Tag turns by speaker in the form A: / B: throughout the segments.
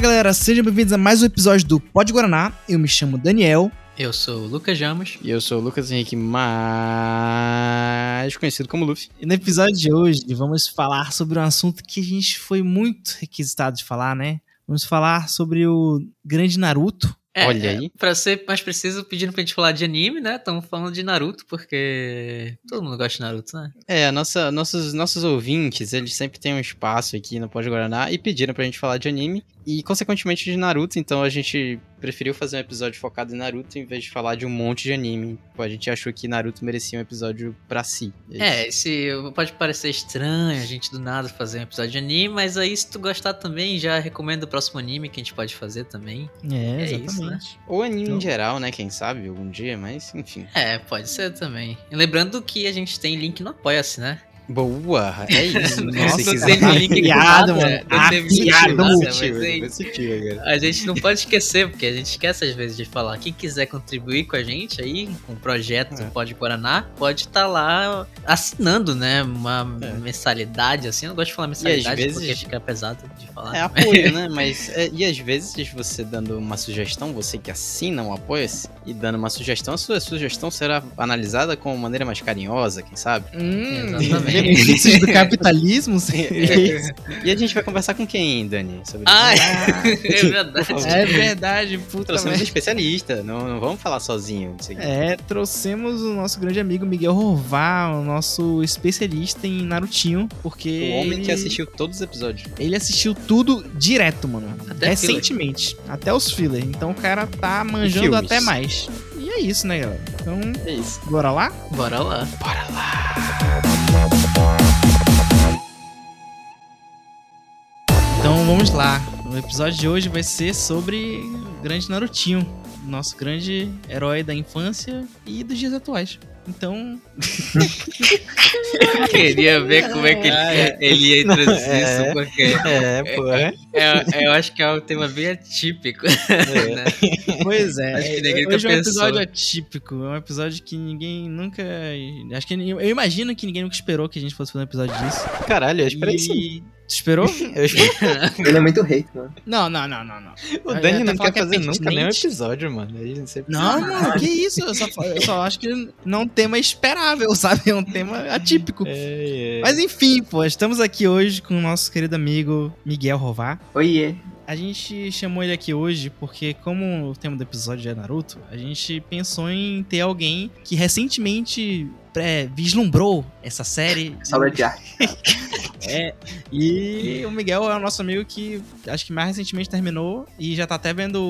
A: galera, sejam bem-vindos a mais um episódio do Pod Guaraná. Eu me chamo Daniel.
B: Eu sou o Lucas Jamos.
C: E eu sou o Lucas Henrique, mais conhecido como Luffy.
A: E no episódio de hoje vamos falar sobre um assunto que a gente foi muito requisitado de falar, né? Vamos falar sobre o grande Naruto.
B: É,
C: Olha aí.
B: Pra ser mais preciso, pedindo pra gente falar de anime, né? Estamos falando de Naruto, porque todo mundo gosta de Naruto, né?
C: É, nossa, nossos, nossos ouvintes, eles sempre têm um espaço aqui no Pós-Guaraná e pediram pra gente falar de anime e, consequentemente, de Naruto. Então a gente preferiu fazer um episódio focado em Naruto em vez de falar de um monte de anime. Pô, A gente achou que Naruto merecia um episódio pra si.
B: É, esse pode parecer estranho a gente do nada fazer um episódio de anime, mas aí se tu gostar também, já recomendo o próximo anime que a gente pode fazer também.
A: É,
B: exatamente.
C: Ou anime
A: Então-
C: em geral, né? Quem sabe algum dia, mas enfim.
B: É, pode ser também. E lembrando que a gente tem link no Apoia-se, né?
C: Boa! É isso.
A: Nossa,
C: Se quiser-
A: cara,
B: teve link
A: afiado,
B: do nada,
A: mano.
B: não teve
C: é
B: link do
A: Afiado,
B: nada,
A: mano.
B: mas é aí-
C: Faz sentido, cara.
B: A gente não pode esquecer, porque a gente esquece às vezes de falar. Quem quiser contribuir com a gente aí, com o projeto
C: É.
B: do Pode Guaraná, pode estar lá assinando, né? Uma
C: É.
B: mensalidade, assim. Eu não gosto de falar mensalidade
C: vezes-
B: porque fica pesado de falar.
C: É apoio, né? Mas é, e às vezes você dando uma sugestão, você que assina um apoia-se e dando uma sugestão, a sua sugestão será analisada com maneira mais carinhosa, quem sabe?
A: Hum,
B: Exatamente.
A: benefícios do capitalismo.
C: E a gente vai conversar com quem, Dani? Sobre
B: Ah, é verdade.
C: Por favor.
A: é verdade, puta
C: Trouxemos um
A: merda.
C: especialista, não, não vamos falar sozinho. Não sei.
A: É, trouxemos o nosso grande amigo Miguel Rová, o nosso especialista em Narutinho, porque
C: O homem que
A: ele-
C: assistiu todos os episódios.
A: Ele assistiu tudo direto, mano.
B: Até
A: recentemente. É Até os filler. Então o cara tá manjando
C: filmes.
A: até mais. E é isso, né, galera? Então,
C: É isso.
A: bora lá?
B: Bora lá.
A: Então vamos lá. O episódio de hoje vai ser sobre o grande Narutinho, nosso grande herói da infância e dos dias atuais. Então,
B: Queria ver como é que ele, ele ia introduzir
C: É.
B: isso, porque
C: É, pô. É.
B: é- eu acho que é um tema bem atípico.
A: É.
C: É.
B: né?
A: pois é.
B: Acho que ninguém
A: hoje
B: tá
A: é um
B: pensando.
A: episódio atípico. É um episódio que ninguém nunca. Acho que eu imagino que ninguém nunca esperou que a gente fosse fazer um episódio disso.
C: Caralho, eu esperei sim.
A: E... Tu esperou?
C: Eu esperei.
D: Ele é muito hate, mano.
A: Não, não, não, não, não.
C: O
A: Eu ia
C: Dani
A: até
C: não
A: falar
C: quer
A: que é
C: fazer nunca nenhum
A: pertinente.
C: episódio, mano. Ele não sempre...
A: Não, mano, que isso? Eu só, eu só acho que não é um tema esperável, sabe? É um tema atípico.
C: É, é.
A: Mas enfim, pô, estamos aqui hoje com o nosso querido amigo Miguel Rová.
D: Oiê.
A: A gente chamou ele aqui hoje porque, como o tema do episódio é Naruto, a gente pensou em ter alguém que recentemente é, vislumbrou essa série.
D: Saudade de arte.
A: É, e o Miguel é o nosso amigo que acho que mais recentemente terminou e já tá até vendo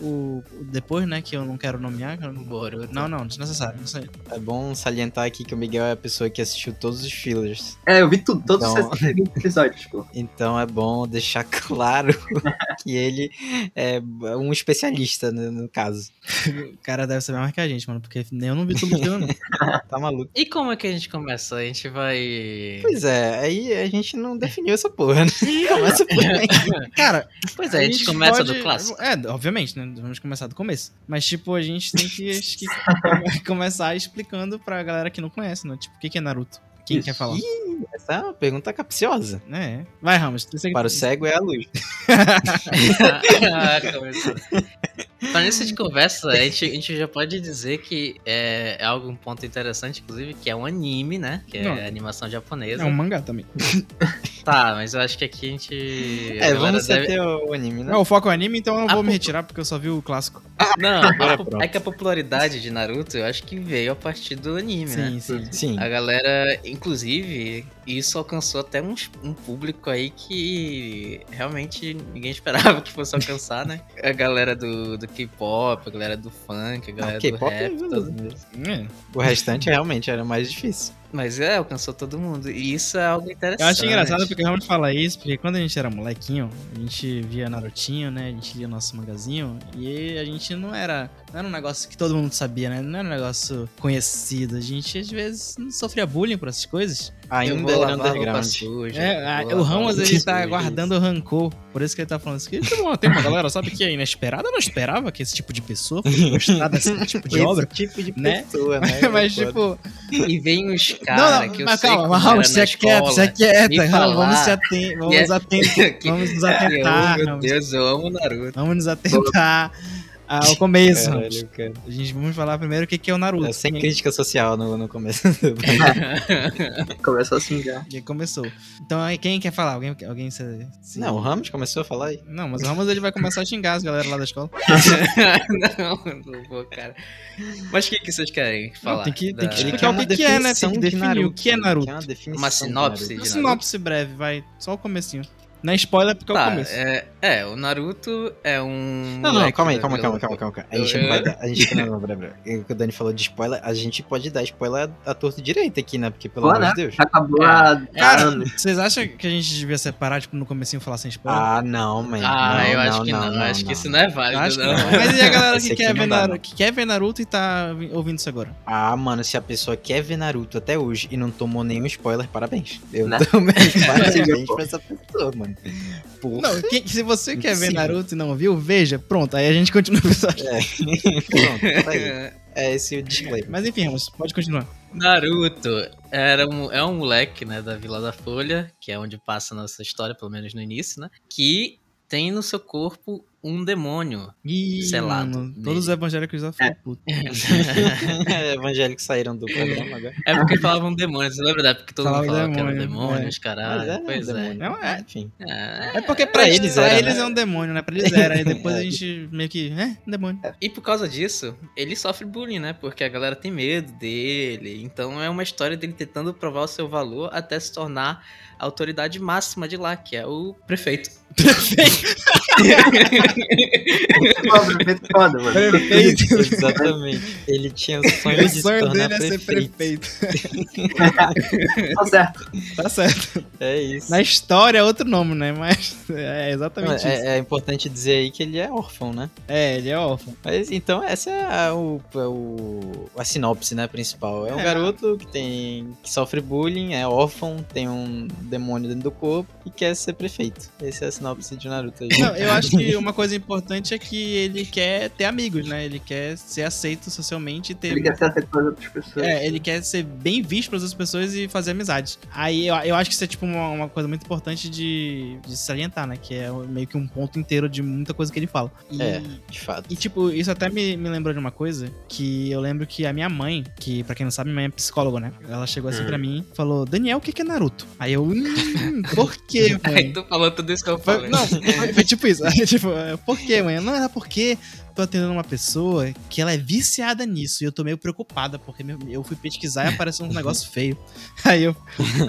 A: o, o depois, né? Que eu não quero nomear. que eu não-
B: Boruto.
A: Não, não, desnecessário. Não sei.
C: É bom salientar aqui que o Miguel é a pessoa que assistiu todos os fillers.
D: É, eu vi tudo, todos
C: Então-
D: os 60 episódios, pô.
C: Então é bom deixar claro que ele é um especialista, né, no caso.
A: O cara deve saber mais que a gente, mano, porque eu não vi tudo que eu não.
C: Tá maluco?
B: E como é que a gente começa? A gente vai.
C: Pois é, aí a gente não definiu essa porra, né? Começa por aí.
A: Cara,
B: Pois é, a gente, começa do clássico.
A: É, obviamente, né? Vamos começar do começo. Mas, tipo, a gente tem que, acho que começar explicando pra galera que não conhece, né? Tipo, o que que é Naruto? Quem quer falar?
C: Ih, essa é uma pergunta capciosa.
A: É. Vai, Ramos. tu segue-
C: Para o cego é a luz.
B: Ah, começou. Pra início de conversa, a gente, a gente já pode dizer que é, é algo um ponto interessante, inclusive, que é um anime, né? Que é
A: Não.
B: animação japonesa.
A: É um mangá também.
B: Tá, mas eu acho que aqui a gente. a
C: É,
B: galera
C: vamos
B: deve-
C: até o anime, né?
A: Não, o foco é o anime, então eu não
B: Ah,
A: vou me
B: pô.
A: retirar porque eu só vi o clássico.
B: Não,
C: Agora
B: a po-
C: pronto.
B: é que a popularidade de Naruto eu acho que veio a partir do anime, né?
A: Sim, sim.
C: Sim.
B: A galera, inclusive, isso alcançou até um, um público aí que realmente ninguém esperava que fosse alcançar, né? A galera do, do K-pop, a galera do funk, a galera
C: Não,
B: do né?
C: K-pop é
B: rap, todo
C: beleza.
A: É.
C: O restante realmente era mais difícil.
B: Mas é, alcançou todo mundo. E isso é algo interessante.
A: Eu acho engraçado porque realmente fala isso, porque quando a gente era molequinho, a gente via Narutinho, né? A gente lia nosso mangazinho, e a gente não era. Não era um negócio que todo mundo sabia, né? Não era um negócio conhecido. A gente às vezes não sofria bullying por essas coisas.
B: Eu
C: Ainda
B: vou
C: era
B: lavar roupa
C: underground.
B: suja.
A: É, a-
B: vou
A: o
B: lavar
A: Ramos
B: roupa
A: ele tá
B: suja.
A: guardando o rancor. Por isso que ele tá falando isso. Que, tá bom, tem uma galera, sabe que é inesperada? Eu não esperava que esse tipo de pessoa fosse gostar desse tipo de obra.
C: tipo de
A: Né?
C: pessoa, né?
A: Mas,
C: Foda.
A: tipo,
B: E vem os, cara, que eu
A: mas
B: sei
A: calma, é
B: como
A: Raul,
B: era
A: se
B: na
A: aquieta,
B: escola.
A: se aquieta.
B: me
A: é Raul, vamos
B: falar.
A: se aten- vamos
B: Yeah.
A: aten-
B: Que- é
A: vamos nos
B: Eu,
A: atentar.
B: meu
A: Ramos.
B: Deus, eu amo Naruto.
A: Vamos nos atentar ao começo. Ramos.
C: Caralho, cara.
A: A gente vamos falar primeiro o que que é o Naruto.
C: É sem
A: quem-
C: crítica social no, no começo. do-
E: Começa assim já.
A: quem começou. Então, aí, quem quer falar? Alguém, alguém se, se-
C: Não, o Ramos começou a falar aí.
A: Não, mas o Ramos ele vai começar a xingar as galera lá da escola.
B: não, não vou, cara. Mas o que, que vocês querem falar?
A: tem que- tem
B: da-
C: Tipo,
A: Ele quer o que que é, né? Tem que definir o que é Naruto.
C: Uma, definição
B: Uma sinopse.
C: de Naruto.
A: Uma
B: Naruto.
A: sinopse breve, vai. Só o comecinho. Não é spoiler porque é o
B: Tá,
A: começo.
B: é, é, o Naruto é um.
C: Não, não,
B: moleque
C: calma aí,
B: da
C: calma, calma,
B: Vila-
C: calma, calma, calma. A gente não
B: É.
C: vai dar. A gente não, não, pera, pera. O que o Dani falou de spoiler, a gente pode dar spoiler à torta direita aqui, né? Porque, pelo
E: Boa,
C: amor
E: né?
C: de Deus.
E: Acabou há
A: Cara,
E: anos.
A: vocês acham que a gente devia separar, tipo, no comecinho e falar sem spoiler?
C: Ah, não, man.
B: Ah,
C: Não,
B: eu acho
C: não,
B: que não,
C: não,
B: acho que
C: Ah, não.
B: isso não é válido,
A: Acho que
B: não.
A: não. Mas e a galera
C: Esse
A: que
C: aqui
A: quer,
C: não
A: ver
C: dá,
A: Naruto,
C: não.
A: que quer ver Naruto e tá vi- ouvindo isso agora?
C: Ah, mano, se a pessoa quer ver Naruto até hoje e não tomou nenhum spoiler, parabéns. Eu
E: Né?
C: dou meus parabéns
E: Pô.
C: pra essa pessoa, mano. Porra.
A: Não, quem- se você quer ver
C: Impossível.
A: Naruto e não viu, veja. Pronto, aí a gente continua o episódio.
C: Pronto, tá aí. É esse o disclaimer.
A: Mas enfim, Ramos, pode continuar.
B: Naruto era um, é um moleque, né, da Vila da Folha, que é onde passa a nossa história, pelo menos no início, né? Que tem no seu corpo um demônio.
A: Ih,
B: Selado
A: mano,
B: nele.
A: todos os evangélicos já foram putos.
C: É, Evangélicos saíram do programa agora.
B: É porque falavam demônios, você lembra da época que todo mundo
A: Falava
B: falava que eram
A: demônio,
B: demônios,
C: Mas
B: caralho?
C: é um
B: pois é.
C: demônio.
A: Não, é.
C: Enfim.
B: É.
A: É porque pra,
C: Pra
A: eles,
C: eles
A: pra
C: era,
A: eles
C: né?
A: é um demônio, né? Pra eles era. Aí depois a
C: É.
A: gente meio que. É, demônio.
B: E por causa disso, ele sofre bullying, né? Porque a galera tem medo dele. Então é uma história dele tentando provar o seu valor até se tornar a autoridade máxima de lá, que é o prefeito.
E: Foda, muito foda, mano.
C: Exatamente. Ele tinha o sonho
A: O
C: de se
A: sonho
C: tornar
A: dele é ser prefeito.
E: Tá certo.
A: Tá certo.
C: É isso.
A: Na história é outro nome, né? Mas é exatamente isso.
C: É, é importante dizer aí que ele é órfão, né?
A: É, ele é órfão.
C: Mas então essa é a, o, é o- a sinopse, né, principal. É um
A: É.
C: garoto que tem que sofre bullying, é órfão, tem um demônio dentro do corpo e quer ser prefeito. Essa é a sinopse de Naruto aí.
A: Não, eu acho que uma coisa importante é que ele quer ter amigos, né? Ele quer ser aceito socialmente e ter.
E: Ele quer ser aceito pelas outras
B: Então,
E: pessoas.
A: É, ele quer ser bem visto pelas outras pessoas e fazer amizades. Aí eu, eu acho que isso é, tipo, uma, uma coisa muito importante de, de salientar, né? Que é meio que um ponto inteiro de muita coisa que ele fala. E-
C: É. De fato.
A: E, tipo, isso até me, me lembrou de uma coisa que eu lembro que a minha mãe, que pra quem não sabe, minha mãe é psicóloga, né? Ela chegou assim
C: Hum.
A: pra mim e falou: Daniel, o que que é Naruto? Aí eu, hum, por quê,
B: Aí
A: mãe?
B: tu falou tudo isso que eu
A: Foi-
B: falei.
A: não, foi, foi tipo isso. Aí, tipo, por quê, mãe? Não, era porque tô atendendo uma pessoa que ela é viciada nisso e eu tô meio preocupada porque meu- eu fui pesquisar e apareceu um negócio feio. Aí eu,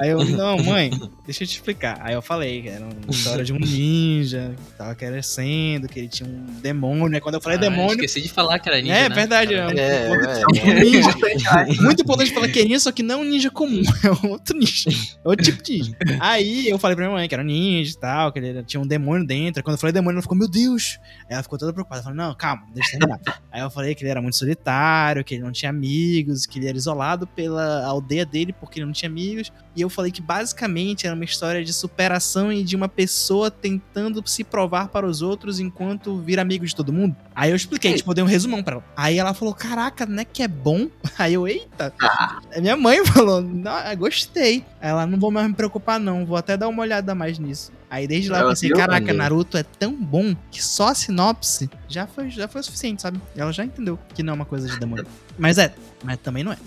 A: aí eu, não, mãe, deixa eu te explicar. Aí eu falei que era uma história de um ninja que tava crescendo, que ele tinha um demônio. Aí quando eu falei
B: Ah,
A: demônio,
B: Esqueci de falar que era ninja,
A: é
B: né?
A: verdade, é
B: Cara,
A: um,
C: É,
A: um-
C: é,
A: um ninja.
E: Importante, né?
A: Muito importante falar que é ninja, só que não é um ninja comum, é um outro ninja. É outro tipo de ninja. Aí eu falei pra minha mãe que era um ninja e tal, que ele era- tinha um demônio dentro. Aí Quando eu falei demônio, ela ficou, meu Deus! Aí ela ficou toda preocupada. Ela falou, não, calma, deixa eu terminar. Aí eu falei que ele era muito solitário, que ele não tinha amigos, que ele era isolado pela aldeia dele porque ele não tinha amigos. E eu falei que basicamente era uma história de superação e de uma pessoa tentando se provar para os outros enquanto vira amigo de todo mundo. Aí eu expliquei, tipo, eu dei um resumão pra ela. Aí ela falou: Caraca, né que é bom? Aí eu, eita!
E: Ah.
A: Aí Minha mãe falou: "Não, eu Gostei. Aí Ela, não vou mais me preocupar, não. Vou até dar uma olhada mais nisso. Aí desde lá eu
E: Ela
A: pensei:
E: viu?
A: Caraca,
C: Maneiro.
A: Naruto é tão bom que só a sinopse já foi, já foi o suficiente, sabe? Ela já entendeu que não é uma coisa de demônio. Mas é, mas também não é.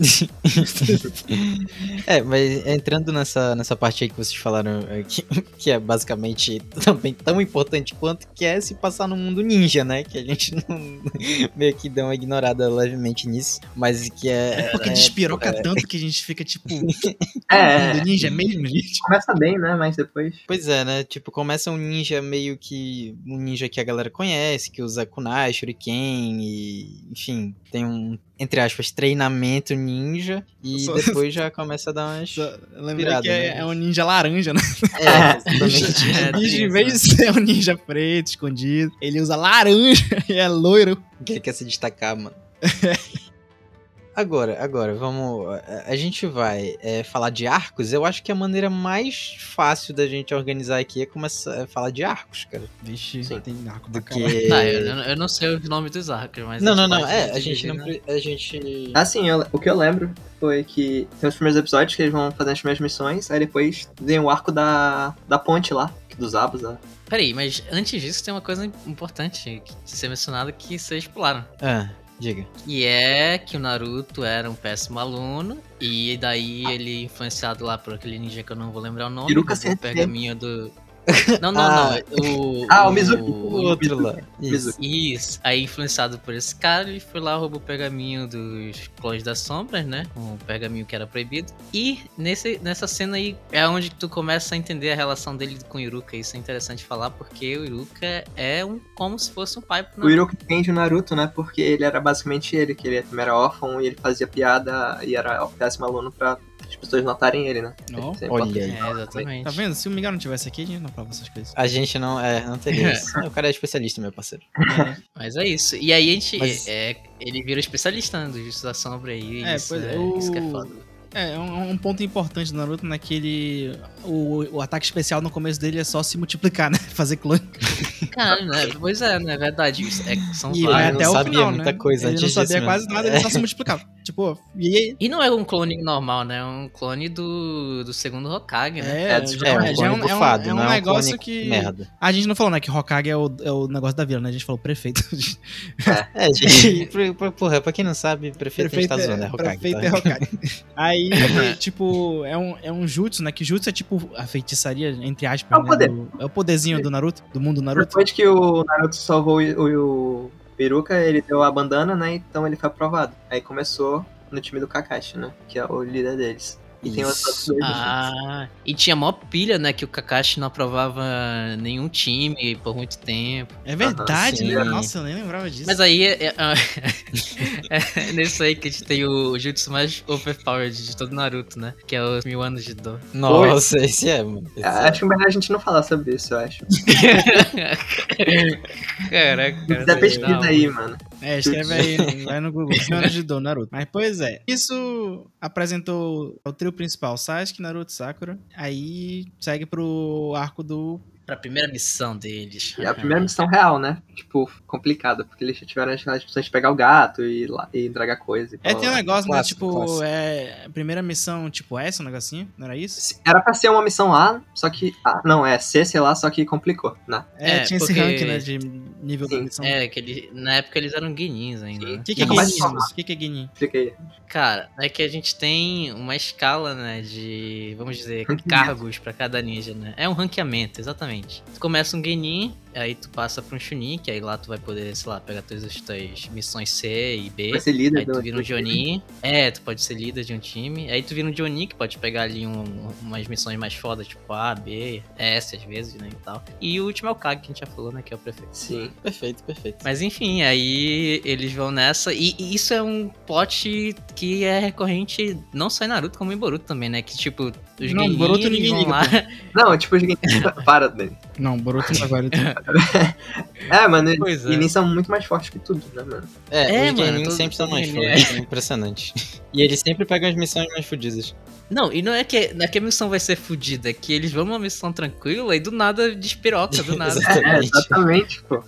C: É, mas entrando nessa, nessa parte aí que vocês falaram, é, que, que é basicamente também tão importante quanto que é se passar no mundo ninja, né? Que a gente não, meio que deu uma ignorada levemente nisso, mas que é.
A: Porque
C: é-
A: despiroca tanto que a gente fica tipo:
E: É.
A: "Do Ninja mesmo, gente?
E: Começa bem, né? Mas depois.
C: Pois é, né? Tipo, começa um ninja meio que. Um ninja que a galera conhece, que usa kunai, shuriken e. Enfim, tem um, entre aspas, treinamento ninja. E
A: Só-
C: depois já começa a dar umas.
A: Eu lembrei
C: Virado,
A: que é,
C: né?
A: é um ninja laranja, né?
C: É, exatamente.
B: É, tem
A: Ninja, em
B: isso,
A: vez
B: né?
A: de ser um ninja preto, escondido, ele usa laranja e é loiro.
C: que ele quer se destacar, mano. Agora, agora, vamos. a- A gente vai é, falar de arcos. Eu acho que a maneira mais fácil da gente organizar aqui é começar a falar de arcos, cara.
A: Vixe,
C: Sim.
A: tem narco
C: Do
A: pra
C: que.
A: caralho.
B: Tá, eu, eu não sei o nome dos arcos, mas.
C: Não,
B: a
C: não,
B: gente
C: não.
B: pode
C: É, a
B: dividir,
C: gente não.
B: né?
C: pre- A gente.
A: né?
F: Assim, eu- o que eu lembro foi que tem os primeiros episódios que eles vão fazendo as primeiras missões, aí depois vem o arco da, da ponte lá, que dos abos lá.
B: Peraí, mas antes disso tem uma coisa importante que- de ser mencionada que vocês pularam.
C: Ah, diga.
B: E é que o Naruto era um péssimo aluno, e daí ele é influenciado lá por aquele ninja que eu não vou lembrar o nome, roubou
F: Iruka
B: o
F: Sensei.
B: pergaminho do... Não, não,
C: Ah.
B: não. O,
F: Ah, o Mizuki.
C: O
B: o-
C: outro lá. Isso.
B: Isso. Aí, influenciado por esse cara, ele foi lá, roubou o pergaminho dos Clões das Sombras, né? Um pergaminho que era proibido. E nesse, nessa cena aí é onde tu começa a entender a relação dele com o Iruka. Isso é interessante falar, porque o Iruka é um como se fosse um pai pro
F: O
B: Naruto.
F: Iroha entende o Naruto, né? Porque ele era basicamente ele, que ele também era órfão e ele fazia piada e era o péssimo aluno pra as pessoas notarem ele, né?
A: Não,
F: Isso é
C: olha
F: importante.
C: aí.
B: É, exatamente.
A: Tá vendo? Se o Miguel não tivesse aqui, a gente não falava essas coisas.
C: A gente não. É, não teria isso. O cara é especialista, meu parceiro.
B: Mas é isso. E aí a gente.
C: Mas-
B: é, ele vira especialista né, do Justiça da Sombra aí.
A: É,
B: isso,
A: pois é,
B: é, isso que é
A: o-
B: foda.
A: É, é um, um ponto importante do Naruto naquele. O, o ataque especial no começo dele é só se multiplicar, né? Fazer clone.
B: Caralho, né? Pois é, né? É verdade. isso. É, são
A: E
C: Claro,
A: vai
B: vários.
C: ele não
A: até o
C: sabia
A: final,
C: muita
A: né?
C: coisa
A: Ele
C: antes
A: não sabia
C: disso, né?
A: quase nada, ele só se multiplicava. Tipo, e aí?
B: E não é um clone normal, né? É um clone do, do segundo Hokage, né?
A: É,
F: É,
A: já-
C: É, um
A: já é
C: clone
A: um- é um-
C: bufado,
A: é um
C: não é um
A: negócio
C: clone
A: que.
C: Merda.
A: A gente não falou, né? Que Hokage é o, é o negócio da vila, né? A gente falou prefeito.
C: É, gente. pra- pra- Porra, pra quem não sabe, prefeito,
A: prefeito
C: está zoando, é Hokage.
A: prefeito
C: tá?
A: é Hokage. Aí, tipo, é um, é um jutsu, né? Que jutsu é tipo a feitiçaria, entre aspas.
F: É o
A: né,
F: poder.
A: do- é o poderzinho do Naruto, do mundo Naruto.
F: Depois que o Naruto salvou o, o, o Iruka, ele deu a bandana, né? Então ele foi aprovado. Aí começou no time do Kakashi, né? Que é o líder deles.
A: é
F: E tem os outros
C: Isso.
F: dois.
B: Ah, e tinha mó pilha, né? Que o Kakashi não aprovava nenhum time por muito tempo.
A: É verdade,
C: Aham,
A: né?
C: sim.
A: Nossa, eu nem lembrava disso.
B: Mas aí é, é- é nesse aí que a gente tem o jutsu mais overpowered de todo Naruto, né? Que é os mil anos de dor.
C: Nossa, esse é, mano. Esse é.
F: Acho melhor a gente não falar sobre isso, eu acho.
B: Caraca, cara.
F: Da é pesquisa aí, mano.
A: É, escreve aí, vai no Google. Senhora de Dor, Naruto. Mas, pois é. Isso apresentou o trio principal, Sasuke, Naruto, Sakura. Aí segue pro arco do...
B: Pra primeira missão deles.
F: E a É, primeira missão real, né? Tipo, complicada, porque eles tiveram aquelas missões de pegar o gato e, ir lá, e entregar coisa. e
A: É,
F: blá,
A: tem um
F: blá.
A: negócio, né?
C: Clássico,
A: Tipo,
C: clássico.
A: é... a Primeira missão, tipo, essa, um negocinho? Não era isso?
F: Era pra ser uma missão A, só que. Ah, não, é C, sei lá, só que complicou, né?
A: É,
B: É,
A: tinha esse
B: porque-
A: rank, né? De nível da
F: Sim,
A: missão.
B: É, que ele, na época eles eram guinins ainda. né?
A: O que, que é
F: Não, mas-
A: Guinin, Lúcio? O que, que é Guinin?
F: Explica aí.
B: Cara, é que a gente tem uma escala, né, de, vamos dizer,
F: Ranqueamento.
B: cargos pra cada ninja, né? É um ranqueamento, exatamente. Tu começa um Genin, aí tu passa pra um Chunin, que aí lá tu vai poder, sei lá, pegar todas as tuas missões C e B.
F: Vai ser líder
B: Aí tu
F: do-
B: vira um
A: Tipo,
B: Jonin. É, tu pode ser líder de um time. Aí tu vira um Jonin, que pode pegar ali um- umas missões mais fodas, tipo A, B, S às vezes, né, e tal. E o último é o Kag, que a gente já falou, né, que é o prefeito.
F: Sim.
C: Perfeito, perfeito.
B: Mas enfim, aí eles vão nessa. E, e isso é um plot que é recorrente não só em Naruto, como em Boruto também, né? Que tipo, os
A: Não,
B: Genin,
A: Boruto
B: eles
A: ninguém
B: vão
A: liga,
B: lá.
F: Não, tipo, os guinness. Para, Dani.
A: Não, Boruto não vale.
F: É, mano, os
B: Pois é.
F: guinness são muito mais fortes que tudo, né, mano?
C: É,
B: É,
C: os
B: mano,
C: Genin
B: todo-
C: sempre estão mais
B: todo Genin
C: fortes. É impressionante. E eles sempre pegam as missões mais fodidas.
B: Não, e não é que, não é que a missão vai ser fodida, é que eles vão numa missão tranquila e do nada despiroca, do nada.
F: É, exatamente, pô.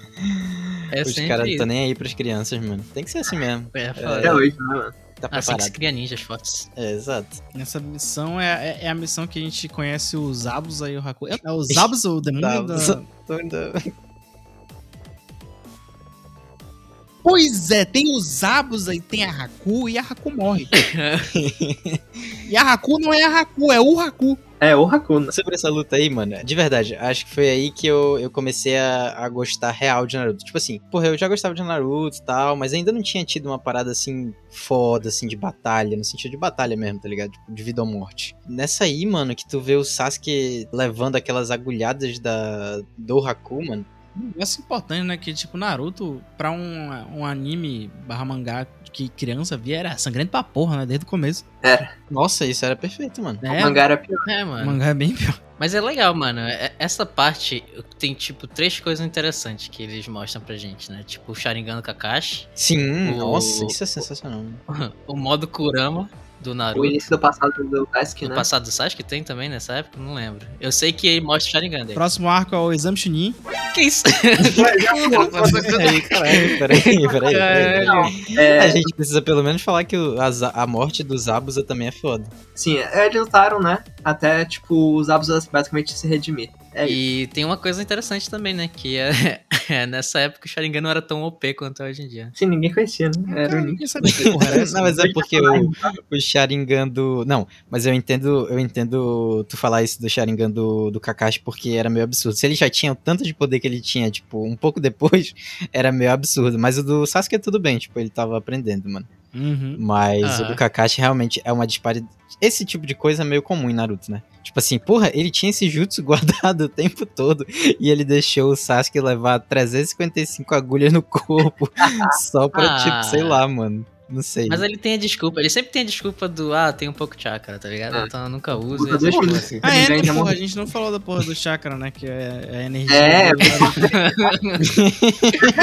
B: é
C: Os
B: sempre
C: caras não
B: isso.
A: tá-
C: estão nem aí pras crianças, mano. Tem que ser assim mesmo.
B: É,
F: Até
B: foda.
F: hoje, né, mano?
C: Tá
B: Assim que
C: preparado.
B: se cria ninjas fortes.
C: É, exato.
A: Nessa missão é, é- é a missão que a gente conhece os Abus aí, o Haku. É é os Abus, o demônio da...
C: Zabos.
A: Pois é, tem os Abus aí, tem a Haku e a Haku morre. e a Haku não é a Haku, é o Haku.
F: É, o Hakuna.
C: Sobre essa luta aí, mano, de verdade, acho que foi aí que eu, eu comecei a, a gostar real de Naruto. Tipo assim, porra, eu já gostava de Naruto e tal, mas ainda não tinha tido uma parada assim foda, assim, de batalha, no sentido de batalha mesmo, tá ligado? Tipo, de vida ou morte. Nessa aí, mano, que tu vê o Sasuke levando aquelas agulhadas da, do Haku, mano.
A: Um negócio importante, né? Que, tipo, Naruto, pra um, um anime barra mangá que criança via era sangrento pra porra, né? Desde o começo.
C: Nossa, isso era perfeito, mano.
A: É,
F: o mangá era pior.
B: É,
A: o
B: mano.
A: mangá é bem pior.
B: Mas é legal, mano. É- Essa parte tem, tipo, três coisas interessantes que eles mostram pra gente, né? Tipo, o Sharingan do Kakashi,
C: Sim,
B: O-
C: nossa, isso é sensacional. mano.
B: o modo Kurama do
F: O
B: Naruto.
F: início do passado do Daisuke,
B: No
F: né?
B: passado do Sasuke tem também nessa época? Não lembro. Eu sei que ele mostra o Sharingan dele.
A: Próximo arco é o Exame Chunin.
B: Que isso?
C: Peraí, caralho, peraí, peraí, peraí, peraí.
F: É,
C: A gente precisa pelo menos falar que o- a, Za- a morte do Zabuza também é foda.
F: Sim, é, eles lutaram, né? Até, tipo, os Abus basicamente se redimir. É isso.
B: E tem uma coisa interessante também, né? Que é, é, nessa época o Sharingan não era tão OP quanto é hoje em dia.
F: Sim, ninguém conhecia, né? Era o Link.
A: Ninguém sabe que porra era essa.
C: Não, mas é porque o, o Sharingan do... Não, mas eu entendo eu entendo tu falar isso do Sharingan do, do Kakashi porque era meio absurdo. Se ele já tinha o tanto de poder que ele tinha, tipo, um pouco depois, era meio absurdo. Mas o do Sasuke tudo bem, tipo, ele tava aprendendo, mano.
A: Uhum.
C: Mas
B: Ah.
C: o Kakashi realmente é uma disparidade. Esse tipo de coisa é meio comum em Naruto, né? Tipo assim, porra, ele tinha esse jutsu guardado o tempo todo e ele deixou o Sasuke levar 355 agulhas no corpo só pra,
B: Ah.
C: tipo, sei lá, mano. Não sei.
B: Mas é ele tem a desculpa, ele sempre tem a desculpa do ah, tem um pouco de chakra, tá ligado?
F: É.
B: Então eu nunca uso.
F: Puta, deixa eu ver.
B: essas coisas.
A: Ah, é,
F: Ninguém
A: né,
F: já
A: porra, a
F: morreu.
A: gente não falou da porra do chakra, né? Que é, é a energia.
F: É,
A: mas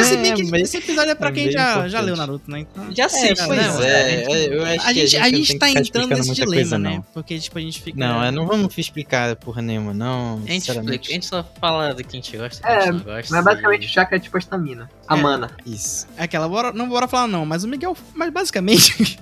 A: se bem que
C: É, mas-
A: esse episódio é pra
C: é
A: quem
C: bem
A: já,
C: importante.
A: já leu Naruto, né? Então...
B: Já sei,
C: É,
B: né,
C: pois
B: mano?
C: é, é, eu acho
A: A
C: que
A: gente, a
C: não
A: gente
C: tem
A: tá
C: que ficar
A: entrando
C: explicando
A: nesse
C: muita
A: dilema,
C: coisa,
A: né?
C: Não.
A: Porque, tipo, a gente fica.
C: Não, é, não vamos explicar porra nenhuma, não.
B: A gente explica, a
C: sinceramente.
B: gente só fala do que a gente gosta, do que a
F: É,
B: gente não gosta.
F: mas basicamente o
B: e-
F: chakra é tipo a estamina. A
A: É.
F: mana.
C: Isso.
A: É aquela, bora, não bora falar não, mas o Miguel. Mas basicamente.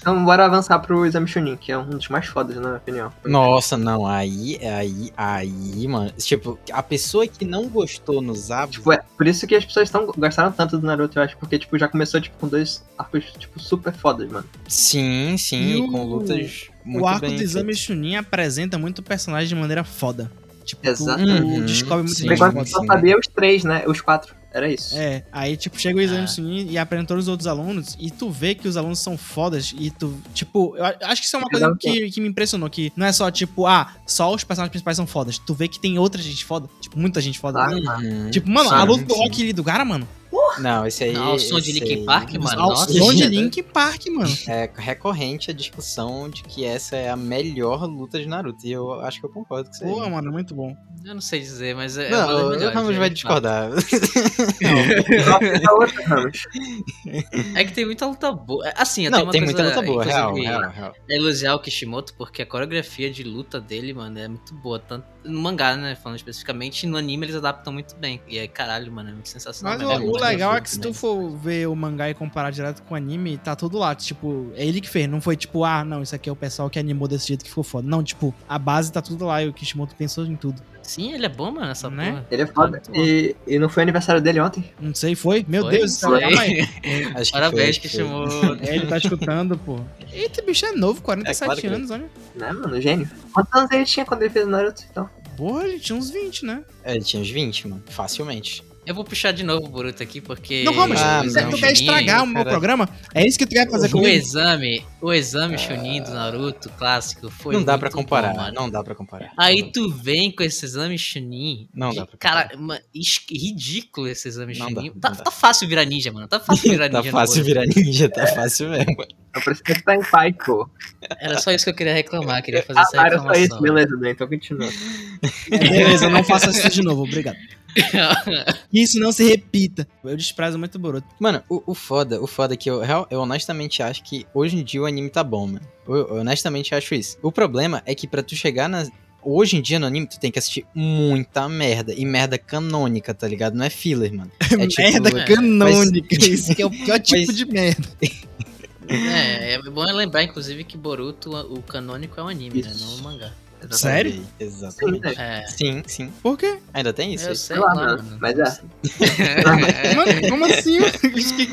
F: Então bora avançar pro exame Chunin, que é um dos mais fodas, na minha opinião.
C: Nossa, não, aí, aí, aí, mano. Tipo, a pessoa que não gostou no Zabuza.
F: Tipo, é, por isso que as pessoas tão, gostaram tanto do Naruto, eu acho, porque tipo, já começou tipo, com dois arcos tipo, super fodas, mano.
C: Sim, sim,
A: E
C: e
A: o-
C: com lutas muito
A: o arco
C: bem
A: do Exame
C: feitas.
A: Chunin apresenta muito personagem de maneira foda. Tipo,
F: Exatamente.
A: tu descobre muito
C: Uhum. Sim.
A: bem.
F: Porque quando
C: pode
F: só
C: sim.
F: sabia os três, né? Os quatro. Era isso.
A: É, aí tipo, chega o exame
B: Ah.
A: Chunin e apresenta todos os outros alunos e tu vê que os alunos são fodas e tu, tipo, eu a- acho que isso é uma coisa
F: Cada um
A: que, que me impressionou, que não é só tipo, ah, só os personagens principais são fodas, tu vê que tem outra gente foda, tipo, muita gente foda.
F: Claro.
C: Uhum.
A: Tipo, mano,
C: Sim,
A: a luta do
C: sim.
A: Rock Lee do cara, mano,
C: Não, esse aí.
B: Ah, o som de
C: esse
B: Linkin
C: aí-
B: Park, mano.
A: ao
B: nossa.
A: som de Link Park, mano.
C: É recorrente a discussão de que essa é a melhor luta de Naruto. E eu acho que eu concordo com você.
A: Pô, mano, é muito bom.
B: Eu não sei dizer, mas é. é uma das
C: Não, o
B: melhores,
C: Ramos
B: né?
C: vai discordar.
F: Nossa, a outra, Ramos.
B: É que tem muita luta boa. É, Assim, eu
C: Não,
B: tenho uma
C: tem
B: coisa,
C: muita luta boa, real,
B: inclusive,
C: real, real.
B: É elogiar o Kishimoto, porque a coreografia de luta dele, mano, é muito boa. Tanto no mangá, né? Falando especificamente, no anime eles adaptam muito bem. E aí, caralho, mano, é muito sensacional.
A: Mas
B: mesmo.
C: é
A: o, o
C: muito
A: legal é
C: gostoso
A: que se tu
C: também.
A: for ver o mangá e comparar direto com o anime, tá tudo lá. Tipo, é ele que fez. Não foi tipo, ah, não, isso aqui é o pessoal que animou desse jeito que ficou foda. Não, tipo, a base tá tudo lá e o Kishimoto pensou em tudo.
B: Sim, ele é bom, mano, essa
A: Né?
B: porra.
F: Ele é foda. E, e não foi aniversário dele ontem?
A: Não sei, foi? Meu
B: Foi?
A: Deus,
B: Foi.
A: calma aí.
C: Acho que
B: Parabéns,
C: foi, acho que foi.
B: Kishimoto.
A: É, ele tá escutando, pô. Eita, bicho é novo, 47
C: É, claro que
A: anos, olha.
F: Né, mano? Gênio. Quantos anos ele tinha quando ele fez o Naruto, então?
A: Porra, ele tinha uns 20, né?
C: É, Ele tinha uns 20, mano. Facilmente.
B: Eu vou puxar de novo o Boruto aqui, porque.
A: Não, Ramos,
C: Ah,
A: você
C: não,
A: tu quer
C: Juninho,
A: estragar o meu
C: cara.
A: programa? É isso que tu quer fazer
B: O
A: comigo?
B: exame, o exame Chunin do Naruto clássico foi.
C: não dá
B: muito
C: pra
B: bom,
C: comparar,
B: mano.
C: não dá pra comparar.
B: Aí tu vem com esse exame Chunin.
C: Não
B: que,
C: dá pra
B: Cara, ma- es- ridículo esse exame
C: Não
B: Chunin. Tá,
C: dá, não dá.
B: tá fácil virar ninja, mano. Tá fácil virar ninja.
C: Tá
B: no É.
C: fácil
B: Boruto.
C: virar ninja, tá fácil mesmo.
F: Eu preciso que tá em paz, pô.
B: Era só isso que eu queria reclamar, eu queria fazer
F: Ah,
B: essa
F: era só
B: reclamação.
F: isso, beleza, né? Então continua.
A: É, Beleza, não faça isso de novo, obrigado. Que isso não se repita. Eu desprezo muito o Boruto.
C: Mano, o, o foda, o foda é que eu, real- eu honestamente acho que hoje em dia o anime tá bom, mano. Eu, eu honestamente acho isso. O problema é que pra tu chegar na. Hoje em dia no anime, tu tem que assistir muita merda. E merda canônica, tá ligado? Não é filler, mano. É tipo-
A: merda
C: é,
A: canônica. Isso que é o pior tipo
C: mas-
A: de merda.
B: É, é bom lembrar, inclusive, que Boruto, o canônico é um anime, né?
F: Isso.
B: Não um mangá.
A: Sério?
C: Exatamente.
B: É.
C: Sim, sim.
A: Por quê?
C: Ainda tem isso?
B: eu
C: isso?
B: sei
F: lá,
B: lá,
F: mano,
B: mano.
F: mas é.
B: é.
A: Mano, como assim?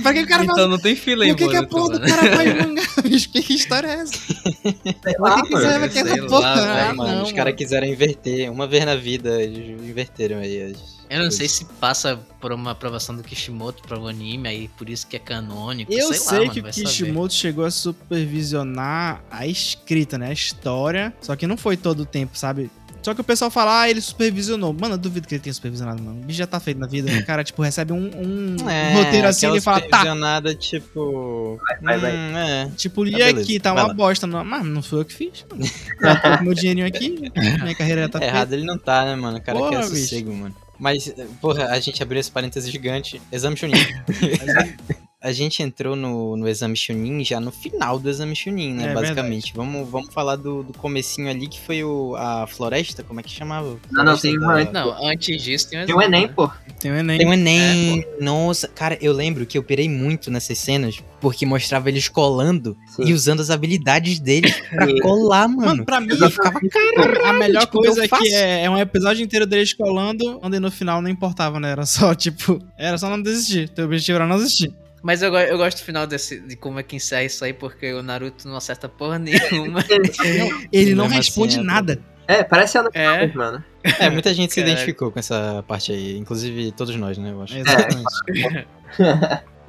A: pra que o cara fala? assim?
B: Então não tem fila aí,
A: Por que, que a porra do
B: Boruto, mano.
A: cara faz mangá? bicho? Que, que história é essa?
F: Sei
A: Pra
F: lá,
A: que, que você
F: Ah, mano.
A: leva aquela
B: sei lá,
A: porra?
B: velho,
A: Ah,
C: Ah, mano,
A: não,
C: os caras quiseram inverter. Uma vez na vida, eles inverteram aí. as
B: Eu não sei
C: coisas.
B: se passa por uma aprovação do Kishimoto pra um anime, aí por isso que é canônico.
A: Eu
B: sei,
A: sei,
B: lá, mano,
A: que o
B: vai
A: Kishimoto chegou a supervisionar a escrita, né? A história. Só que não foi todo o tempo, sabe? Só Só que o pessoal fala, ah, ele supervisionou. Mano, eu duvido que ele tenha supervisionado, não. O bicho já tá feito na vida. O cara, tipo, recebe um, um
C: É,
A: roteiro assim e ele fala, tá,
C: nada tipo.
F: vai, vai.
C: "Hum, é.
A: Tipo, e
C: Tá, beleza.
A: aqui, tá
C: Vai
A: uma
C: lá.
A: bosta. Não, mas não foi eu que fiz, mano. Eu tô com meu dinheirinho aqui, minha carreira já tá feita.
C: Errado ele não tá, né, mano? O cara
A: Porra,
C: quer
A: bicho.
C: sossego, mano. Mas, porra, a gente abriu esse parêntese gigante. Exame Chunin. a gente entrou no, no exame Chunin já no final do exame Chunin, né?
A: É
C: basicamente. Vamos, vamos falar do, do comecinho ali que foi o, a floresta, como é que chamava?
F: Não, não,
C: Floresta
F: tem um
C: da-
F: uma antes.
B: Não, antes disso tem um
F: Tem o Enem,
B: né?
F: pô.
A: Tem o Enem.
C: Tem
A: É,
C: o Enem. Nossa, cara, eu lembro que eu pirei muito nessas cenas, porque mostrava eles colando
F: Sim.
C: e usando as habilidades deles pra
F: Sim.
C: colar, mano.
A: Mano, pra mim,
C: eu ficava, caralho,
A: a melhor
C: tipo,
A: coisa
C: eu
A: é
C: faço.
A: que é, é um episódio inteiro deles colando, onde no final não importava, né? Era só, tipo, era só não desistir. Teu objetivo era não desistir.
B: Mas eu, go- eu gosto do final desse, de como é que encerra isso aí, porque o Naruto não acerta porra nenhuma.
A: Ele
C: Sim,
A: não
C: mesmo
A: responde
C: assim, é,
A: nada.
F: É, parece a Ana
B: É.
F: Paula, mano.
C: É, muita gente se
B: Caralho.
C: identificou com essa parte aí, inclusive todos nós, né, eu acho.
A: É, Exatamente.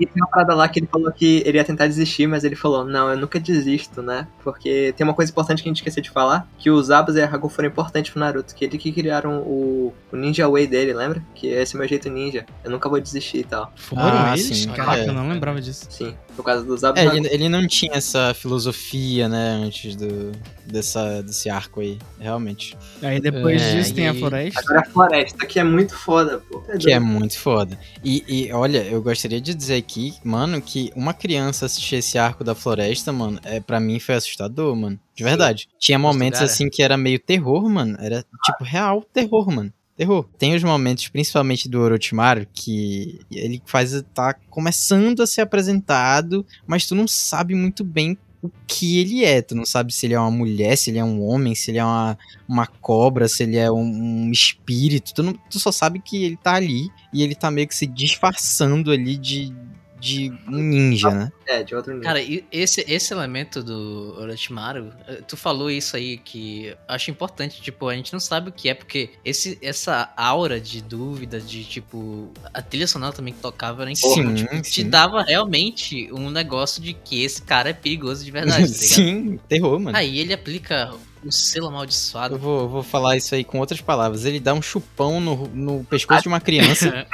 F: E tem uma parada lá que ele falou que ele ia tentar desistir, mas ele falou, não, eu nunca desisto, né? Porque tem uma coisa importante que a gente esqueceu de falar, que os Abas e a Hago foram importantes pro Naruto, que ele que criaram o, o Ninja Way dele, lembra? Que esse é o meu jeito ninja, eu nunca vou desistir e tal.
A: Foram
C: Ah,
A: eles?
C: sim,
A: Caraca,
C: é.
A: eu não lembrava disso.
F: Sim, por causa dos Abas
C: É,
F: e Hago.
C: ele, ele não tinha essa filosofia, né, antes do, dessa, desse arco aí, realmente.
A: Aí depois
C: É,
A: disso tem a
C: e-
A: floresta.
F: Agora a floresta, que é muito foda, pô.
C: Que é muito foda. E, e, olha, eu gostaria de dizer aqui, mano, que uma criança assistir esse arco da floresta, mano, é, para mim foi assustador, mano. De verdade. Tinha momentos
B: Cara.
C: assim que era meio terror, mano. Era tipo real terror, mano. Terror. Tem os momentos, principalmente do Orochimaru, que ele faz tá começando a ser apresentado, mas tu não sabe muito bem o que ele é. Tu não sabe se ele é uma mulher, se ele é um homem, se ele é uma, uma cobra, se ele é um, um espírito. Tu, não- tu só sabe que ele tá ali e ele tá meio que se disfarçando ali de, de um ninja, né?
F: É, de outro ninja.
B: Cara, e esse, esse elemento do Orochimaru, eh, tu falou isso aí que eu acho importante, tipo, a gente não sabe o que é, porque esse, essa aura de dúvida, de tipo, a trilha sonora também que tocava era incrível,
C: Sim,
B: tipo, te
C: sim.
B: dava realmente um negócio de que esse cara é perigoso de verdade, tá ligado?
C: Sim, terror, mano.
B: Aí ele aplica o selo
C: Eu
B: amaldiçoado.
C: vou, vou falar isso aí com outras palavras. Ele dá um chupão no, no pescoço de uma criança.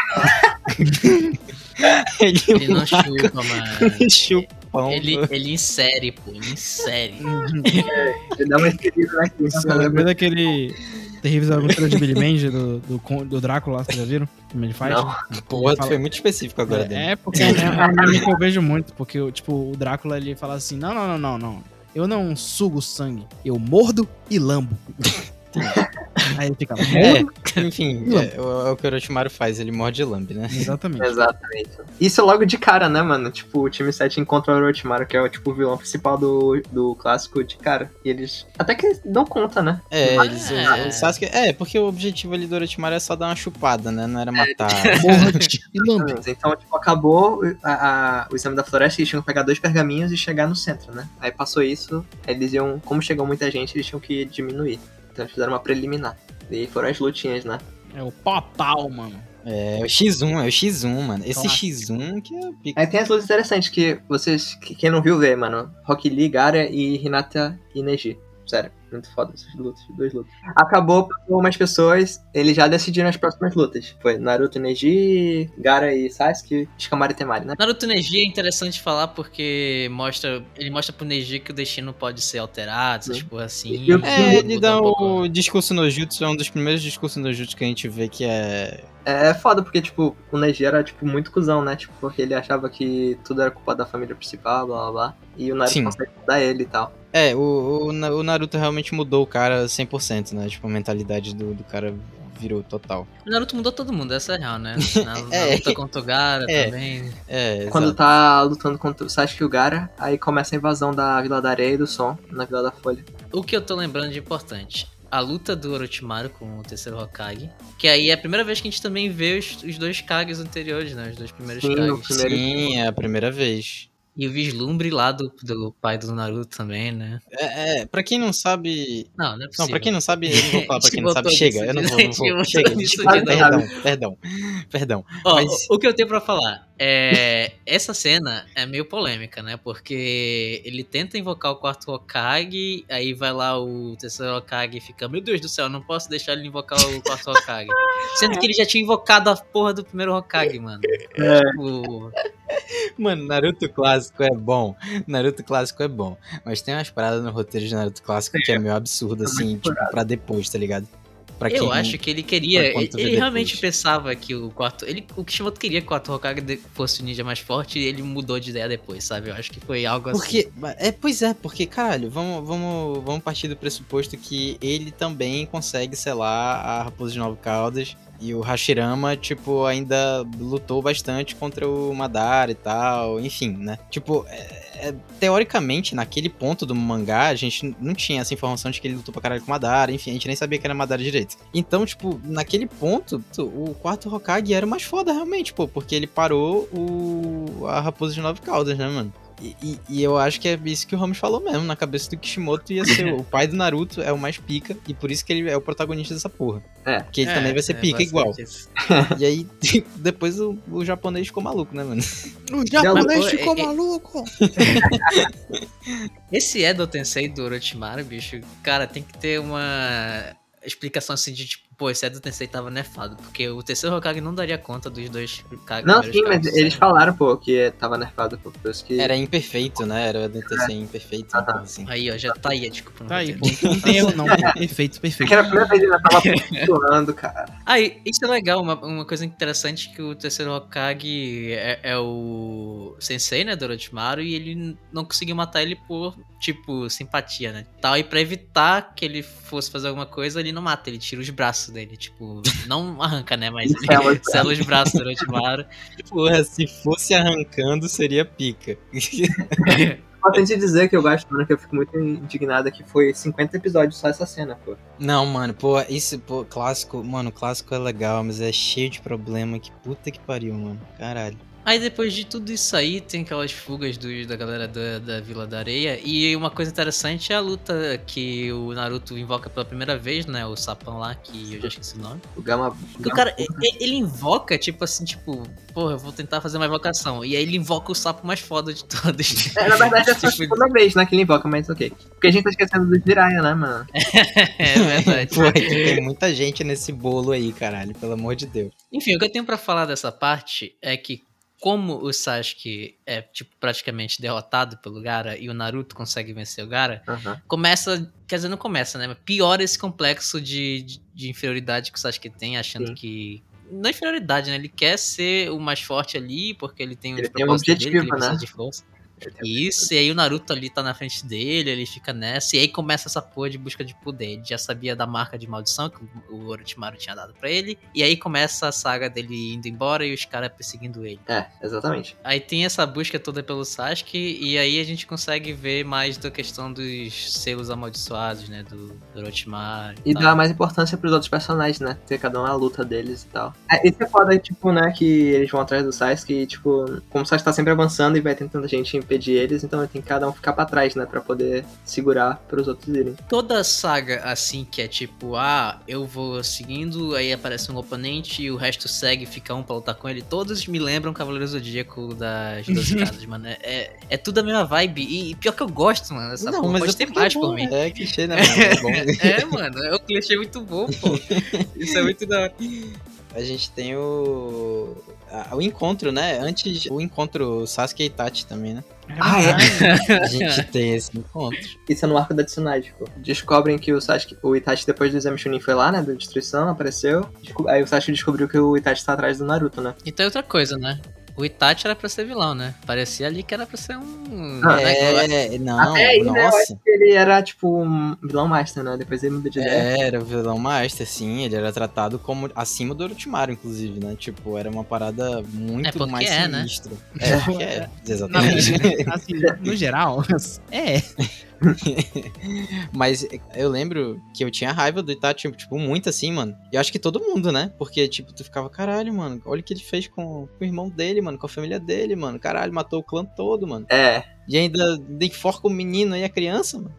C: ele
B: Ele não chupa, mano.
C: um chupão.
B: Ele, ele insere, pô, ele insere.
F: Ele dá uma né? esquerda na criança,
A: Nossa, eu
F: lembra?
A: lembrei daquele terrível aventura de Billy Mandy, do, do, con- do Drácula, vocês já viram? Como ele faz?
F: Não.
C: Porra, tu
A: Fala-
C: foi muito específico agora, Dani.
A: É, porque é um anime que eu vejo muito, porque o- tipo, o Drácula ele fala assim: não, não, não, não, não. Eu não sugo sangue, eu mordo e lambo. Aí ele fica.
C: É,
A: "Mordo?"
C: enfim,
A: Não.
C: é, o- é o que o Orochimaru faz, ele morde e lambe, né?
A: Exatamente.
F: Exatamente. Isso logo de cara, né, mano? Tipo, o time 7 encontra o Orochimaru, que é o tipo o vilão principal do, do clássico de cara. E eles. Até que dão conta, né?
C: É,
B: Mas-
C: eles, o, o Sasuke... É, porque o objetivo ali do Orochimaru é só dar uma chupada, né?
B: É.
C: Não era matar.
A: Morde e lambe.
F: Então, tipo, acabou a- a- o exame da floresta, eles tinham que pegar dois pergaminhos e chegar no centro, né? Aí passou isso, aí eles iam. Como chegou muita gente, eles tinham que diminuir. Então eles fizeram uma preliminar. E foram as lutinhas, né?
A: É o pau-pau, mano.
C: É, o X1, é o X1, mano. Esse
A: Clássico.
C: X1 que é o pico.
F: Aí tem as lutas interessantes que vocês. que- Quem não viu, vê, mano. Rock Lee, Gara e Hinata Ineji. Sério, muito foda essas lutas, duas lutas. Acabou, passou umas pessoas, eles já decidiram as próximas lutas. Foi Naruto Neji, Gara e Sasuke, Shikamaru e Temari, né?
B: Naruto Neji é interessante falar porque mostra, ele mostra pro Neji que o destino pode ser alterado, essas
F: Sim.
B: porra assim.
F: E o-
C: É,
B: muda
C: ele dá
B: um pouco.
C: o discurso no Jutsu, é um dos primeiros discursos no Jutsu que a gente vê que é.
F: É foda porque, tipo, o Neji era, tipo, muito cuzão, né? Tipo, porque ele achava que tudo era culpa da família principal, blá blá blá. E o Naruto
C: Sim.
F: consegue mudar ele e tal.
C: É, o, o, Na- o Naruto realmente mudou o cara 100%, né? Tipo, a mentalidade do, do cara virou total.
B: O Naruto mudou todo mundo, essa é real, né? Na, na
C: É.
B: luta contra o Gara
C: É.
B: também.
C: É,
F: Quando
C: exato.
F: tá lutando contra o Sasuke e o Gara, aí começa a invasão da Vila da Areia e do Som, na Vila da Folha.
B: O que eu tô lembrando de importante? A luta do Orochimaru com o terceiro Hokage. Que aí é a primeira vez que a gente também vê os, os dois Kages anteriores, né? Os dois primeiros
F: Sim, o
B: Kages.
F: primeiro-
C: Sim, é a primeira vez.
B: E o vislumbre lá do, do pai do Naruto também, né?
C: É, é, pra quem não sabe.
B: Não, não é possível.
C: Não, pra quem não sabe, eu não vou falar pra quem não
B: Chegou
C: sabe.
B: todo
C: Chega,
B: isso
C: eu não
B: de-
C: vou, não vou.
B: chegou
C: Chega,
B: todo isso
C: desculpa,
F: de-
C: perdão, perdão, perdão.
B: Ó,
C: Mas-
B: o o que eu tenho pra falar? É, essa cena é meio polêmica, né? Porque ele tenta invocar o quarto Hokage, aí vai lá o terceiro Hokage e fica: Meu Deus do céu, eu não posso deixar ele invocar o quarto Hokage. Sendo que ele já tinha invocado a porra do primeiro Hokage, mano.
C: É.
B: Tipo,
C: Mano, Naruto clássico é bom. Naruto clássico é bom. Mas tem umas paradas no roteiro de Naruto clássico que é meio absurdo, assim, tipo, pra depois, tá ligado? Pra
B: eu acho que ele queria.
C: pra
B: Ele,
C: quanto vê
B: ele realmente
C: depois.
B: pensava que o quarto. Ele, o Kishimoto queria que o quarto Hokage de- fosse o ninja mais forte e ele mudou de ideia depois, sabe? Eu acho que foi algo assim.
C: Porque, é, pois é, porque, caralho, vamos, vamos, vamos partir do pressuposto que ele também consegue, sei lá, a Raposa de Nove Caldas. E o Hashirama, tipo, ainda lutou bastante contra o Madara e tal, enfim, né? Tipo, é- é- teoricamente, naquele ponto do mangá, a gente não tinha essa informação de que ele lutou pra caralho com o Madara, enfim, a gente nem sabia que era Madara direito. Então, tipo, naquele ponto, tu- o quarto Hokage era o mais foda realmente, pô, porque ele parou o, a Raposa de Nove Caldas, né, mano? E, e- e eu acho que é isso que o Ramos falou mesmo. Na cabeça do Kishimoto ia ser o pai do Naruto, é o mais pica, e por isso que ele é o protagonista dessa porra.
F: É.
C: Porque ele
B: É,
C: também vai ser
B: é
C: pica
B: basicamente
C: igual.
B: isso.
C: E aí, depois o, o japonês ficou maluco, né, mano?
A: O
F: japonês
B: Mas, pô, ficou é- é-
A: maluco!
B: Esse Edo Tensei do Orochimaru, bicho, cara, tem que ter uma explicação assim de tipo, pô, esse Edo Tensei tava nefado, porque o terceiro Hokage não daria conta dos dois Hokage.
F: Não, sim, mas É, eles
B: né?
F: falaram, pô, que é, tava nerfado, pô, por isso que...
C: Era imperfeito, né? Era o DTC imperfeito,
F: Ah,
C: uma
F: tá.
C: coisa assim.
B: Aí, ó, já tá aí, a desculpa. não
A: Tá aí,
B: roteiro.
A: pô. Não tem erro, não. pô. Perfeito,
F: É
A: perfeito.
F: que era a primeira vez que ela tava pulando, cara.
B: Ah, e isso é legal, uma, uma coisa interessante que o terceiro Hokage é, é o Sensei, né, Dorotimaru, e ele n- não conseguiu matar ele por, tipo, simpatia, né, tal, e pra evitar que ele fosse fazer alguma coisa, ele não mata, ele tira os braços dele, tipo, não arranca, né, mas ele
F: Sela os braços.
B: sela os braços do Dorotimaru.
C: Porra, se fosse arrancando, seria pica.
F: Importante dizer que eu gosto, mano, que eu fico muito indignada que foi 50 episódios só essa cena, pô.
C: Não, mano, pô, isso, pô, clássico, mano, clássico é legal, mas é cheio de problema. Que puta que pariu, mano. Caralho.
B: Aí depois de tudo isso aí, tem aquelas fugas dos- da galera da, da Vila da Areia. E uma coisa interessante é a luta que o Naruto invoca pela primeira vez, né? O Sapão lá, que eu já esqueci o nome.
F: O Gama...
B: Que o cara, e- e- ele invoca, tipo assim, tipo, porra, eu vou tentar fazer uma invocação. E aí ele invoca o sapo mais foda de todos.
F: É, na verdade, essa é a
B: Tipo,
F: segunda vez, né, que ele invoca, mas ok. Porque a gente tá esquecendo do Jiraiya, né, mano?
B: é verdade.
C: Pô, é que tem muita gente nesse bolo aí, caralho, pelo amor de Deus.
B: Enfim, o que eu tenho pra falar dessa parte é que como o Sasuke é tipo praticamente derrotado pelo Gara e o Naruto consegue vencer o Gara,
F: Aham.
B: começa, quer dizer, não começa, né? mas Piora esse complexo de, de, de inferioridade que o Sasuke tem, achando
F: Sim.
B: que não é inferioridade, né? Ele quer ser o mais forte ali porque ele tem os
F: Ele tem um
B: propósitos dele, que ele
F: objetivo, né?
B: precisa de força. É
F: É
B: Isso, e aí o Naruto ali tá na frente dele, ele fica nessa, e aí começa essa porra de busca de poder. Ele já sabia da marca de maldição que o Orochimaru tinha dado pra ele, e aí começa a saga dele indo embora e os caras perseguindo ele.
F: É, exatamente.
B: Aí tem essa busca toda pelo Sasuke, e aí a gente consegue ver mais da questão dos selos amaldiçoados, né? Do, do Orochimaru.
F: E
B: tal.
F: dá mais importância pros outros personagens, né? Ter cada um a luta deles e tal. É, isso é foda, tipo, né, que eles vão atrás do Sasuke e, tipo, como o Sasuke tá sempre avançando e vai tentando gente impedir eles, então tem que cada um ficar pra trás, né, pra poder segurar pros outros irem.
B: Toda saga assim, que é tipo, ah, eu vou seguindo, aí aparece um oponente e o resto segue, fica um pra lutar com ele. Todos me lembram Cavaleiro Zodíaco das 12 Casas, mano. É, é tudo a mesma vibe. E, e pior que eu gosto, mano. Essa porra
C: é
B: pode ter
C: porque é
B: mais
C: bom,
B: por mim.
C: É, clichê, né, mano? É bom.
B: É, mano, é um clichê muito bom, pô. Isso é muito da hora.
C: a gente tem o. a- o encontro, né? Antes. O encontro Sasuke e Itachi também, né?
F: Ah, é?
C: A gente tem esse encontro.
F: Isso é no arco da Tsunade, pô. Descobrem que o Sasuke, o Itachi depois do exame Chunin foi lá, né, da destruição, apareceu. Desco- Aí o Sasuke descobriu que o Itachi tá atrás do Naruto, né?
B: E tem outra coisa, né? O Itachi era pra ser vilão, né? Parecia ali que era pra ser um.
F: Ah,
B: né?
C: É, não,
F: Até aí, né, eu
C: nossa.
F: acho que ele era, tipo, um vilão master, né? Depois ele mudou de ideia.
C: É, era o vilão master, sim. Ele era tratado como acima do Orochimaru, inclusive, né? Tipo, era uma parada
B: É
C: muito
B: porque
C: mais
B: é, né?
C: sinistra. É, porque é,
A: Não,
C: exatamente.
A: assim, no geral, é.
C: Mas eu lembro que eu tinha raiva do Itachi, tipo, muito assim, mano. E eu acho que todo mundo, né? Porque, tipo, tu ficava, caralho, mano, olha o que ele fez com o irmão dele, mano, com a família dele, mano. Caralho, matou o clã todo, mano.
F: É,
C: E ainda enforca o menino e a criança, mano.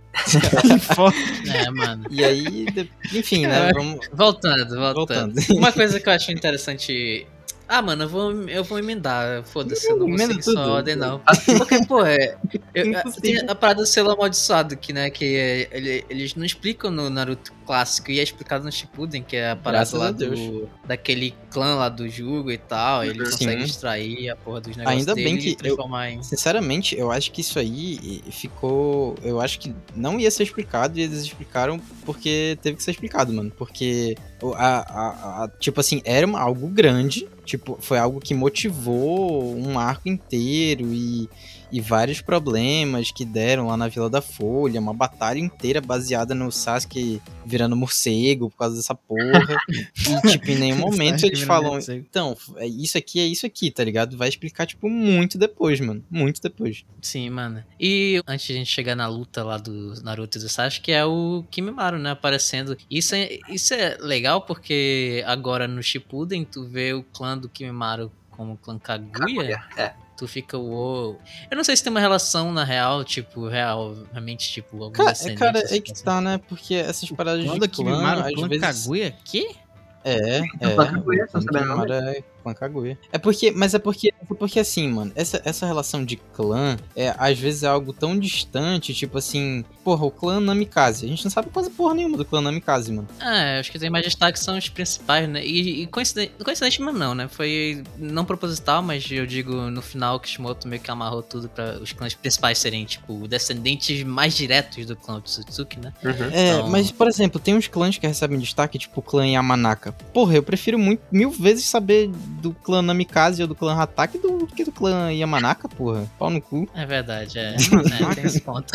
B: É, mano.
C: E aí, de- enfim, né? Vamos
B: Voltando, voltando.
C: voltando.
B: Uma coisa que eu acho interessante Ah, mano, eu vou, eu vou emendar. Foda-se, eu não
C: Emenda
B: consigo sua
C: tudo. Ah,
B: ordem, não. Porque, pô, é. eu- a- tem a parada do selo amaldiçoado aqui, né? Que é- ele- eles não explicam no Naruto clássico e é explicado no Shippuden, que é a parada
C: Graças
B: lá
C: a Deus.
B: do, daquele clã lá do jugo e tal. Ele
F: Uhum.
B: consegue
C: Sim.
B: extrair a porra dos negócios
C: Ainda bem
B: dele
C: que
B: e
C: eu-
B: transformar em.
C: Sinceramente, eu acho que isso aí eh, ficou. Eu acho que não ia ser explicado e eles explicaram porque teve que ser explicado, mano. Porque, o- a, a- a- tipo assim, era uma- algo grande. Tipo, foi algo que motivou um arco inteiro e, e vários problemas que deram lá na Vila da Folha. Uma batalha inteira baseada no Sasuke virando morcego por causa dessa porra. e, tipo, em nenhum momento
A: Sasuke
C: eles
A: virando
C: falam,
A: morcego.
C: então, é isso aqui é isso aqui, tá ligado? Vai explicar, tipo, muito depois, mano. Muito depois.
B: Sim, mano. E antes de a gente chegar na luta lá do Naruto e do Sasuke, é o Kimimaro, né, aparecendo. Isso é, isso é legal porque agora no Shippuden tu vê o clã do Kimimaro como o clã Kaguya.
F: É.
B: Tu fica, uou. Eu não sei se tem uma relação na real, tipo, real, realmente, tipo, alguns
C: Cara, é,
B: descendentes,
C: cara, é
B: assim,
C: que
B: assim.
C: tá, né? Porque essas paradas
A: Clã
C: de
A: do
C: clã,
A: Kimimaro,
C: às
A: clã
C: vezes...
A: Kaguya? Que?
C: É, é.
F: Clã Kaguya,
C: o
F: você não sabe
C: Kimimaro
F: nada?
C: é clã Kaguya. É porque, mas é porque, é porque assim, mano, essa, essa relação de clã, é, às vezes é algo tão distante, tipo assim, porra, o clã Namikaze. A gente não sabe quase porra nenhuma do clã Namikaze, mano.
B: Ah, acho que tem mais destaque são os principais, né? E, e coincidente, coincidente mesmo não, né? Foi não proposital, mas eu digo no final que Kishimoto meio que amarrou tudo pra os clãs principais serem, tipo, descendentes mais diretos do clã Otsutsuki, né?
F: Uhum.
C: É,
B: Então-
C: mas, por exemplo, tem uns clãs que recebem destaque, tipo o clã Yamanaka. Porra, eu prefiro muito, mil vezes saber do clã Namikaze ou do clã Hatake do do que do clã Yamanaka, porra. Pau no cu.
B: É verdade, é. é tem esse ponto.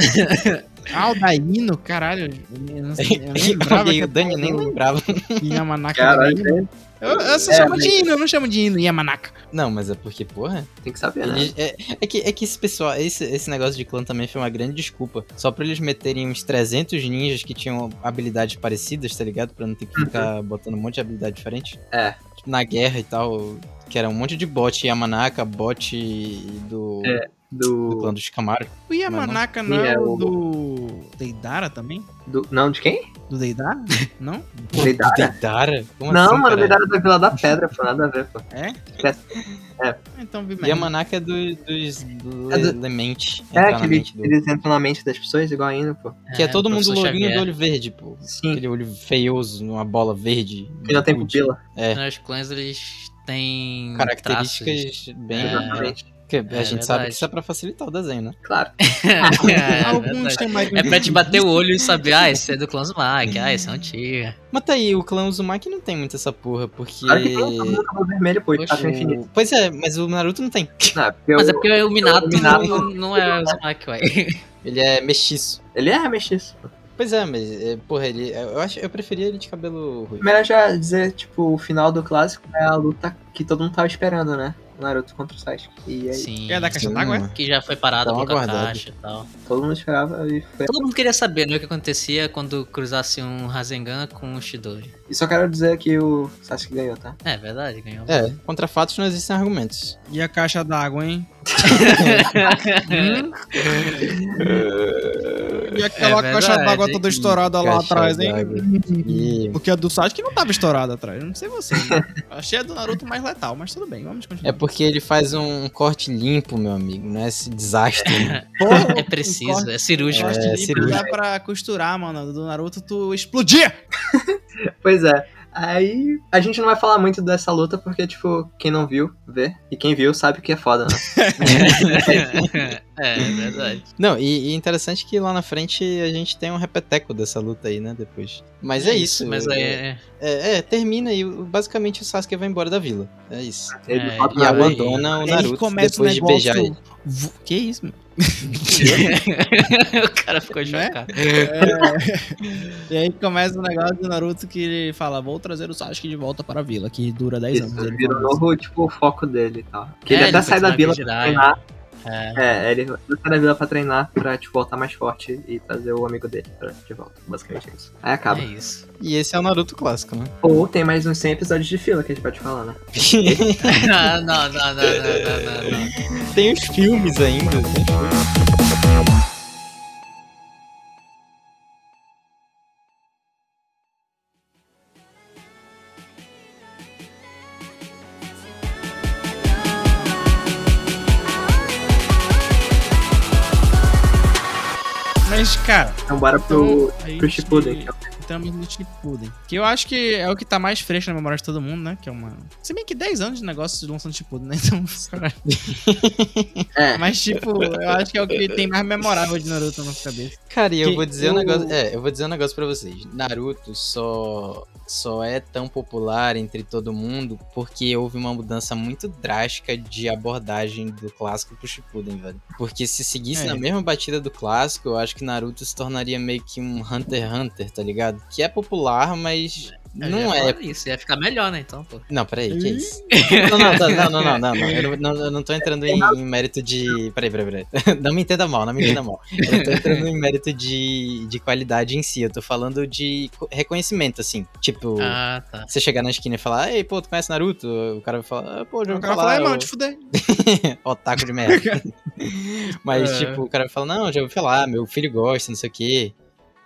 A: Aldaíno? Caralho, eu não sei, eu nem lembrava
C: Olha aí,
A: que
C: o Dani nem lembrava.
A: Yamanaka era
F: Caralho,
A: Hino. Eu, eu só
F: É,
A: chamo
F: mas-
A: de Hino, eu não chamo de Hino, Yamanaka.
C: Não, mas é porque, porra.
F: tem que
A: Tá.
F: saber, né?
C: eles- é, é que, é que esse pessoal, esse, esse negócio de clã também foi uma grande desculpa. Só pra eles meterem uns 300 ninjas que tinham habilidades parecidas, tá ligado? Pra não ter que ficar
A: Uhum.
C: botando um monte de habilidade diferente.
F: É.
C: Tipo, na guerra e tal. Que era um monte de bot Yamanaka, bot do.
F: É.
C: do clã
F: Do...
C: dos Camaro.
A: O Yamanaka não
F: Sim,
A: é
F: é
A: o
F: o-
A: do Deidara também?
F: do- Não, de quem?
A: Do Deidara? Não?
F: Deidara?
C: Deidara? Como
F: não,
C: assim,
F: mano,
C: cara?
F: Deidara da Vila da Pedra, pô, nada a ver, pô.
A: É? Então vi mesmo.
C: Yamanaka é do, dos le,
F: É do-
C: Lemente.
F: É,
C: entrar na
F: que
C: mente
F: eles,
C: do-
F: eles entram na mente das pessoas igual ainda, pô.
C: que é todo mundo
B: professor
C: lourinho
B: Xavier.
C: do olho verde, pô.
F: Sim,
C: Aquele olho feioso, numa bola verde.
F: que não tem um
C: Dude.
F: pupila,
C: É,
B: Né, Os clãs, eles têm traços.
C: características bem...
F: exatamente.
C: que a
B: é
C: gente sabe
B: verdade.
C: que isso é pra facilitar o desenho, né?
F: Claro.
B: é,
A: Alguns
B: verdade.
A: chamariam
B: é pra
A: de
B: te bater o olho e saber, ah, esse é do clã Zumaki, ah, esse é um tia.
C: Mas tá aí, o clã Uzumaki não tem muito essa porra, porque...
F: Claro que tem tá todo mundo cabelo vermelho, pô,
B: Poxa,
F: espaço tá infinito.
C: O- Pois é, mas o Naruto não tem.
F: Não, é porque
B: Mas é
F: o-
B: porque o Minato,
F: o Minato-
B: não, não é o Zumaki, ué.
C: Ele é mestiço.
F: ele é mestiço.
C: Pois é, mas, é, porra, ele... Eu, acho, eu preferia ele de cabelo ruivo.
F: Primeiro é já dizer, tipo, o final do clássico é a luta que todo mundo tava esperando, né? O Naruto contra o Sasuke. E aí,
B: Sim.
A: Quer dar caixa d'água? é?
B: que já foi parado
C: Dá uma
B: por caixa
C: guardada.
B: caixa e tal.
F: todo mundo esperava e foi.
B: Todo mundo queria saber né, o que acontecia quando cruzasse um Rasengan com um Shidori.
F: E só quero dizer que o Sasuke ganhou, tá?
B: É verdade, ganhou.
C: É, contra fatos não existem argumentos.
A: E a caixa d'água, hein? E aquela
B: É
A: caixa
B: verdade,
A: d'água
B: hein?
A: toda estourada lá
C: Caixa
A: atrás, hein?
C: d'água. E
A: Porque a do Sasuke não tava estourada atrás. eu Não sei você. né? Eu Achei a do Naruto mais letal, mas tudo bem, vamos
C: É
A: continuar.
C: porque ele faz um corte limpo, meu amigo, não é esse desastre. né?
B: É preciso, é cirúrgico.
C: É,
A: é,
C: cirúrgico.
A: dá pra costurar, mano. a Do Naruto, tu explodir!
F: Pois é. Aí a gente não vai falar muito dessa luta porque, tipo, quem não viu, vê. E quem viu sabe que é foda, né?
B: é verdade.
C: não, e, e interessante que lá na frente a gente tem um repeteco dessa luta aí, né, depois. Mas é isso.
B: Mas aí é,
C: É, é, termina e o- basicamente o Sasuke vai embora da vila. É isso.
F: Ele
B: É,
C: E
F: bota
B: Ah,
F: na
B: aí-
F: banda.
C: abandona o
A: Aí
C: Naruto
A: começa o
C: depois de beijar ele.
A: negócio. Vo- Que isso, mano?
B: o cara ficou
F: é?
A: Né?
B: chocado.
A: E aí começa o negócio do Naruto que ele fala: Vou trazer o Sasuke de volta para a vila, que dura 10
F: Isso,
A: anos. Ele
F: vira o
A: fala isso.
F: novo, tipo, o foco dele e tal. Que
B: É,
F: ele
B: ele foi
F: até sai da
B: treinar
F: vila
B: com o
F: pra
B: Jiraiya.
F: treinar.
B: É.
F: É, ele sai da vila pra treinar pra, tipo, voltar mais forte e trazer o amigo dele pra, de volta. Basicamente é isso. Aí acaba.
B: É isso.
C: E esse é o Naruto clássico, né?
F: Ou tem mais uns 100 episódios de fila que a gente pode falar, né?
B: Ah, não, não, não, não, não, não, não.
C: tem os filmes ainda. tem os filmes.
G: 「
A: Mas, cara,
F: Então bora
A: então,
F: pro,
A: a
F: pro
A: gente-
F: Shippuden. então.
A: Entramos no Shippuden. Que eu acho que é o que tá mais fresco na memória de todo mundo, né? Que é uma... Se bem que 10 anos de negócio de lançando Shippuden, né? Então, caralho.
F: É,
A: Mas, tipo, eu acho que é o que tem mais memorável de Naruto na nossa cabeça.
C: Cara, e eu
H: Que
C: vou dizer
H: eu-
C: um negócio. É, eu vou dizer um negócio pra vocês. Naruto só, só é tão popular entre todo mundo porque houve uma mudança muito drástica de abordagem do clássico pro Shippuden, velho. Porque se seguisse
A: É.
C: na mesma batida do clássico, eu ax que Naruto se tornaria meio que um Hunter x Hunter, tá ligado? Que é popular, mas
B: Eu
C: não
B: já ia
C: é.
B: falar Isso ia ficar melhor, né? Então, pô.
C: Não, peraí, que é isso? Não, não, tá, não, não, não, não, não. Eu não, não- eu não tô entrando em, em mérito de. Peraí, peraí, peraí. Não me entenda mal, não me entenda mal. Eu não tô entrando em mérito de, de qualidade em si. Eu tô falando de co- reconhecimento, assim. Tipo,
B: Ah, tá.
C: você chegar na esquina e falar, ei, pô, tu conhece Naruto? O cara vai falar, "Ah, pô, já
A: O
C: ouviu
A: cara fala,
C: falar.
A: é,
C: ô-
A: mano, te fuder.
C: Otaku de merda. Mas,
B: É.
C: tipo, o cara fala, não, já ouvi falar, meu filho gosta, não sei o quê.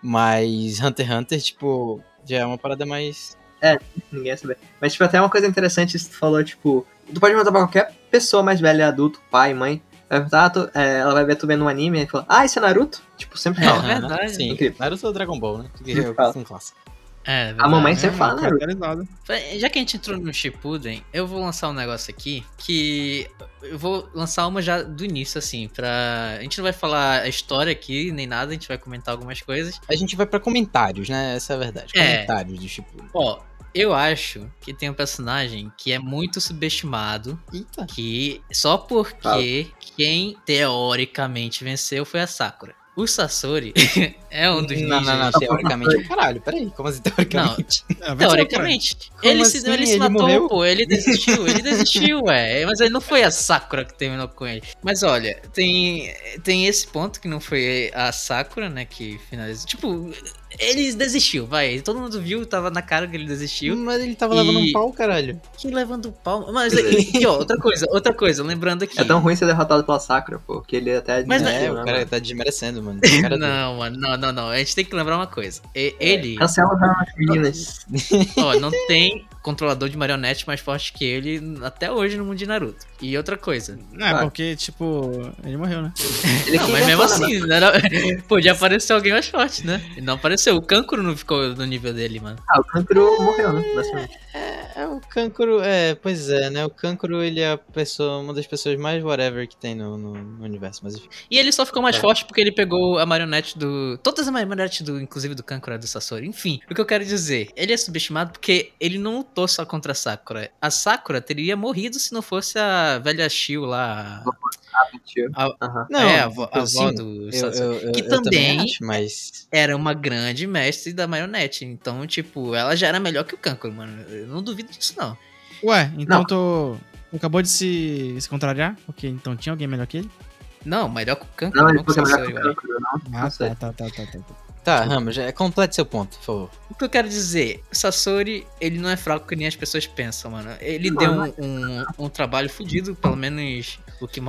C: Mas Hunter x Hunter, tipo, já é uma parada mais.
F: ninguém ia saber. Mas, tipo, até uma coisa interessante, isso que tu falou, tipo, tu pode perguntar pra qualquer pessoa mais velha, adulto, pai, mãe, vai perguntar, ah, tu- é, ela vai ver tu vendo um anime e fala, ah, esse é Naruto? Tipo, sempre fala.
B: É
C: Aham,
B: verdade.
C: Ah, Sim.
F: Incrível.
C: Naruto ou Dragon Ball, né? Porque
F: Incrível.
C: eu gosto de um clássico.
B: É,
F: A mamãe
B: verdade.
F: sempre
A: É,
F: fala
A: mano,
F: Naruto.
A: caracterizado.
B: Já que a gente entrou no Shippuden, eu vou lançar um negócio aqui que eu vou lançar uma já do início, assim, pra... A gente não vai falar a história aqui, nem nada, a gente vai comentar algumas coisas.
C: A gente vai pra comentários, né? Essa é a verdade.
B: É.
C: Comentários do Shippuden.
B: Ó, eu acho que tem um personagem que é muito subestimado,
C: Eita.
B: que só porque quem teoricamente venceu foi a Sakura. O Sasori é um dos
C: Não, não, não.
B: ninjas-
C: Teoricamente é o caralho. Peraí, como assim teoricamente?
A: É, vai
B: Teoricamente. Ele, se,
C: assim?
B: ele se
C: Ele
B: matou,
C: morreu?
B: pô. Ele desistiu, ele desistiu, ué. Mas aí não foi a Sakura que terminou com ele. Mas olha, tem, tem esse ponto que não foi a Sakura, né? Que finalizou. Tipo, ele desistiu, vai. Todo mundo viu, tava na cara que ele desistiu.
C: Mas ele tava
B: E-
C: levando um pau, caralho.
B: Que levando palma. Mas aqui, ó, outra coisa, outra coisa, lembrando aqui.
F: É tão ruim ser derrotado pela Sakura, pô, que ele até...
B: Mas
F: desistiu,
C: é,
F: né,
C: o
F: mano?
C: cara tá desmerecendo, mano. O cara
B: Não, mano, não, não, não. A gente tem que lembrar uma coisa. E-
F: É.
B: Ele,
F: Cancela as meninas.
B: ó, não tem controlador de marionete mais forte que ele até hoje no mundo de Naruto. E outra coisa.
A: Não, é
F: Vai.
A: porque, tipo, ele morreu, né?
F: Ele
B: Não,
F: que
B: mas mesmo
F: inventou, né,
B: assim, não era... podia aparecer alguém mais forte, né? E não apareceu. O Kankuro não ficou no nível dele, mano.
F: Ah, o Kankuro morreu, né? basicamente.
C: É, é o Cancro. É, pois é, né? O Cancro, ele é a pessoa, uma das pessoas mais whatever que tem no, no- no universo. Mas enfim.
B: E ele só ficou
F: É.
B: mais forte porque ele pegou a marionete do. Todas as marionetes do. Inclusive do Kankura do Sasori. Enfim, o que eu quero dizer? Ele é subestimado porque ele não lutou só contra a Sakura. A Sakura teria morrido se não fosse a velha Shio lá.
F: Ah, mentiu.
B: Ah.
F: Aham.
C: Não,
B: é, a avó, a
C: assim,
B: avó do
C: eu,
B: Sasori.
C: eu, eu,
B: Que
C: eu também.
B: também-
C: acho, mas.
B: Era uma grande mestre da marionete. Então, tipo, ela já era melhor que o Kankura, mano. Eu não duvido disso, não.
A: Ué, então
F: Não.
A: tô... Acabou de se, se contrariar? Ok, então tinha alguém melhor que ele?
B: Não, melhor que o Kankura.
F: Não, ele
B: não que o
F: ficou melhor
B: Sasori,
F: que o
B: ué.
F: Kankuro, não.
A: Ah,
F: sei.
A: tá, tá, tá, tá, tá. tá.
C: Tá, Ramos, é, complete seu ponto, por favor.
B: O que eu quero dizer, o Sasori, ele não é fraco que nem as pessoas pensam, mano. Ele
F: Não,
B: deu
A: é.
B: um, um- um trabalho fudido, pelo menos o que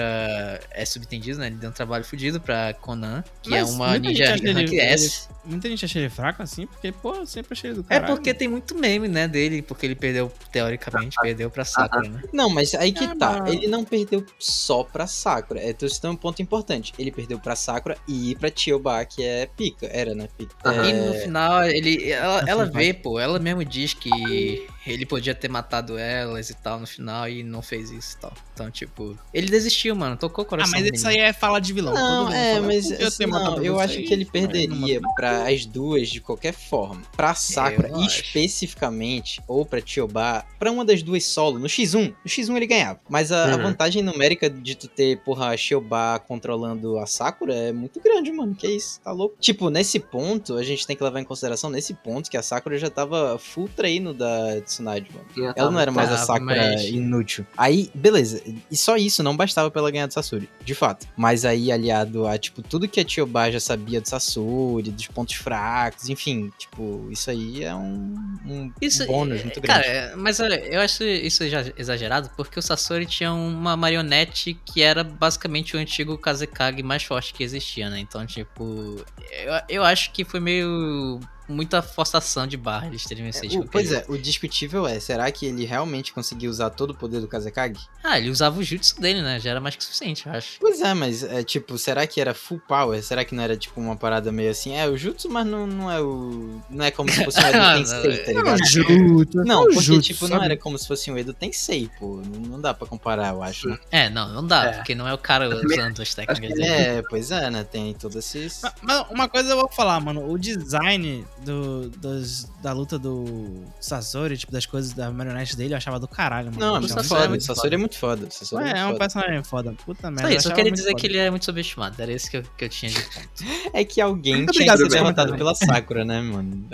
B: mostra é subtendido, né? Ele deu um trabalho fudido pra Conan, que
A: Mas
B: é uma
A: muita
B: ninja
A: gente acha
B: rank
A: ele-
B: S.
A: Muita gente acha ele fraco assim, porque, pô, eu sempre achei ele do
B: É
A: caralho.
B: porque tem muito meme, né, dele, porque ele perdeu, teoricamente, perdeu pra Sakura, né?
C: Não, mas aí que
A: Ah,
C: tá.
A: mas-
C: Ele não perdeu só pra Sakura. É, tu citou um ponto importante. Ele perdeu pra Sakura e pra Chiyoba, que é pica. Era, né? Pica.
F: Aham.
B: E
C: É,
B: no final, ele, ela,
A: Assim
B: ela
A: vai.
B: vê, pô, ela mesmo diz que ele podia ter matado elas e tal no final e não fez isso e tal. Então, tipo, ele desistiu, mano, tocou o
A: Ah,
B: coração.
A: mas
B: dele.
A: isso aí é fala de vilão.
C: Não, é, mas
A: eu,
C: assim, não, eu acho que ele perderia pra as duas de qualquer forma. Pra Sakura
B: não acho.
C: especificamente, ou pra Chiyoba, pra uma das duas solo, no X1. No X1 ele ganhava. Mas a, a
F: Uhum.
C: vantagem numérica de tu ter, porra, a Chiyoba controlando a Sakura é muito grande, mano. Que isso, tá louco? Tipo, nesse ponto, a gente tem que levar em consideração, nesse ponto, que a Sakura já tava full treino da Tsunade, mano.
F: Sim, eu
C: Ela
F: tava-
C: não era mais a
B: Tava,
C: Sakura
B: mas-
C: inútil. Aí, beleza. E só isso não bastava pra ela ganhar do Sasori, de fato. Mas aí, aliado a, tipo, tudo que a Chiyoba já sabia do Sasori, dos pontos fracos, enfim, tipo, isso aí é um, um
B: Isso,
C: bônus
B: é,
C: muito grande.
B: cara, é, mas olha, eu acho isso já exagerado porque o Sasori tinha uma marionete que era basicamente o antigo Kazekage mais forte que existia, né? Então, tipo, eu, eu acho que foi meio muita forçação de barra eles terem tipo, vencido.
C: O- pois é, o discutível é, será que ele realmente conseguiu usar todo o poder do Kazekage?
B: Ah, ele usava o jutsu dele, né? Já era mais que suficiente, eu acho.
C: Pois é, mas é tipo, será que era full power? Será que não era tipo uma parada meio assim, é o Jutsu, mas não, não é o. Não é como se fosse um Edo
B: Ah,
C: Tensei,
A: é
C: tá ligado?
A: Juta.
C: Não, porque tipo, não era como se fosse um Edo Tensei, pô. Não, não dá pra comparar, eu acho. né?
B: É, não, não dá,
F: É.
B: porque não é o cara
F: também
B: usando as técnicas dele.
C: É, pois é, né? Tem todo esse.
A: Ma- Mas uma coisa eu vou falar, mano. O design do, dos- da luta do Sasori, tipo, das coisas da marionete dele, eu achava do caralho, mano.
C: Não, é
A: Eu
C: muito
A: achava-
B: Sasori é
C: foda.
B: muito
C: Sasori é muito foda. Sasori
A: tá Ué, é
C: é muito
A: um
C: foda.
A: personagem foda. Puta merda.
B: Só isso, eu
A: achava
B: queria
A: muito
B: dizer
A: foda.
B: que ele é muito subestimado. Era isso que eu, que eu tinha de
C: É que alguém
A: Muito
C: tinha que ser
A: obrigado,
C: derrotado
A: Bruno.
C: pela Sakura, né, mano?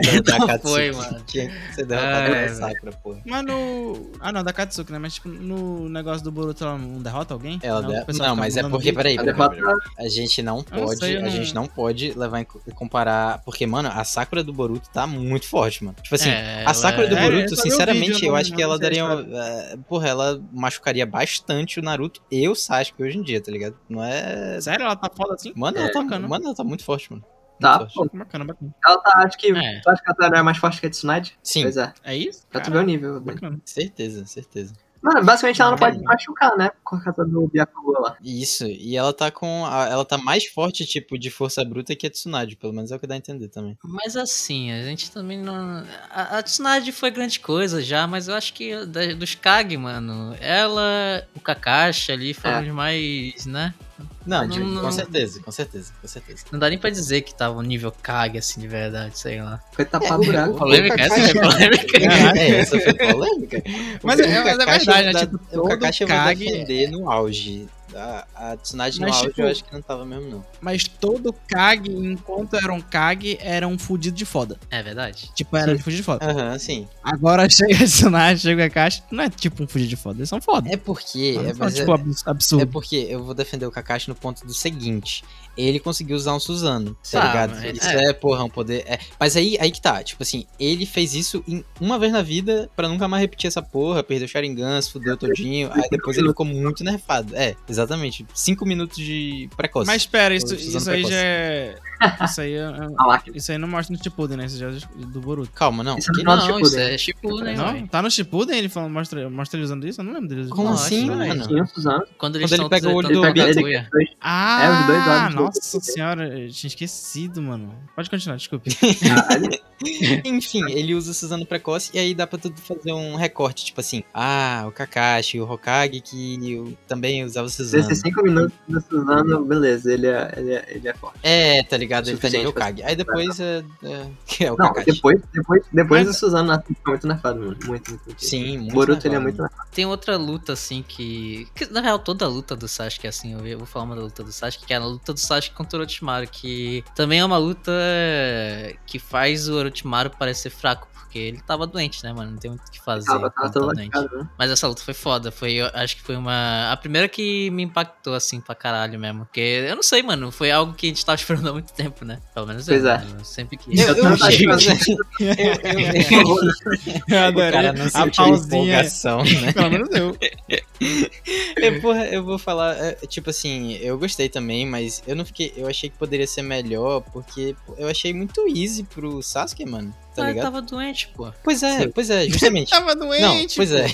C: da, da Katsuki
B: foi, mano.
C: tinha que ser
A: Ah,
C: derrotado
B: É,
C: pela Sakura, pô.
A: Mas no. Ah, não, da Katsuki, né? Mas, tipo, no negócio do Boruto, ela não derrota alguém?
C: Ela
A: não,
C: der-
A: o pessoal
C: não
A: fica
C: mas é
A: mandando
C: porque,
A: vídeo.
C: peraí,
F: A
C: peraí,
F: derrota
C: peraí, peraí. a gente não
A: não
C: pode,
A: sei, eu
C: a
A: não-
C: gente não pode levar em co- comparar, porque, mano, a Sakura do Boruto tá muito forte, mano. Tipo assim,
B: É,
C: a Sakura do
A: é- eu
C: Boruto,
A: só vi o
C: sinceramente,
A: vídeo, eu
C: eu
A: não-
C: acho que
A: eu não
C: ela
A: sei a
C: daria, eh, porra, ela machucaria bastante o Naruto e o Sasuke hoje em dia, tá ligado? Não é...
A: Sério, ela tá foda assim?
C: Mano, ela
A: É,
C: tá,
A: bacana.
C: mano, ela tá muito forte, mano. Muito
F: Tá,
C: forte.
F: pô.
A: Bacana, bacana.
F: Ela tá, acho que.
B: É.
F: Tu acha que ela não é mais forte que a Tsunade?
C: Sim,
F: Pois é.
A: É isso?
F: Pra tu
A: Caralho,
F: ver o nível. dele.
A: Bacana.
C: certeza, certeza.
F: Mano, basicamente ela não pode machucar, né? Por causa do Byakugo lá.
C: Isso, e ela tá com. a- ela tá mais forte, tipo, de força bruta que a Tsunade, pelo menos é o que dá a entender também.
B: Mas assim, a gente também não. A, a Tsunade foi grande coisa já, mas eu acho que da- dos Kag, mano, ela, o Kakashi ali foram
F: É.
B: os mais, né?
C: Não,
B: Não,
C: de-
B: não.
C: com certeza, com certeza, com certeza.
B: Não dá nem pra dizer que tava um nível Kag, assim, de verdade, sei lá.
F: Foi tapar buraco.
B: Polêmica, essa é polêmica.
C: É, essa foi polêmica.
A: Mas
C: O
A: é- mas é
C: Kakashi
A: verdade, né?
C: vai dar-
A: Tipo,
C: o
A: todo
C: Kakashi é vai
A: Kage-
C: defender no auge. A, a Tsunade no
A: Mas,
C: auge
A: tipo,
C: eu acho que não tava mesmo, não.
A: Mas todo Kag, enquanto era um Kag, era um fudido de foda.
B: É verdade.
A: Tipo, era de fudido de foda.
C: Aham, sim.
A: Agora chega a Tsunade, chega a Caixa, não é tipo um fudido de foda, eles são foda.
C: É porque.
A: Eles
C: É,
A: são,
C: mas é-
A: tipo, abs-
C: é
A: absurdo.
C: porque eu vou defender o Kakashi no ponto do seguinte. Ele conseguiu usar um Suzano, tá
B: Tá,
C: ligado?
B: mas-
C: Isso é, porra, um poder. é. Mas aí, aí que tá, tipo assim, ele fez isso em- uma vez na vida pra nunca mais repetir essa porra, perdeu o Sharingan, se fudeu todinho, aí depois ele ficou muito nerfado. É, exatamente. Cinco minutos de precoce.
A: Mas pera, isso,
C: Tô usando
A: isso aí
C: precoce.
A: já é... Isso aí, é- é-
F: A lá que
A: isso aí não mostra no Shippuden, né? Isso já é do Boruto.
C: Calma, não.
F: Isso é
C: que-
F: Não,
B: Não,
F: Shippuden.
B: isso é Shippuden,
A: Não?
B: ué.
A: Tá no Shippuden ele falando, mostra, mostra ele usando isso? Eu não lembro dele usando
C: Como
A: isso.
C: assim,
A: Não, acho,
C: mano?
A: né?
F: 500 anos.
B: Quando eles
C: Quando ele
B: estão
C: pega o olho
F: Ele
C: do
F: pega ele
B: Kaguya.
F: dois.
A: Ah,
F: É, os dois olhos do
A: nossa
F: Shippuden.
A: senhora, eu tinha esquecido, mano. Pode continuar, desculpe.
F: Caralho.
C: Enfim, ele usa Suzano precoce e aí dá pra tudo fazer um recorte, tipo assim, ah, o Kakashi, o Hokage, que eu também usava Suzano.
F: Desses 5 minutos do Suzano, beleza, ele é, ele é, ele é forte.
C: É, tá ligado? Ele tá
F: Suficiente
C: nível
F: pra-
C: Kage. Aí depois é, é, que é o
F: Não,
C: Kakashi.
F: depois, depois, depois
A: Mas-
F: do Suzano Nato fica muito nerfado, mano. Muito, muito, muito.
C: Sim, muito né?
F: Boruto ele é
C: nerfado.
F: muito nerfado.
B: Tem outra luta, assim, que... que, Na real, toda a luta do Sasuke é assim. Eu eu vou falar uma da luta do Sasuke, que é a luta do Sasuke contra o Orochimaru, que também é uma luta que faz o Orochimaru parecer fraco, porque ele tava doente, né, mano? Não tem muito o que fazer.
F: Tava, tava
B: quando
F: todo
B: tá doente.
F: lascado, né?
B: Mas essa luta foi foda. Foi, eu acho que foi uma. A primeira que me impactou, assim, pra caralho mesmo. Porque eu não sei, mano. Foi algo que a gente tava esperando há muito tempo, né? Pelo menos
F: Pois
B: eu.
F: é.
B: mano, eu sempre que.
C: Eu, eu,
F: Eu
C: achei-
F: também acho
C: eu- eu-
A: Eu
C: o cara
F: né?
C: não
A: a
C: sentiu
A: pausinha.
C: empolgação, né?
A: Pelo menos eu.
C: Eu, porra, eu vou falar, é, tipo assim, eu gostei também, mas eu não fiquei, eu achei que poderia ser melhor, porque pô, eu achei muito easy pro Sasuke, mano,
B: Ah, tá.
C: tá
B: eu
C: ligado?
B: tava doente, pô.
C: Pois é, pois é, justamente.
A: Tava doente.
C: Não, pois é.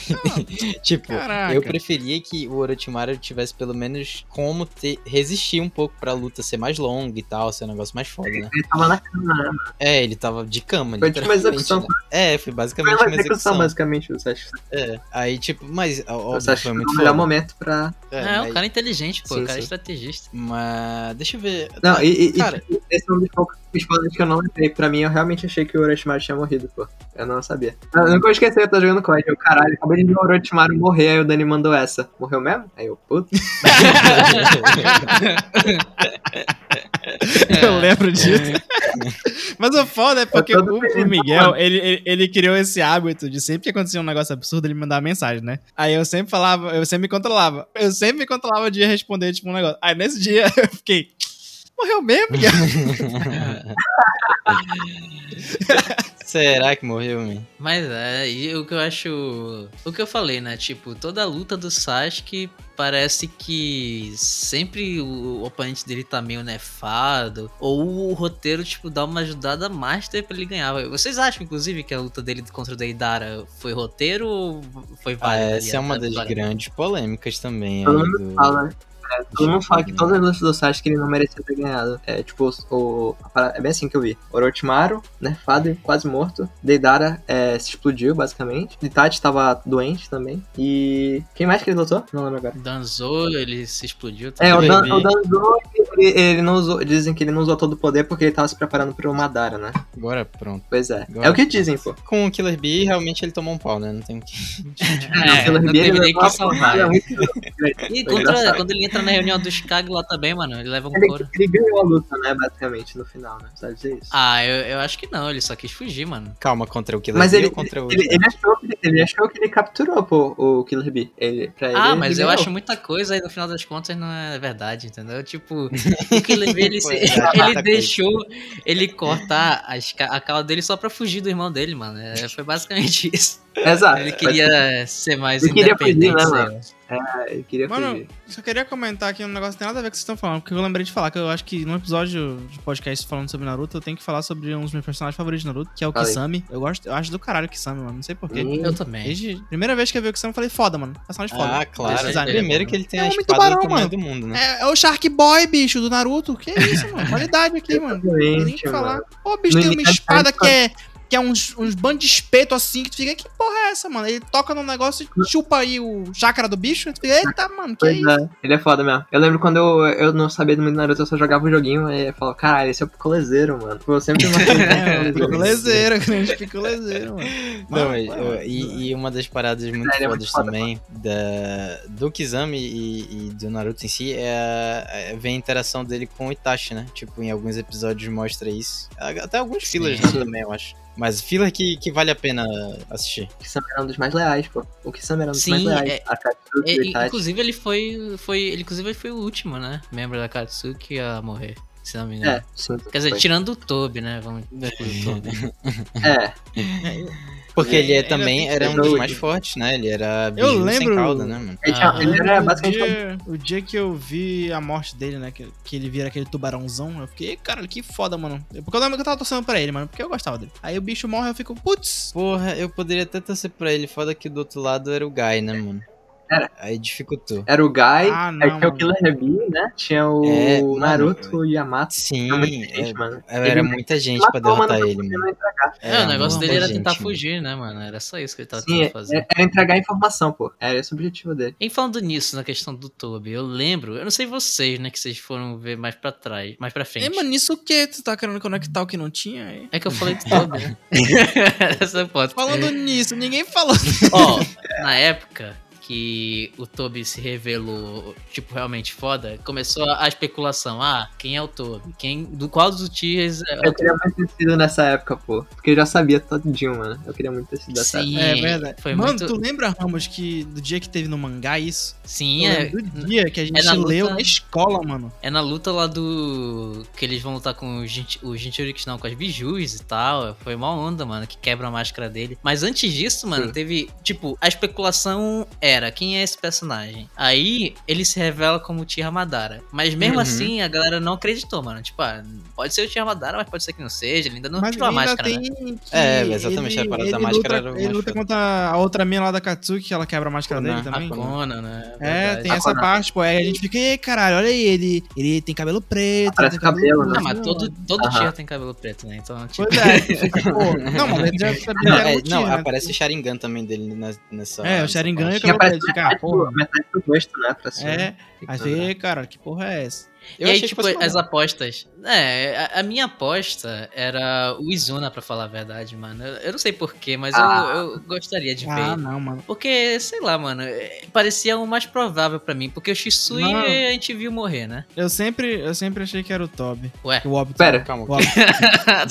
C: tipo,
A: Caraca.
C: eu preferia que o Orochimaru tivesse pelo menos como ter, resistir um pouco pra luta ser mais longa e tal, ser um negócio mais foda, né?
F: Ele tava na cama, né?
C: É, ele tava de cama,
F: Foi tipo uma
C: literalmente,
F: execução.
C: né? É, foi
F: Foi
C: basicamente
F: uma
C: uma
F: execução,
C: execução.
F: basicamente, o Sasuke.
C: É. Aí, tipo, mas, ó,
F: O
C: óbvio,
F: Sasuke
C: foi
F: foi
C: muito
F: é o
C: foda.
F: melhor momento pra...
C: É,
B: ah, o
C: mas-
B: cara é inteligente, pô.
C: Sim,
B: o cara é
C: sim.
B: estrategista.
C: Mas, deixa eu ver.
F: Não, e, e- e,
C: Cara.
F: tipo, esse é um dos poucos spoilers que eu não lembrei. Pra mim, eu realmente achei que o Orochimaru tinha morrido, pô. Eu não sabia. Ah, Eu nunca vou esquecer, eu tô jogando COD. Eu, caralho, acabei de ver o Orochimaru morrer, aí o Dani mandou essa. Morreu mesmo? Aí eu, puto.
A: Eu
C: É.
A: lembro disso. Mas o foda é porque
F: Eu
A: o,
F: tô
A: o Miguel, ele, ele, ele criou esse hábito de sempre que acontecia um negócio absurdo, ele mandava mensagem, né? Aí eu sempre falava, eu sempre me controlava. Eu sempre me controlava de responder, tipo, um negócio. Aí nesse dia eu fiquei. Morreu mesmo, cara?
I: Será que morreu, man?
B: Mas é, e o que eu acho. O que eu falei, né? Tipo, toda a luta do Sasuke parece que sempre o o oponente dele tá meio nefado. Ou o roteiro, tipo, dá uma ajudada master pra ele ganhar. Vocês acham, inclusive, que a luta dele contra o Deidara foi roteiro ou foi
I: Ah,
B: válida? ali
I: essa é uma
B: atrás
I: das
B: do Araki?
I: grandes polêmica.
C: Mas também.
F: Todo
C: aí
F: mundo
C: do-
F: Hum,
B: Uhum.
F: fala, é, todo mundo fala que todas as lutas do Sasuke ele não merecia ter ganhado. É tipo, o, a parada- é bem assim que eu vi. Orochimaru, nerfado e quase morto. Deidara é, se explodiu, basicamente. Itachi tava doente também. E quem mais que ele lutou? Não lembro agora.
B: Danzou, ele se explodiu. tá?
F: É, o, Dan,
I: Baby.
F: o Danzo, ele, ele não usou, dizem que ele não usou todo o poder porque ele tava se preparando pro Madara, né?
C: Agora pronto.
F: Pois é.
C: Agora-
F: É o que dizem, pô.
C: Com o Killer Bee, realmente ele tomou um pau, né? Não tem o que.
B: É,
F: Pelo
B: não
F: Ribeiro,
B: teve
F: ele
B: nem
F: levou
B: que
F: uma porrada
B: salvar.
F: muito-
B: E
F: Foi
B: contra,
F: engraçado.
B: quando ele entra na reunião do Chicago lá também, mano, ele leva um
F: Ele,
B: couro.
F: ele ganhou a luta, né, basicamente, no final, né? Sabe dizer isso?
B: Ah, eu, eu acho que não, ele só quis fugir, mano.
C: Calma contra o Killer
F: Mas
C: Bee
F: ele-
C: ou contra o.
F: Ele, ele achou que ele, ele achou que ele capturou pô, o Killer Bee. Ele, pra ele,
B: Ah,
F: ele
B: mas eu
F: ganhou.
B: acho muita coisa e no final das contas não é verdade, entendeu? Tipo, o que levei ele, se-
F: é
B: ele
C: muita
B: deixou ele cortar as ca- a cala dele só pra fugir do irmão dele, mano. É, foi basicamente isso.
F: Exato.
B: Ele queria ser mais
F: Ele queria fugir,
B: independente. assim,
F: né,
B: sei
F: mano?
B: lá.
F: Ah, ele queria
A: Mano,
F: fugir.
A: Só queria comentar aqui um negócio que tem nada a ver com o que vocês estão falando, porque eu lembrei de falar que eu acho que num episódio de podcast falando sobre Naruto, eu tenho que falar sobre um dos meus personagens favoritos de Naruto, que é o
F: Fala aí.
A: Kisame. Eu gosto, eu acho do caralho o Kisame, mano. Não sei porquê.
F: Hum.
B: Eu também.
A: Desde a primeira vez que eu vi o Kisame, eu falei, foda, mano. Personagem foda.
C: Ah, claro.
B: Design dele é
C: Primeiro
B: bom,
C: que ele tem
A: É
C: a
A: um homem
C: espada
A: tubarão,
C: do tamanho
A: mano.
C: do mundo, né?
A: É, é o Shark Boy, bicho, do Naruto. Que isso, mano. Qualidade aqui, mano. Não tem nem o que
F: Exatamente,
A: falar. Ô, bicho,
F: No
A: tem uma
F: início,
A: espada
F: antes,
A: que é. Que é uns, uns bandos de espeto assim, que tu fica, que porra é essa, mano? Ele toca num negócio e chupa aí o chakra do bicho, e tu fica, eita, mano, que
F: Pois
A: isso?
F: é, ele é foda mesmo. Eu lembro quando eu, eu não sabia muito de Naruto, eu só jogava o joguinho e eu falava, caralho, esse é o picolezeiro, mano. Eu sempre imaginei que
A: É,
F: era o picolezeiro.
A: picolezeiro, grande picolezeiro, mano.
C: Não,
A: Mano,
C: e-
A: mano.
C: e, e uma das paradas muito
F: É, ele é muito
C: fodas
F: foda,
C: também da, do Kizami e, e do Naruto em si é, a- é ver a interação dele com o Itachi, né? Tipo, em alguns episódios mostra isso. Até alguns fillers né, também, eu acho. Mas filler que, que vale a pena assistir.
F: O Kisame era um dos mais leais, pô. O Kisame era um dos
B: Sim,
F: mais leais.
B: é-
F: A tá?
B: E-
F: Katsuki, o
B: e-
F: Itachi.
B: inclusive ele foi, foi, ele inclusive ele foi o último, né? Membro da Katsuki a morrer, se não me engano.
F: É, sim.
B: Quer dizer,
F: foi.
B: tirando o Toby, né? Vamos excluir o Toby.
F: É,
C: Porque
A: É,
C: ele é,
A: ainda tem
C: também
A: que
C: era um
F: ter
C: dos
F: doido.
C: mais fortes, né? Ele era
A: Eu
C: biju
A: lembro-
C: sem cauda, né, mano?
F: ele, tinha-
B: Ah.
F: ele era basicamente um-
A: o dia, o dia que eu vi a morte dele, né? Que, que ele vira aquele tubarãozão, eu fiquei, cara, que foda, mano. Porque eu lembro que eu tava torcendo pra ele, mano, porque eu gostava dele. Aí o bicho morre, eu fico, putz,
C: Porra, eu poderia até torcer pra ele, foda que do outro lado era o Guy, né, mano?
F: Era.
C: Aí dificultou.
F: Era o Guy,
A: Ah, não,
F: aí tinha
A: mano.
F: o Killer Bee, né? Tinha o
C: É, mano,
F: Naruto e o Yamato.
C: Sim,
F: Era muita
C: é-
F: gente, mano.
C: era
F: Ele
C: muita gente pra
F: matou,
C: derrotar
F: mano,
C: ele,
F: pra
C: mano.
F: não entregar.
B: É, o negócio
C: muita
B: dele era
C: gente,
B: tentar
C: mano.
B: fugir, né, mano? Era só isso que ele tava
F: Sim,
B: tentando fazer.
F: é- era entregar informação, pô. Era esse o objetivo dele.
B: E falando nisso, na questão do Toby, eu lembro, eu não sei vocês, né, que vocês foram ver mais pra trás, mais pra frente.
A: é,
B: É,
A: mano, isso o que? Tu tá querendo conectar o que não tinha? aí?
B: que eu falei do Toby, né? Essa foto.
A: Falando nisso, ninguém falou.
B: Ó, na época que o Toby se revelou, tipo, realmente foda, começou a a especulação, ah, quem é o Toby? Quem, do qual dos tias é
F: Eu queria muito ter sido nessa época, pô. Porque eu já sabia todinho, mano. Eu queria muito ter sido nessa época.
B: Sim,
A: É
B: Foi
A: mano,
B: muito...
A: tu lembra, Ramos, que do dia que teve no mangá isso?
B: Sim,
A: Eu
B: é,
A: lembro do dia que a gente
B: na luta-
A: leu na escola, mano.
B: É na luta lá do. Que eles vão lutar com os Gent- os Gentilix, não, com as bijus e tal. Foi uma onda, mano, que quebra a máscara dele. Mas antes disso, mano,
F: Sim.
B: teve. Tipo, a especulação era: quem é esse personagem? Aí ele se revela como o Tira Madara. Mas mesmo
C: Uhum.
B: assim, a galera não acreditou, mano. Tipo, ah, pode ser o Tira Madara, mas pode ser que não seja. Ele ainda não
A: Mas
B: tirou a
A: ainda
B: máscara, né?
A: tem que
C: É, exatamente,
A: ele,
C: a parada
A: ele
C: da
A: luta,
C: máscara era o
A: Ele
C: mais
A: luta
C: foda.
A: contra a outra mina lá da Katsuki, que ela quebra a máscara
C: Não,
A: dele
C: a
A: também.
B: A Conan, né?
A: É,
B: Verdade.
A: tem
F: A
A: essa
F: Conan.
A: parte, pô. Aí a gente fica, ei, caralho, olha aí, ele, ele tem cabelo preto.
F: Parece
A: ele tem
F: cabelo, né?
B: Ah, mas todo, todo
F: Aham.
B: Tira tem cabelo preto, né? Então, tipo.
A: Pois é, tu fica, pô. Não, mas ele já sabia
C: Não,
A: que era
C: é,
A: o
C: não,
A: Tira, né?
C: aparece né? o Sharingan também dele nas- nessa.
A: É, o
C: nessa
A: Sharingan e o
C: parte.
A: cabelo
F: Tinha
A: preto. Fica, ah,
F: metade, do,
A: porra.
F: metade do rosto, né? Pra cima.
A: É, aí fica, cara, que porra é essa?
C: Eu
B: e aí,
C: achei
B: tipo,
C: que fosse
B: as
C: maneiro.
B: apostas. É, a, a minha aposta era o Izuna, pra falar a verdade, mano. Eu, eu não sei porquê, mas eu-
F: Ah.
B: eu, gostaria de
A: Ah,
B: ver.
A: não, mano.
B: Porque, sei lá, mano, é, parecia o mais provável pra mim. Porque o Shisui
A: Não.
B: a gente viu morrer, né?
A: Eu sempre, eu sempre achei que era o Toby.
B: Ué.
A: O Obito.
B: é
F: Pera,
C: Calma,
A: O Obito.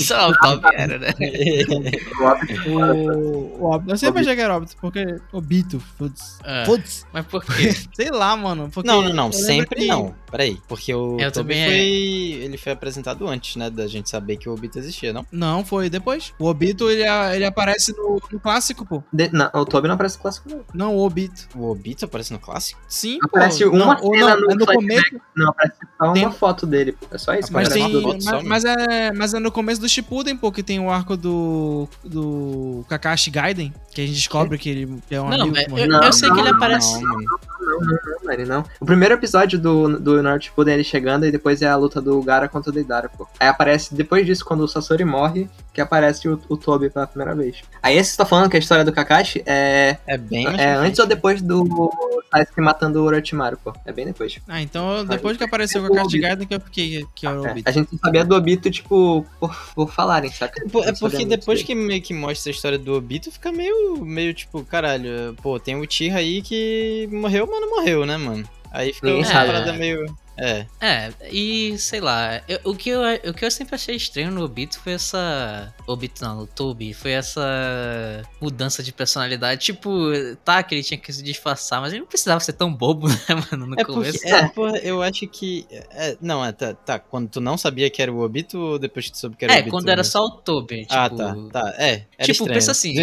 B: Só o top era, né?
F: o óbvio
A: O, o Obito. Eu sempre achei que era o Obito, porque. Obito, foda-se.
B: Ah,
C: É.
A: Foda-se.
B: mas por quê?
A: Sei lá, mano. Porque
C: Não, não, não.
A: eu lembro
C: Sempre
A: que-
C: não. Peraí. Porque o, o
B: Eu
C: Toby
B: também- é.
C: foi. Ele foi apresentado antes, né? Da gente saber que o Obito existia, não?
A: Não, foi depois. O Obito, ele, a- ele aparece no, no clássico, pô.
F: De- não, o Toby não aparece no clássico, não.
A: Não, o Obito.
C: O Obito aparece no clássico?
A: Sim,
F: Aparece
A: pô.
F: uma
A: não, ou
F: cena
A: não,
F: no
A: é no
F: flashback.
A: começo,
F: Não, aparece só uma
A: Tem-
F: foto dele. pô. É só isso.
A: mas,
F: cara.
C: Aparece
A: tem,
C: uma foto só, né?
A: mas, mas é, mas é no começo do Shippuden, pô, que tem o arco do, do Kakashi Gaiden, que a gente descobre que ele que é um
B: Não,
A: amigo
B: mas
A: que
B: eu,
A: morreu.
F: Não,
B: eu sei que ele
F: não,
B: aparece.
C: Não, mano.
F: Não, né, ele não. O primeiro episódio do, do Naruto Shippuden é ele chegando e depois é a luta do Gara contra o Deidara, pô. Aí aparece, depois disso, quando o Sasori morre, que aparece o, o Tobi pela primeira vez. Aí esse que você tá falando que a história do Kakashi é,
C: É bem. mais pra
F: é antes
C: frente.
F: ou depois do Sasuke matando o Orochimaru, pô. É bem depois.
A: Ah, então depois que apareceu o
F: o
A: Kakashi
F: Obito.
A: Gaiden que eu fiquei que
B: um
A: era o
F: É,
A: Obito.
F: a gente não sabia do Obito, tipo, por, por falarem, saca?
C: É por- É
F: Não sabia
C: porque
F: muito
C: depois
F: dele.
C: que meio que mostra a história do Obito, fica meio, meio tipo, caralho, pô, tem o Tira aí que morreu, mano, morreu, né, mano? Aí fica
F: Ninguém
C: uma
B: sabe,
C: parada
B: né?
C: meio. É,
B: É, e sei lá, eu- o, que eu, o que eu sempre achei estranho no Obito foi essa. Obito não, no Tobi, foi essa mudança de personalidade. Tipo, tá, que ele tinha que se disfarçar, mas ele não precisava ser tão bobo, né, mano, no
C: é
B: começo.
C: porque, é, porra, eu acho que. é, não, é, tá, tá, quando tu não sabia que era o Obito ou depois que tu soube que era o
B: É,
C: Obito?
B: quando era
C: né?
B: só o Tobi, tipo.
C: Ah, tá, tá, é. Era
B: tipo,
C: estranho.
B: pensa assim,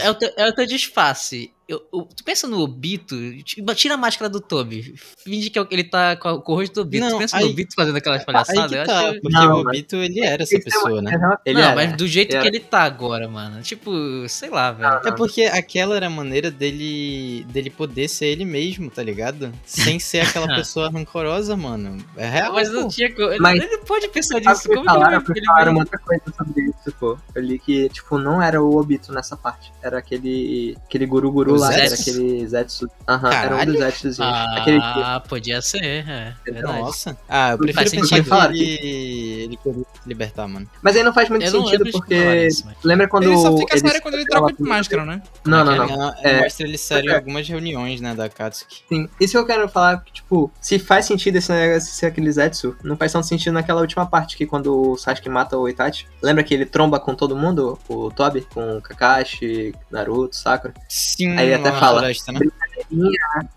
B: é o teu, é o teu disfarce. Eu- eu- tu pensa no Obito, ti- tira a máscara do Tobi, finge que é o- ele tá com, a- com o rosto do Obito.
C: Não,
B: tu pensa
C: aí-
B: no Obito fazendo aquelas
C: Aí
B: palhaçadas? assim,
C: que
B: Eu
C: tá,
B: acho que-
C: porque
F: Não, é
C: o Obito, ele era essa
F: Ele tem é uma-
C: pessoa, né?
F: Ele
B: não,
F: era.
B: é, mas do jeito
F: ele
B: que
F: era. Ah,
B: ele tá agora, mano. Tipo, sei lá, velho.
F: né?
C: É porque aquela era a maneira dele, dele poder ser ele mesmo, tá ligado? Sem ser aquela pessoa rancorosa, mano. É real.
B: mas assim,
C: pô.
B: não tinha co- ele-
F: um Mas-
B: Ele pode pensar
F: Sabe o
B: nisso.
F: que
B: Como
F: falaram,
B: que ele vai- ele vai-
F: falaram outra coisa sobre isso, pô. Eu li que, tipo, não era o Obito nessa parte. Era aquele. aquele guru guru
C: O
F: lá, era
B: Zetsu?
F: aquele Zetsu. Aham, era um
C: Caralho.
F: dos Zetsuzinhos. Aquele que.
B: Ah, podia ser, é. Verdade.
C: Nossa. Ah, eu
F: Não
C: prefiro
B: faz
C: pensar
F: sentido. Claro
C: que ele, ele queria se libertar, mano.
F: Mas aí não faz muito
B: Eu não
F: sentido,
B: lembro de falar
F: porque.
B: isso, mas-
F: Lembra quando.
A: Ele só fica
F: eles-
A: sério quando ele troca de máscara, né?
F: Não, não, não.
C: Ela-
F: é.
C: Mostra ele sério em algumas reuniões, né, da Katsuki.
F: Sim. Isso que eu quero falar, que, tipo, se faz sentido esse negócio de ser aquele Zetsu, não faz tanto sentido naquela última parte que quando o Sasuke mata o Itachi. Lembra que ele tromba com todo mundo? O Tobi, com o Kakashi, Naruto, Sakura.
C: Sim,
F: Aí ele até
C: lá na
F: fala.
C: floresta, né?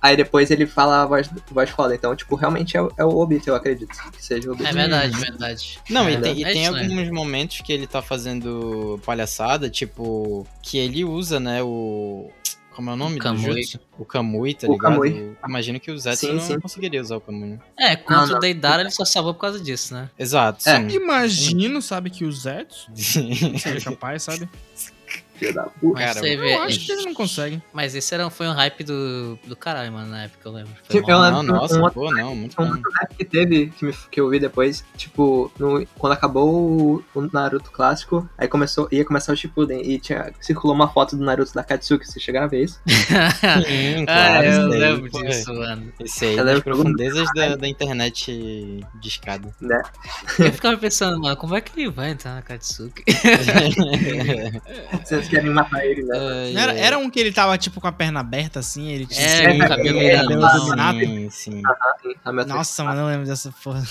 F: Aí depois ele fala a voz, voz foda. Então, tipo, realmente é, o- é o Obito, eu acredito. Que seja o Obito.
B: É verdade, verdade.
C: Não,
B: é,
C: e tem, e
B: é
C: tem
B: estranho.
C: alguns momentos que ele tá fazendo palhaçada, tipo, que ele usa, né, o... Como é o nome do
B: Kamui.
C: jutsu? O Kamui, tá
F: O
C: ligado?
F: Kamui.
C: Imagino que o Zetsu
F: Sim,
C: não
F: sim.
C: conseguiria usar o Kamui, né?
B: É,
F: Não,
B: contra
F: não.
B: o Deidara ele só salvou por causa disso, né?
C: Exato,
F: É.
C: sim.
A: Imagino, sabe, que o Zetsu seja capaz, sabe?
F: Filho da puta.
B: Mas
C: Cara,
B: você vê.
A: Eu acho que ele não consegue.
B: Mas esse era, foi um hype do, do caralho, mano, na época, eu lembro. Foi
F: Sim,
B: mal.
F: eu
C: Não,
F: lembro um
C: nossa,
F: outro-
C: pô, não, muito
F: um
C: bom.
F: outro hype que teve, que, me- que eu vi depois, tipo, no- quando acabou o, o Naruto clássico, aí começou, ia começar o Shippuden, e tinha, circulou uma foto do Naruto da Katsuki, vocês chegaram a ver isso?
C: Sim,
B: ah,
C: claro,
B: eu
F: né?
C: isso aí,
B: lembro
C: pô,
B: disso, mano.
C: Esse aí,
F: Eu
C: nas
F: lembro-
C: profundezas da, da internet discada.
B: Eu ficava pensando, mano, como é que ele vai entrar na Katsuki?
F: Vocês querem matar ele, né?
C: É.
A: Não Era, era um que ele tava, tipo, com a perna aberta, assim, ele tinha...
B: É,
C: um
A: Sim,
B: com o cabelo
A: ele era
B: grandão.
A: meio dominado.
C: Sim, sim.
F: A minha
A: Nossa, mano, eu lembro dessa porra.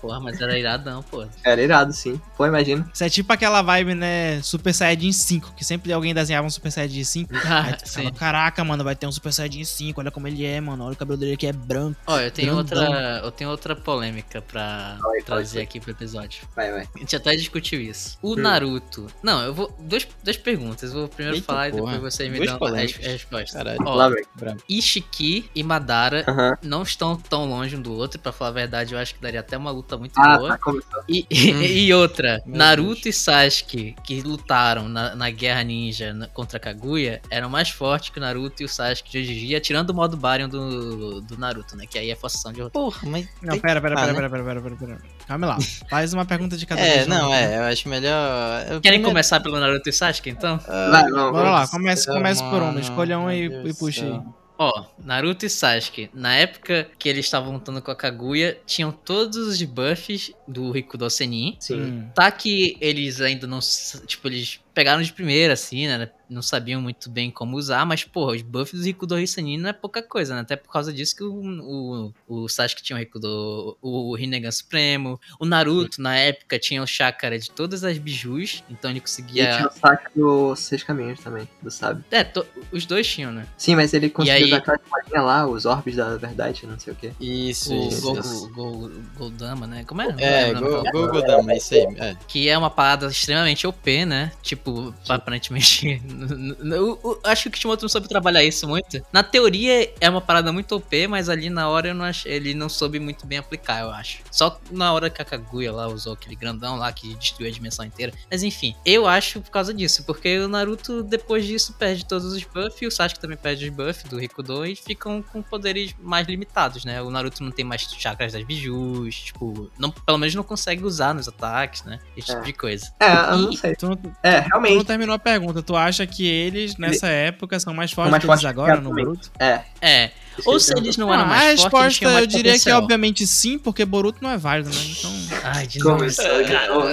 B: Porra, mas era iradão, pô.
F: Era irado, sim. Pô, imagina.
A: Isso é tipo aquela vibe, né, Super Saiyajin 5, que sempre alguém desenhava um Super Saiyajin 5. Aí
B: Ah,
F: tipo,
A: tu
B: sim.
A: fala, caraca, mano, vai ter um Super Saiyajin 5, olha como ele é, mano, olha o cabelo dele que é branco.
B: Ó, eu tenho
A: Grandão.
B: outra, eu tenho outra polêmica pra
F: Fala aí, fala
B: trazer
F: aí.
B: aqui pro episódio.
F: Vai, vai.
B: A gente até discutiu isso. O
F: Hum.
B: Naruto. Não, eu vou duas, duas perguntas. Eu vou primeiro
C: Eita,
B: falar
C: porra.
B: e depois vocês me
C: Duas
B: dão a res-
C: polêmicas.
B: a resposta.
C: Caralho.
B: Ó,
F: Lá, vai.
B: Ishiki e Madara
F: Aham.
B: não estão tão longe um do outro, pra falar a verdade, eu acho que daria até uma luta muito
F: Ah,
B: boa.
F: tá, começou.
B: E, e- e outra,
C: Meu
B: Naruto
C: Deus.
B: e Sasuke, que lutaram na, na Guerra Ninja na- contra Kaguya, eram mais fortes que o Naruto e o Sasuke de hoje em dia, tirando o modo Baryon do, do Naruto, né? Que aí é forçação de roteiro.
C: Porra, mas.
A: Não, pera, pera,
C: Ah,
A: pera,
C: né?
A: pera, pera, pera, pera, Calma lá, faz uma pergunta de cada
C: É,
A: vez.
C: não,
A: né?
C: é, eu acho melhor. eu
B: Querem
C: primeiro-
B: começar pelo Naruto e Sasuke, então?
C: Ah,
F: Vai, vamos,
A: Bora
F: vamos.
A: lá, começa,
C: Deus,
A: começa por um,
C: mano,
A: escolha um e,
C: meu Deus
A: e puxa
C: do
A: aí.
C: céu.
B: Ó, Naruto e Sasuke, na época que eles estavam lutando com a Kaguya, tinham todos os buffs do Rikudo Senin.
F: Sim.
A: Hum.
B: Tá que eles ainda não. s- Tipo, eles pegaram de primeira, assim, né? Não sabiam muito bem como usar, mas, porra, os buffs do Rikudo Hisanin não é pouca coisa, né? Até por causa disso que o, o, o Sasuke tinha o Rikudo, o Rinnegan Supremo, o Naruto, na época, tinha o Chakra de todas as bijus, então ele
F: E tinha
B: conseguia...
F: o saque dos Seis Caminhos também, do Sábio.
B: É, to- os dois tinham, né?
F: Sim, mas ele conseguiu
B: aí-
F: usar aquela espadinha lá, os orbes da verdade, não sei o quê.
I: Isso,
B: O
I: isso.
B: Gol-
I: isso.
B: Gol- Goldama, né? Como é? Não
I: É,
B: lembro o nome
I: Go-
B: dela.
I: Go- Godama, é isso aí. É.
B: Que é uma parada extremamente OP, né? Tipo, aparentemente. n- n- eu- eu acho que o Kishimoto não soube trabalhar isso muito. Na teoria é uma parada muito OP, mas ali na hora eu não ach- ele não soube muito bem aplicar, eu acho. Só na hora que a Kaguya lá usou aquele grandão lá que destruiu a dimensão inteira. Mas enfim, eu acho por causa disso, porque o Naruto depois disso perde todos os buffs, e o Sasuke também perde os buffs do Rikudo e ficam com poderes mais limitados, né? O Naruto não tem mais chakras das bijus, tipo, não, pelo menos não consegue usar nos ataques, né? Esse tipo
F: É.
B: de coisa.
F: É, eu não sei.
A: Tu, não- tu
F: É,
A: não
F: realmente.
A: terminou a pergunta. Tu acha que eles, nessa época, são mais fortes
F: mais
A: que eles
F: fortes que
A: agora no
F: atualmente.
A: Boruto?
F: É.
B: É, ou se eles não eram
A: Ah,
B: mais
A: a
B: fortes, eles
A: resposta
B: tinham mais
A: eu diria que é
B: potencial.
A: obviamente sim, porque Boruto não é válido, né? Então.
B: Ai, de novo.
F: Começou de novo.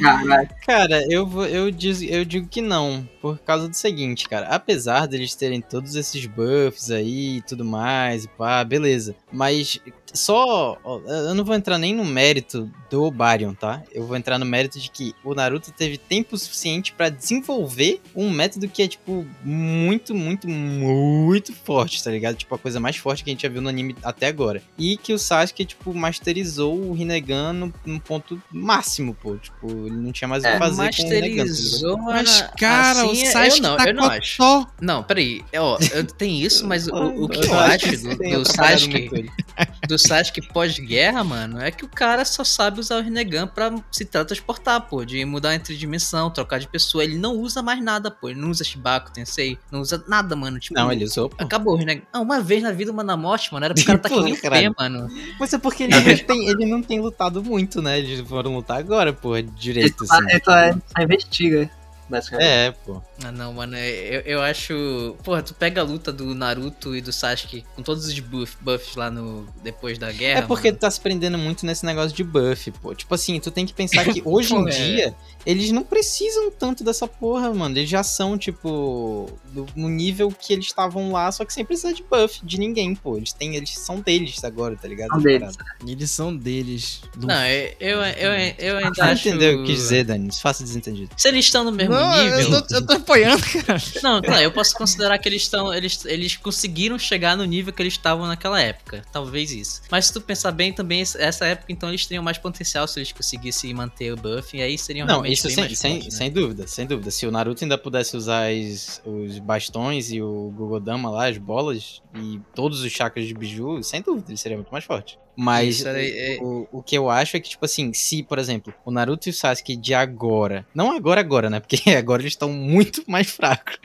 F: Caralho.
C: Cara, eu, vou- eu, diz- eu digo que não, por causa do seguinte, cara. Apesar deles terem todos esses buffs aí e tudo mais, e pá, beleza. Mas só. ó, eu não vou entrar nem no mérito do Baryon, tá? Eu vou entrar no mérito de que o Naruto teve tempo suficiente pra desenvolver um método que é, tipo, muito, muito, muito forte, tá ligado? Tipo, a coisa mais forte que a gente já viu no anime até agora. E que o Sasuke, tipo, masterizou o Rinnegan no- num ponto máximo, pô. Tipo, ele não tinha mais o que
F: É,
C: fazer com o Rinnegan. tá ligado?
B: Masterizou a-
A: né? Mas, cara,
B: assim,
A: o Sasuke
B: eu não,
A: tá
B: eu não
A: com a
B: acho.
A: tó.
B: Não, peraí. É, Ó, eu tenho isso, mas o, o que eu
C: Eu
B: acho
C: isso
B: do,
C: tem
B: do
C: atrapalhado
B: Sasuke
C: muito ele.
B: do Sasuke pós-guerra, mano, é que o cara só sabe usar o Rinnegan pra se transportar, pô, de mudar entre dimensão, trocar de pessoa. Ele não usa mais nada, pô. Ele não usa Shibaku, Tensei, não usa nada, mano. Tipo,
C: Não, ele usou, pô.
B: acabou o Rinnegan. Ah, uma vez na vida, uma na morte, mano. Era pro cara tá
C: Pô,
B: aqui em pé,
C: caralho.
B: mano.
C: Mas é porque ele não, tem, ele não tem lutado muito, né? Eles foram lutar agora, pô,
F: Ele tá, é.
C: direito,
F: só,
C: assim.
F: ele só- ele só investiga, basicamente.
C: É, pô.
B: Ah, não, mano, é- eu, eu acho. Porra, tu pega a luta do Naruto e do Sasuke com todos os buff- buffs lá no. depois da guerra.
C: É porque
B: mano.
C: tu tá se prendendo muito nesse negócio de buff, pô. Tipo assim, tu tem que pensar que hoje em
B: Pô, é.
C: dia, eles não precisam tanto dessa porra, mano. Eles já são, tipo, do- no nível que eles estavam lá, só que sem precisar de buff de ninguém, pô. Eles têm, eles são deles agora, tá ligado?
F: São deles.
A: Eles são deles. Luffy.
B: Não, eu, eu, eu, eu ainda
C: Ah,
B: acho.
C: entendeu o que eu quis dizer, Dani? Faça desentendido.
B: Se eles estão no mesmo
A: Não,
B: nível.
A: eu, tô, eu tô apoiando, cara.
B: Não, tá, eu posso considerar que eles estão. Eles, eles conseguiram chegar no nível que eles estavam naquela época. Talvez isso. Mas se tu pensar bem, também esse- essa época, então, eles teriam mais potencial se eles conseguissem manter o buff. E aí seriam
C: Não,
B: realmente
C: isso
B: um bem
C: sem,
B: mais
C: sem,
B: fortes, né?
C: sem dúvida, sem dúvida. Se o Naruto ainda pudesse usar as- os bastões e o Gogodama lá, as bolas, e todos os chakras de Biju, sem dúvida, ele seria muito mais forte. Mas
B: Isso era- é-
C: o, o que eu acho é que, tipo assim, se, por exemplo, o Naruto e o Sasuke de agora, não agora agora, né? Porque agora eles estão muito mais fracos.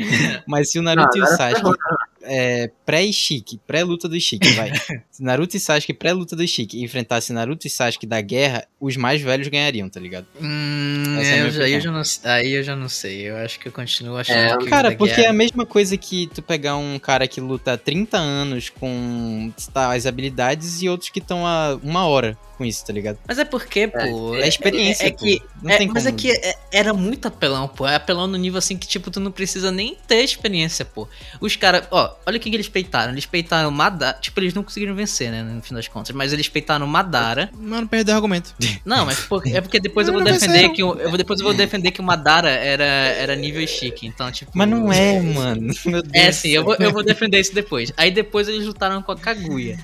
C: Mas se o Naruto
F: Ah,
C: e o
F: agora
C: Sasuke é, pré-Ishiki, pré-luta do Ishiki, vai. Se Naruto e Sasuke pré-luta do Ishiki enfrentasse Naruto e Sasuke da guerra, os mais velhos ganhariam, tá ligado?
B: Hum,
C: Essa é a
B: é,
C: minha
B: eu já- aí, eu
C: opinião.
B: já não, aí eu já não sei. Eu acho que eu continuo achando
F: É,
B: que. o
C: Cara,
B: da
C: porque é a
B: guerra-
C: mesma coisa que tu pegar um cara que luta há 30 anos com tais habilidades e outros que estão há uma hora com isso, tá ligado?
B: Mas é porque, pô.
C: É a experiência,
B: é
C: pô.
B: que-
C: Não
B: É,
C: tem
B: mas é
C: como.
B: que é- era muito apelão, pô. É apelão no nível assim que, tipo, tu não precisa nem ter experiência, pô. Os caras, ó, olha o que, que eles peitaram. Eles peitaram Madara. Tipo, eles não conseguiram vencer, né? No fim das contas. Mas eles peitaram Madara.
A: Mano, perdeu o argumento.
B: Não, mas pô, é porque depois eu vou
A: Não, não
B: defender
A: venceram.
B: que. o- Eu, vou- depois eu vou defender que o Madara era, era nível chique. Então, tipo.
C: Mas não é, mano. Meu Deus.
B: É, sim, eu vou, eu vou defender isso depois. Aí depois eles lutaram com a Kaguya.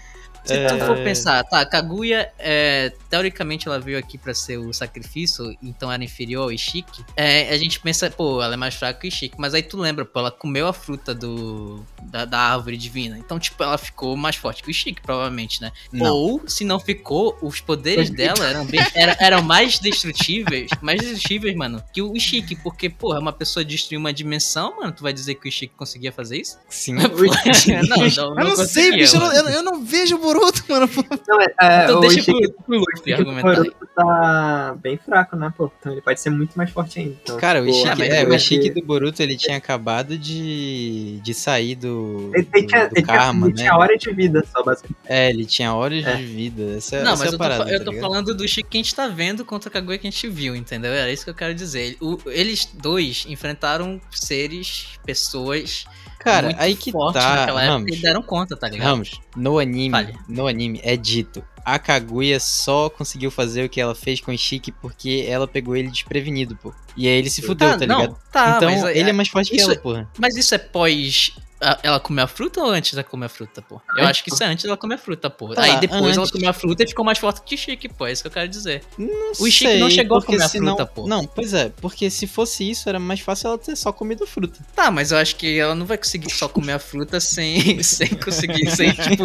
B: Se tu
C: É.
B: for pensar, tá, Kaguya, é, teoricamente ela veio aqui pra ser o sacrifício, então era inferior ao Ishiki. É, a gente pensa, pô, ela é mais fraca que o Ishiki, mas aí tu lembra, pô, ela comeu a fruta do, da, da árvore divina, então, tipo, ela ficou mais forte que o Ishiki, provavelmente, né?
C: Não.
B: Ou, se não ficou, os poderes dela eram, bem, era- eram mais destrutíveis, mais destrutíveis, mano, que o Ishiki, porque, porra, uma pessoa destruiu uma dimensão, mano, tu vai dizer que o Ishiki conseguia fazer isso?
C: Sim.
B: não, não,
A: eu não, sei,
B: conseguia,
A: bicho. Eu não,
B: mano.
A: eu não- eu não vejo o Boruto. Naruto, mano. Pô,
F: Não, é, é,
B: Então
F: o
B: deixa
F: Shiki-
B: pro, pro Luffy
F: Shiki
B: argumentar. aí.
F: Naruto tá bem fraco, né, pô? Então ele pode ser muito mais forte ainda. Então,
C: Cara, o
F: tipo,
C: Ishiki,
B: mas
C: é, o
F: vai
C: Ishiki
F: ter-
C: do Boruto, ele tinha acabado de, de sair do,
F: Ele, ele
C: do,
F: tinha,
C: do
F: ele, tinha-
C: karma,
F: ele
C: né?
F: tinha hora de vida só, basicamente.
C: É, ele tinha horas
F: É.
C: de vida. Essa,
B: Não, mas
C: essa é
B: eu
C: a
B: tô, fa-
C: parada,
B: eu
C: tá
B: tô
C: ligado?
B: falando do Chico que a gente tá vendo contra o Kaguya que a gente viu, entendeu? Era isso que eu quero dizer. O- eles dois enfrentaram seres, pessoas
C: Cara,
B: muito
C: aí que
B: fortes
C: tá,
B: naquela época
C: Ramos.
B: e deram conta, tá ligado?
C: Ramos, no anime,
B: Fale.
C: no anime é dito, a Kaguya só conseguiu fazer o que ela fez com o Ishiki porque ela pegou ele desprevenido, pô. E aí ele se fudeu, tá
B: Ah, não,
C: ligado?
B: tá,
C: então
B: mas,
C: ele é mais forte
B: isso
C: que ela, porra.
B: mas isso é pós a- ela comer a fruta ou antes ela comer a fruta, pô? Eu acho que isso é antes dela comer a fruta, pô.
C: Tá,
B: Aí depois ela
C: antes.
B: comeu a fruta e ficou mais forte que Chique, pô. É isso que eu quero dizer.
C: Não
B: O Ishiki não
C: sei,
B: chegou a
C: porque
B: comer a
C: senão-
B: fruta, pô.
C: Não, pois é, porque se fosse isso, era mais fácil ela ter só comido fruta.
B: Tá, mas eu acho que ela não vai conseguir só comer a fruta sem, sem conseguir, sem, tipo,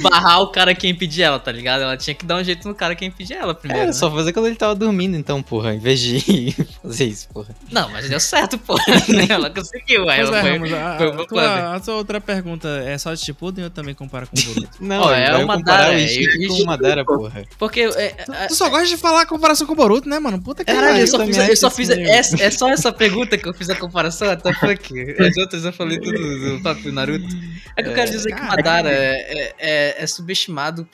B: barrar o cara que ia impedir ela, tá ligado? Ela tinha que dar um jeito no cara que ia impedir ela
C: É,
B: primeiro. né?
C: só fazer quando ele tava dormindo, então, porra, em vez de fazer isso, porra.
B: Não, mas deu certo, pô. ela conseguiu, aí
A: Mas
B: ela
A: é,
B: foi.
A: Ramos, a,
B: foi um
A: a,
B: uma
A: tua,
B: plana.
A: a tua outra pergunta é só de Shippuden ou também compara com o Boruto?
C: Não,
B: Ó, é
C: vai
B: o Madara,
C: comparar o
B: é,
C: Ishiki
B: o
C: com o
B: Ishiki,
C: Madara, porra.
B: Porque. é, é,
A: tu só gosta de falar a comparação com o Boruto, né, mano? Puta
C: É
A: que
B: Caralho,
A: pariu.
B: eu só
C: também
B: fiz, eu só
A: acho
B: fiz
A: isso meio-
B: essa, é só essa pergunta que eu fiz a comparação, até foi aqui. As outras eu falei tudo do papo do Naruto. É que eu quero dizer que o
A: Cara.
B: Madara é, é- é subestimado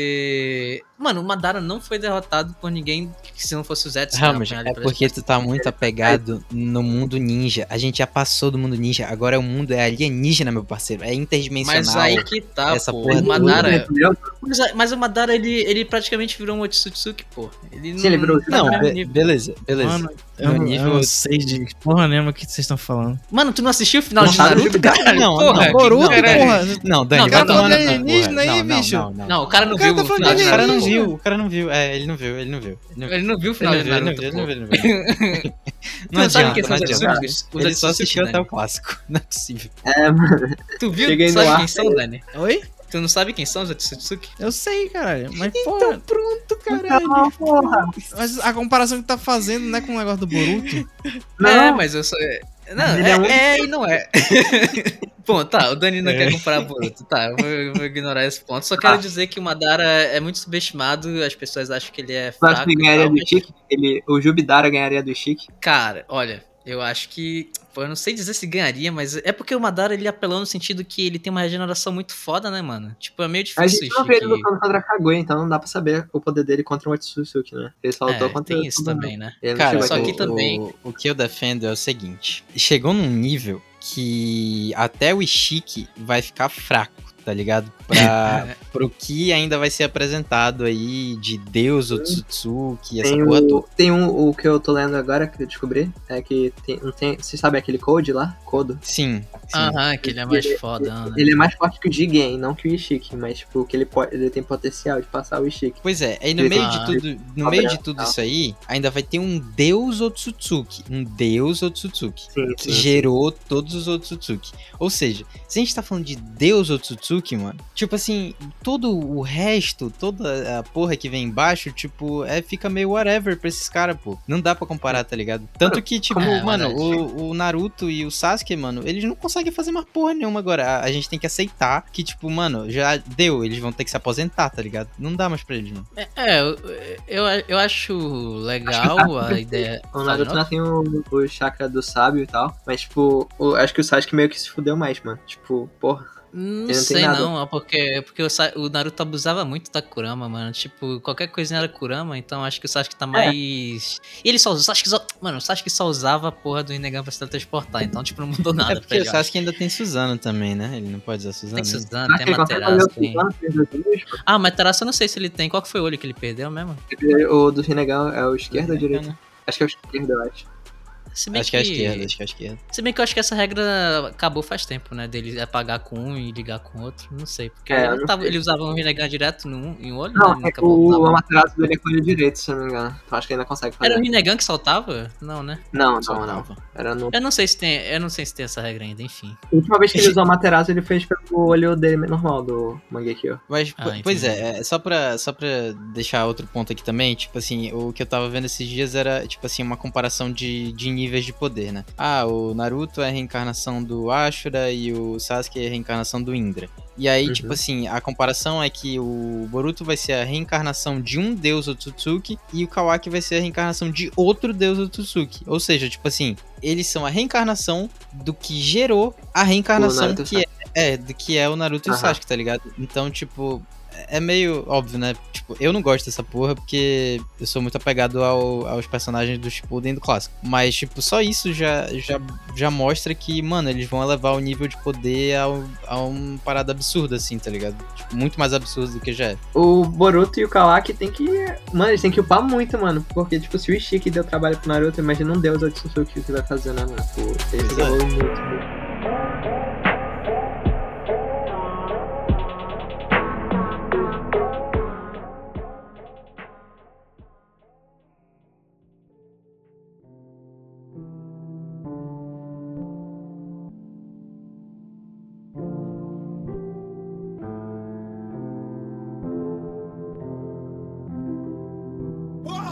B: porque. Mano, o Madara não foi derrotado por ninguém que se não fosse o Zetsu. né, que era
C: Ramos,
B: apanhado
C: é
B: pelas
C: porque tu tá muito apegado no mundo ninja. A gente já passou do mundo ninja, agora o mundo é alienígena, meu parceiro. É interdimensional.
B: Mas aí que tá,
C: Essa
B: pô.
C: porra
B: O
C: do- é
B: Madara.
F: Entendeu?
B: Mas, a- mas o Madara, ele, ele praticamente virou um Otsutsuki, pô. Ele não,
F: Sim, ele virou o
C: Não,
B: tá no
C: be-
B: nível.
C: beleza, beleza.
A: Mano, eu,
C: No
A: não- eu
C: nível-
A: não sei de porra nenhuma o que vocês estão falando.
B: Mano, tu não assistiu o final
C: Não
B: de
C: sabe
B: Naruto,
C: jogar?
B: cara?
C: Não,
B: porra,
C: não,
A: Boruto,
C: não,
B: um, caralho.
A: porra.
C: não,
B: Não,
C: Dani,
B: o cara tá
C: vai tomar no
A: falando
C: cu,
A: alienígena
C: porra.
A: aí,
C: não, não,
A: bicho.
C: Não, não,
B: Não, o cara não
A: O cara
B: viu
A: tá falando
B: o final
A: de
B: de Naruto.
C: o cara não
A: alienígena.
C: viu, o cara não viu. É, ele não viu, ele não viu. Ele não viu.
B: Ele não viu o
C: Ele
B: final
C: não
B: de
C: viu, ele não
B: Naruto,
C: viu, ele
B: pô.
C: não viu, ele não viu. Não
B: tu sabe
C: adianta,
B: quem
C: não
B: são os
C: adianta.
B: Atsutsuki? Os né?
C: Ele só
B: Atsutsuki,
C: assistiu até o
B: Dani.
C: clássico. Não é possível.
F: É, mano.
B: Tu viu?
F: Cheguei
B: Tu
F: no
B: sabe
F: ar.
B: quem são, Dani?
A: Oi?
B: Tu não sabe quem são os Atsutsuki?
A: Eu sei, caralho. Mas,
B: Então
A: porra, tá
C: pronto,
F: Não, porra.
A: mas a comparação que tá fazendo, né, com o negócio do Boruto.
F: Não.
B: É, mas eu sou... Não,
F: Ele é um-
B: é, é e não é. Bom, tá, o Dani não
C: É.
B: quer comparar Boruto, tá, eu vou, eu vou ignorar esse ponto. Só
F: Ah.
B: quero dizer que o Madara é muito subestimado, as pessoas acham que ele é
F: Tu acha
B: fraco
F: que ele
B: e tal,
F: ganharia do
B: mas,
F: Chique? Ele, o Jubidara ganharia do Chique?
B: cara, olha, eu acho que... Pô, eu não sei dizer se ganharia, mas é porque o Madara ele apelou no sentido que ele tem uma regeneração muito foda, né, mano? Tipo, é meio
F: A
B: difícil
F: gente não vê ele
B: que-
F: lutando contra a Kaguya, então não dá pra saber o poder dele contra o Otsutsuki, né? Ele só lutou
B: É,
F: contra
B: tem isso
F: todo mundo.
B: também, né?
F: Ele não
C: Cara,
F: chegou
B: só
F: a
C: o-
B: que
F: ter-
B: também-
C: O, o que eu defendo é o seguinte: chegou num nível que até o Ishiki vai ficar fraco, tá ligado? Pra, pro que ainda vai ser apresentado aí de Deus Otsutsuki, essa
F: Tem,
C: porra
F: o,
C: toda.
F: tem um, o que eu tô lendo agora que eu descobri, é que tem, não tem, vocês sabem aquele Code lá? Codo?
C: Sim, sim.
B: Aham, que ele é mais foda, né?
F: Ele é mais forte que o Jigen, não que o Ishiki, mas tipo, que ele, pode, ele tem potencial de passar o Ishiki.
C: Pois é, aí no
F: Ele-
C: meio de
B: Ah.
C: tudo, no
F: Ah,
C: meio de
F: legal.
C: tudo isso aí, ainda vai ter um Deus Otsutsuki, um Deus Otsutsuki.
F: Sim,
C: que gerou todos os Otsutsuki. Ou seja, se a gente tá falando de Deus Otsutsuki, mano, tipo assim, todo o resto, toda a porra que vem embaixo, tipo, é, fica meio whatever pra esses caras, pô. Não dá pra comparar, tá ligado? Tanto que, tipo,
B: É,
C: mano,
B: verdade.
C: o, o Naruto e o Sasuke, mano, eles não conseguem fazer mais porra nenhuma agora. A, a gente tem que aceitar que, tipo, mano, já deu, eles vão ter que se aposentar, tá ligado? Não dá mais pra eles, mano.
B: É, eu, eu, eu acho legal a ideia.
F: O
B: Fala de
F: Naruto
B: novo?
F: não tem o, o chakra do sábio e tal, mas tipo, o- acho que o Sasuke meio que se fudeu mais, mano. Tipo, porra.
B: Não
F: tem
B: sei
F: nada.
B: não, ó, porque, porque o, Sa- o Naruto abusava muito da Kurama, mano. Tipo, qualquer coisinha era Kurama, então acho que o Sasuke tá mais. E ele só usa. o Sasuke só- Mano, o Sasuke só usava a porra do Inegan pra se teletransportar, então, tipo, não mudou nada
C: é
B: pra
C: porque o
B: ele. ó.
C: Sasuke ainda tem Suzano também, né? Ele não pode usar Suzano.
B: Tem
C: né?
B: Suzano,
F: Será que
B: tem assim.
F: ele consegue fazer
B: Materaço,
F: o
B: tem.
F: Suzano fez os dois?
B: Ah, Materaço eu não sei se ele tem. Qual que foi o olho que ele perdeu mesmo?
F: Porque O do Renegal é o esquerdo ou direito?
C: Né?
F: Acho que é o esquerdo, eu acho.
B: Se bem
C: Acho que é a esquerda, acho que é a esquerda.
B: Se bem que eu acho que essa regra acabou faz tempo, né? Dele apagar com um e ligar com outro, não sei. Porque
F: É, eu
B: ele,
F: não
B: tava-
F: sei.
B: ele usava um Rinnegan direto no, em um olho,
F: Não,
B: né? Ele
F: é
B: acabou
F: o, o
B: usando-
F: Amaterasu dele é com ele direito, se eu não me engano. Então acho que ainda consegue fazer.
B: Era o Rinnegan que saltava? Não, né?
F: Não,
C: Só
F: não, não.
C: tava.
F: Era no...
B: Eu não sei se tem, eu não sei se tem essa regra ainda, enfim.
F: A última vez que ele usou o Amaterasu, ele fez pelo olho dele normal, do Mangekyo.
C: Mas,
B: Ah,
C: po-
B: entendi.
C: pois é, é, só pra, só pra deixar outro ponto aqui também, tipo assim, o que eu tava vendo esses dias era, tipo assim, uma comparação de, de níveis de poder, né? Ah, o Naruto é a reencarnação do Ashura e o Sasuke é a reencarnação do Indra. E aí,
F: Uhum.
C: tipo assim, a comparação é que o Boruto vai ser a reencarnação de um deus Otsutsuki e o Kawaki vai ser a reencarnação de outro deus Otsutsuki. Ou seja, tipo assim, eles são a reencarnação do que gerou a reencarnação
F: Naruto e o
C: que é, é, do que é o Naruto e o
F: Aham.
C: Sasuke, tá ligado? Então, tipo, é meio óbvio, né? Tipo, eu não gosto dessa porra porque eu sou muito apegado ao- aos personagens do Shippuden e do clássico. Mas, tipo, só isso já, já, já mostra que, mano, eles vão elevar o nível de poder ao- a uma parada absurda, assim, tá ligado? Tipo, muito mais absurdo do que já é.
F: O Boruto e o Kawaki tem que. Mano, eles têm que upar muito, mano. Porque, tipo, se o Ishiki deu trabalho pro Naruto, imagina um deus Otsutsuki que vai fazer, né, mano? Pô, eles
C: Pois é.
F: evoluem muito, muito.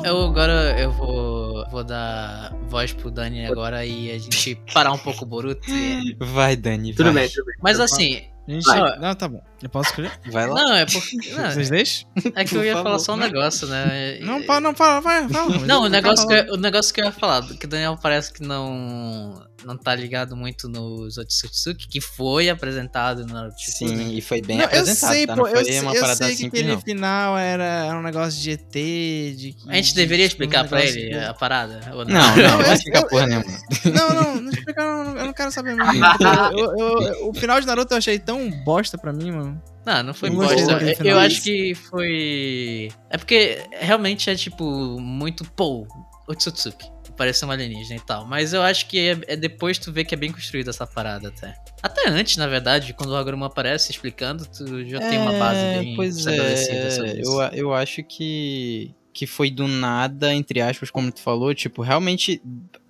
B: Eu agora eu vou, vou dar voz pro Dani agora e a gente parar um pouco o Boruto. e-
C: Vai, Dani,
F: Tudo
C: vai.
F: bem, tudo bem.
B: Mas assim,
A: A gente...
B: Vai.
A: Não, tá bom. Eu posso escolher?
C: Vai lá.
B: não, é porque. não,
A: Vocês deixam?
B: é que eu ia
C: Por
B: falar
C: favor.
B: só um negócio, né?
A: Não, pa, não, fala, vai, fala.
B: Não, o
A: Eu
B: negócio,
A: tava
B: que eu, o negócio que eu ia falar, que o Daniel parece que não não tá ligado muito nos Otsutsuki, que foi apresentado no Naruto Shippuden.
C: Sim, e foi bem
A: Não, eu
C: apresentado,
A: sei,
C: tá?
A: pô,
C: não
A: eu,
C: foi
A: sei-
C: uma
A: eu
C: parada
B: assim
A: sei que
C: simples,
A: aquele
C: não.
A: final era, era um negócio de ET, de que-
B: A gente deveria
A: de que um
B: explicar pra
A: negócio
B: ele
A: de-
B: a parada? ou
C: Não, não,
A: eu-
C: não vai ficar
A: eu-
C: porra nenhuma.
A: Não, não, não explicar, não, eu não quero saber mesmo. Eu- eu- o final de Naruto eu achei tão bosta pra mim, mano.
B: Não, não foi
A: Não
B: bosta.
A: gostou daquele
B: Eu,
A: final.
B: acho que foi. É porque realmente é tipo muito pô, Otsutsuki. Parece um alienígena e tal. Mas eu acho que é, é depois tu vê que é bem construída essa parada até. Até antes, na verdade, quando o Agrumo aparece explicando, tu já tem uma base
C: É,
B: bem
C: pois
B: estabelecida sobre
C: é,
B: isso.
C: eu, a- eu acho que, que foi do nada, entre aspas, como tu falou, tipo, realmente,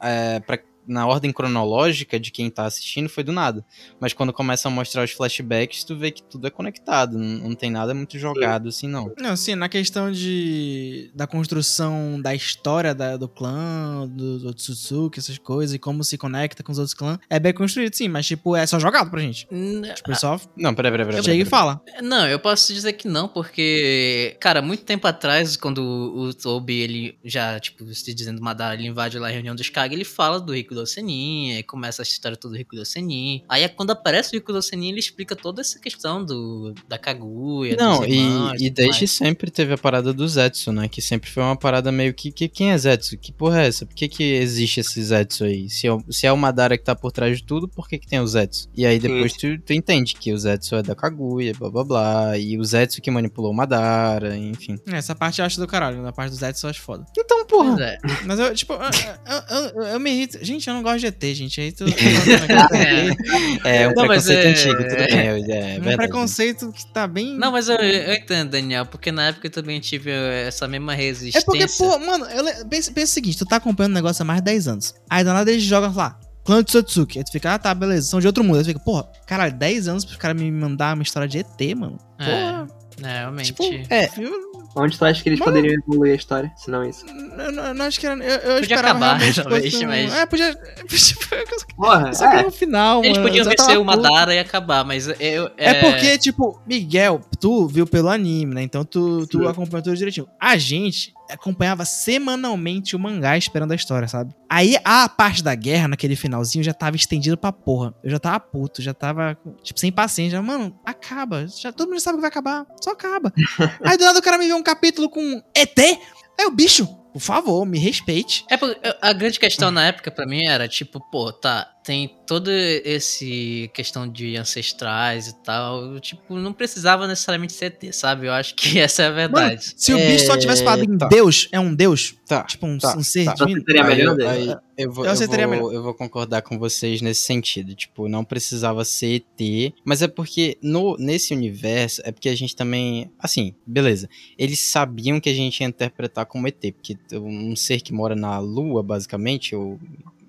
C: é, pra- na ordem cronológica de quem tá assistindo, foi do nada. Mas quando começa a mostrar os flashbacks, tu vê que tudo é conectado, não, não tem nada muito jogado assim, não.
A: Não, sim, na questão de da construção da história da- do clã, do, do Otsutsuki, essas coisas, e como se conecta com os outros clãs, é bem construído, sim, mas tipo, é só jogado pra gente.
B: N-
A: Tipo,
C: Ah,
A: é só
C: Não, peraí, peraí, peraí.
A: chega e
C: peraí.
A: fala.
B: Não, eu posso dizer que não, porque, cara, muito tempo atrás, quando o Toby, ele já, tipo, se dizendo Madara, ele invade lá a reunião dos Kage, ele fala do Rico do Senin, aí começa a história toda do Rico do Senin. Aí é quando aparece o Rico do Senin, ele explica toda essa questão do, da Kaguya,
C: Não,
B: dos
C: e,
B: irmãos,
C: e
B: tudo
C: desde
B: mais.
C: sempre teve a parada do Zetsu, né? Que sempre foi uma parada meio que, que- Quem é Zetsu? Que porra é essa? Por que, que existe esse Zetsu aí? Se é, o- se é o Madara que tá por trás de tudo, por que, que tem o Zetsu? E aí depois tu, tu entende que o Zetsu é da Kaguya, blá blá blá. E o Zetsu que manipulou o Madara, enfim.
A: É, Essa parte eu acho do caralho, da parte dos Zetsu eu acho foda.
C: Então,
B: Pois
C: porra.
B: é.
A: Mas eu, tipo, eu, eu- eu- eu me irrito. Gente, eu não gosto de ET, gente. Aí tu.
C: É um
B: Não, mas
C: preconceito
B: é-
C: antigo, tudo bem. É, é
A: É um
C: verdade.
A: preconceito que tá bem.
B: Não, mas eu, eu entendo, Daniel, porque na época eu também tive eh, essa mesma
A: É
B: resistência.
A: porque, pô, mano, eu le- pensa, pensa o seguinte: tu tá acompanhando o negócio há mais de 10 anos. Aí do nada eles jogam lá, clã de Sotsuki. Aí tu fica, ah tá, beleza, são de outro mundo. Aí tu fica, porra, caralho, 10 anos pros caras me mandar uma história de ET, mano.
B: É, é, realmente.
A: Tipo,
C: É,
A: Eu,
F: Onde tu acha que eles
A: Mano.
F: poderiam evoluir a história, se não isso?
A: eu não- eu não acho que era. Eu, eu
B: Podia
A: esperava
B: acabar,
A: realmente que
B: talvez,
A: fosse um-
B: mas-
A: É, podia. podia-
F: Porra,
A: Só que
C: um
F: é.
A: no final,
B: Eles
A: mano.
B: podiam
A: eu já
B: vencer
A: tava
B: o
A: puto.
B: Madara e acabar, mas eu...
A: É porque, tipo, Miguel, tu viu pelo anime, né? Então tu, tu
F: Sim.
A: acompanhou tudo direitinho. A gente acompanhava semanalmente o mangá esperando a história, sabe? Aí a parte da guerra, naquele finalzinho, já tava estendido pra porra. Eu já tava puto, já tava, tipo, sem paciência. Já, Mano, acaba. Já, todo mundo sabe que vai acabar. Só acaba. Aí do nada o cara me vê um capítulo com ET. Aí o bicho, por favor, me respeite.
B: É porque a grande questão na época pra mim era tipo, pô, tá, tem todo esse questão de ancestrais e tal, tipo, não precisava necessariamente ser ET, sabe? Eu acho que essa é a verdade.
A: Se o bicho só tivesse falado em
C: Eita.
A: Deus, é um Deus,
C: Tá.
A: tipo um,
C: Tá,
A: um ser
C: tá.
A: divino.
F: Seria
C: Aí
F: melhor né?
C: eu,
F: dele.
C: aí eu vou,
A: Eu
C: eu,
A: aceitaria
C: vou,
A: melhor.
C: eu vou concordar com vocês nesse sentido. Tipo, não precisava ser ET. Mas é porque no, nesse universo, é porque a gente também. Assim, beleza. Eles sabiam que a gente ia interpretar como ET. Porque um ser que mora na Lua, basicamente, ou.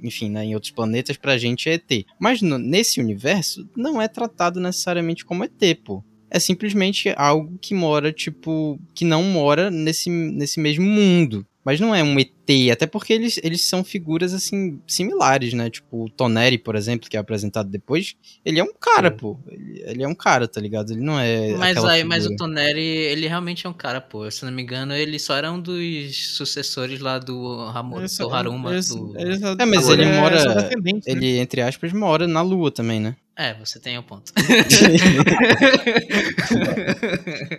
C: Enfim, né, em outros planetas, pra gente é ET. Mas no- nesse universo, não é tratado necessariamente como ET, pô é simplesmente algo que mora, tipo, que não mora nesse, nesse mesmo mundo. Mas não é um ET, até porque eles, eles são figuras, assim, similares, né? Tipo, o Toneri, por exemplo, que é apresentado depois, ele é um cara, pô. Ele, ele é um cara, tá ligado? Ele não é.
B: Mas
C: aquela
B: aí, mas o
C: figura.
B: Toneri, ele realmente é um cara, pô. Se não me engano, ele só era um dos sucessores lá do Ramon, do Haruma. do-
C: um, É, mas ele mora-
A: Ele...
C: Ele, entre aspas, mora na lua também, né?
B: É, você tem o ponto.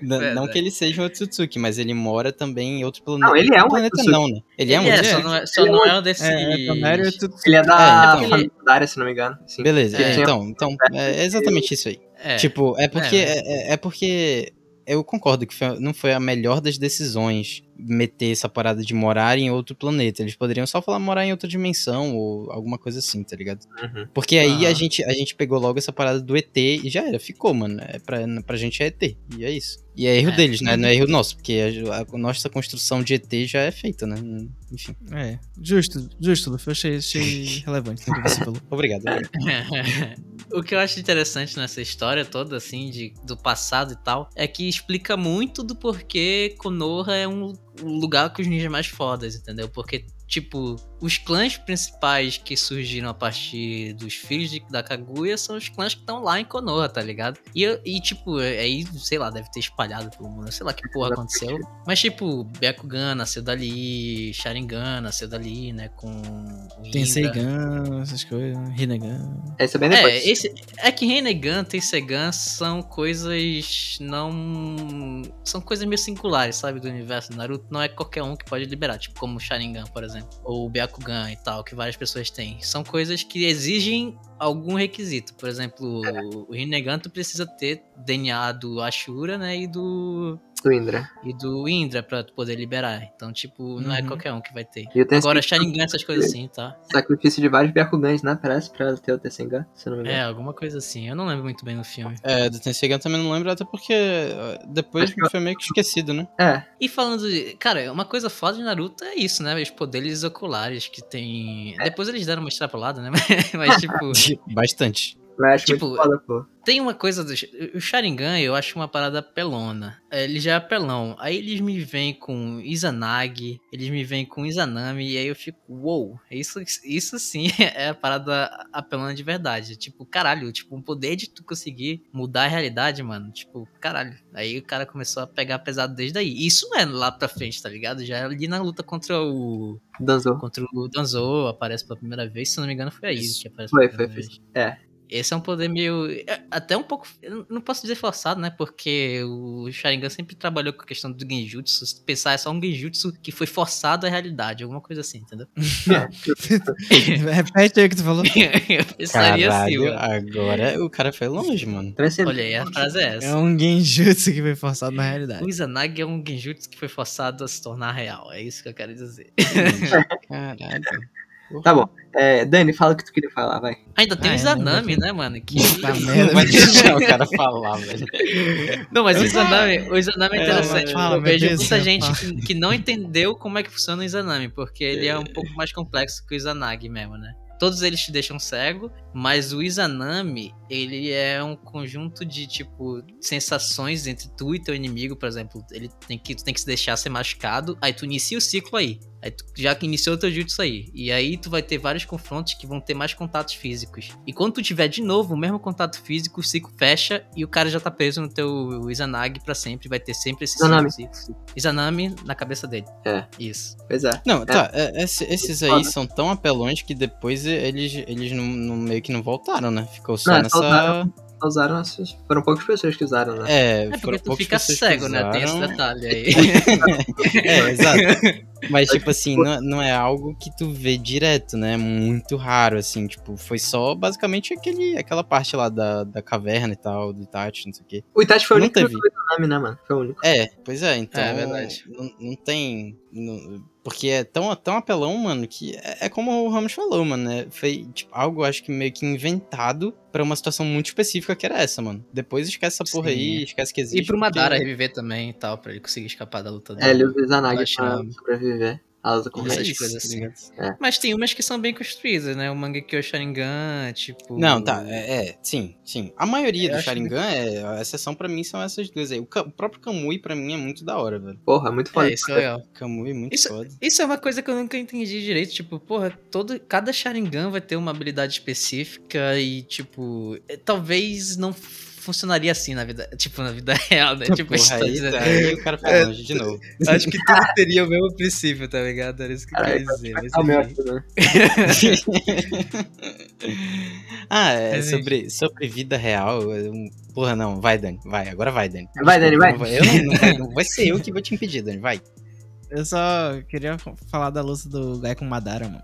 C: Não,
B: Verdade.
C: não que ele seja o Otsutsuki, mas ele mora também em outro planeta.
F: Não, ele é um
C: planeta,
F: Otsutsuki.
C: não, né? Ele é um
B: Ele é,
C: Otsutsuki.
B: só não é, só
F: Ele é
B: não
F: um-
B: é um desses.
A: É, é, Toneri é tudo...
F: Ele é da
C: É, então.
F: família da área, se não me engano. Sim.
C: Beleza,
B: É.
C: é, então, então é exatamente isso aí.
B: É.
C: Tipo, é porque
B: É,
C: é, é- é porque eu concordo que foi- não foi a melhor das decisões meter essa parada de morar em outro planeta. Eles poderiam só falar morar em outra dimensão ou alguma coisa assim, tá ligado?
F: Uhum.
C: Porque aí
B: Ah.
C: a gente a gente pegou logo essa parada do ET e já era, ficou, mano. É pra, pra gente é ET, e é isso. E é erro
B: É.
C: deles, né? Não é erro nosso, porque a, a nossa construção de ET já é feita, né? Enfim,
A: É, justo, justo, Luffy. Eu achei, achei relevante o que você falou.
C: então, obrigado.
F: É.
C: obrigado.
B: o que eu acho interessante nessa história toda, assim, de, do passado e tal, é que explica muito do porquê Konoha é um, um lugar com os ninjas mais fodas, entendeu? Porque, tipo, os clãs principais que surgiram a partir dos filhos de- da Kaguya são os clãs que estão lá em Konoha, tá ligado? E, eu- e, tipo, aí, sei lá, deve ter espalhado pelo mundo, sei lá que porra aconteceu. Mas, tipo, Byakugan nasceu dali, Sharingan nasceu dali, né, com o
A: Tensei
F: né?
B: Hinga.
A: Gun, essas coisas, Rinnegan.
F: Esse é bem depois.
B: É, esse, é que Renegan e Segan são coisas não. São coisas meio singulares, sabe? Do universo do Naruto. Não é qualquer um que pode liberar, tipo como o Sharingan, por exemplo. Ou o Byakugan e tal, que várias pessoas têm. São coisas que exigem algum requisito. Por exemplo, o Renegan tu precisa ter DNA do Ashura, né? E do.
F: Do Indra.
B: E do Indra pra tu poder liberar. Então, tipo, não é
A: Uhum.
B: qualquer um que vai ter.
F: E o Tensei
B: Agora, Sharingan, essas coisas assim, tá?
F: sacrifício de vários Byakugans, né? Parece pra ter o Tessengan, se não me engano.
B: É, alguma coisa assim. Eu não lembro muito bem no filme.
C: É, do Tensei Gun também não lembro, até porque eh, depois
F: Acho que eu-
C: foi meio que esquecido, né?
F: É.
B: E falando de. Cara, uma coisa foda de Naruto é isso, né? Os poderes oculares que tem. Depois eles deram uma extrapolada, né? Mas, mas, tipo.
C: Bastante.
F: mas acho
B: Tipo,
F: muito foda, pô.
B: Tem uma coisa do. O Sharingan eu acho uma parada pelona. Ele já é pelão. Aí eles me vêm com Izanagi, eles me vêm com Izanami, e aí eu fico, uou, isso, isso sim é a parada apelona de verdade. Tipo, caralho, tipo, o poder de tu conseguir mudar a realidade, mano. Tipo, caralho. Aí o cara começou a pegar pesado desde aí. Isso não é lá pra frente, tá ligado? Já é ali na luta contra o.
F: Danzou.
B: Contra o Danzo, aparece pela primeira vez, se não me engano, foi aí
C: Isso.
B: que aparece
F: Foi,
B: pela primeira
F: foi,
B: vez.
F: É.
B: Esse é um poder meio. é, Até um pouco. eu Não posso dizer forçado, né? Porque o Sharingan sempre trabalhou com a questão do genjutsu. Se pensar, é só um genjutsu que foi forçado à realidade, alguma coisa assim, entendeu?
A: Repete aí o que tu falou.
B: eu pensaria assim,
C: Caralho,
B: mano.
C: agora o cara foi longe, mano.
F: Também se-
B: Olha aí, a frase é
A: É
B: essa.
A: um genjutsu que foi forçado na realidade.
B: O Izanagi é um genjutsu que foi forçado a se tornar real. É isso que eu quero dizer.
C: Caralho.
F: Tá bom. É, Dani, fala o que tu queria falar, vai.
B: Ainda tem
A: Ah,
B: o
A: é,
B: Izanami, né, mano? Que...
A: Puta merda.
C: Não vai deixar o cara falar, velho.
B: Não, mas o Izanami, o Izanami é
C: É,
B: interessante.
A: mas
B: porque
A: fala,
B: eu
A: meu
B: vejo
A: Deus do
B: muita
A: céu,
B: gente
A: fala.
B: que, que não entendeu como é que funciona o Izanami, porque ele é um pouco mais complexo que o Izanagi mesmo, né? Todos eles te deixam cego, mas o Izanami, ele é um conjunto de, tipo, sensações entre tu e teu inimigo, por exemplo. Ele tem que, tu tem que se deixar ser machucado, aí tu inicia o ciclo aí. Aí tu já que iniciou o teu jutsu aí. E aí tu vai ter vários confrontos que vão ter mais contatos físicos. E quando tu tiver de novo o mesmo contato físico, o ciclo fecha e o cara já tá preso no teu Izanagi pra sempre. Vai ter sempre esse
F: Izanami.
B: ciclo. ciclo. Izanami na cabeça dele.
F: É.
B: Isso.
F: Pois é.
C: Não, tá, é, esse- esses aí são tão apelões que depois eles, eles não, não- meio que não voltaram, né? Ficou só
F: Não,
C: nessa.
F: voltaram. Só Usaram essas... Foram poucas pessoas que usaram, né?
C: É,
B: É
C: foram
B: porque tu
C: poucas
B: fica
C: pessoas que
B: cego, né? Tem esse
C: usaram.
B: detalhe aí.
C: É, exato. Mas, tipo assim, não, não é algo que tu vê direto, né? É Muito raro, assim. Tipo, foi só basicamente aquele, aquela parte lá da, da caverna e tal, do Itachi, não sei o quê.
F: O Itachi foi o
C: Não
F: único que
C: teve.
F: foi o nome, né, mano? Foi o único.
C: É, pois é, então.
B: É, verdade.
C: Não, não tem. não- porque é tão, tão apelão, mano, que é, é como o Ramos falou, mano. né? foi tipo, algo, acho que meio que inventado pra uma situação muito específica que era essa, mano. Depois esquece essa porra
B: Sim, é.
C: aí, esquece que existe.
B: E pro Madara
C: porque- é
B: reviver também e tal, pra É, ele conseguir escapar da luta dele.
F: É, ele usa Zanagi pra
B: Achava.
F: sobreviver. Asa com
B: Essas
F: rede.
C: isso,
B: coisas
C: tá
B: assim.
C: ligado?
B: Mas tem umas que são bem construídas, né? O Mangekyo Sharingan, tipo...
C: Não,
J: Não,
C: tá,
J: tá,
C: é, sim, sim. A maioria
B: Eu
C: do
B: acho
C: Sharingan, é, a exceção pra mim são essas duas aí. O, Ka- o próprio Kamui pra mim é muito da hora, velho.
F: Porra, muito foda.
B: É, isso é legal.
C: Kamui é muito
B: Isso-
C: foda.
B: Isso é uma coisa que eu nunca entendi direito, tipo, porra, todo, cada Sharingan vai ter uma habilidade específica e, tipo, eh, talvez não funcionaria assim na vida, tipo, na vida real, né? Tipo, a gente
C: Porra,
B: tá
C: aí,
B: dizendo-
C: tá, aí o cara
B: É,
C: falando de novo.
B: Acho que tudo teria o mesmo princípio, tá ligado? Era isso que eu
F: Caralho,
B: queria dizer. mas
F: Ah, meu,
B: enfim.
F: né?
C: Ah, é,
B: Mas,
C: sobre, sobre vida real. é um- Porra, não, vai, Dani, vai, agora vai, Dani.
F: Vai, Dani, vai.
C: Não Eu não, não vai, não vai ser eu que vou te impedir, Dani, vai.
A: Eu só queria falar da luta do Gai com o Madara, mano.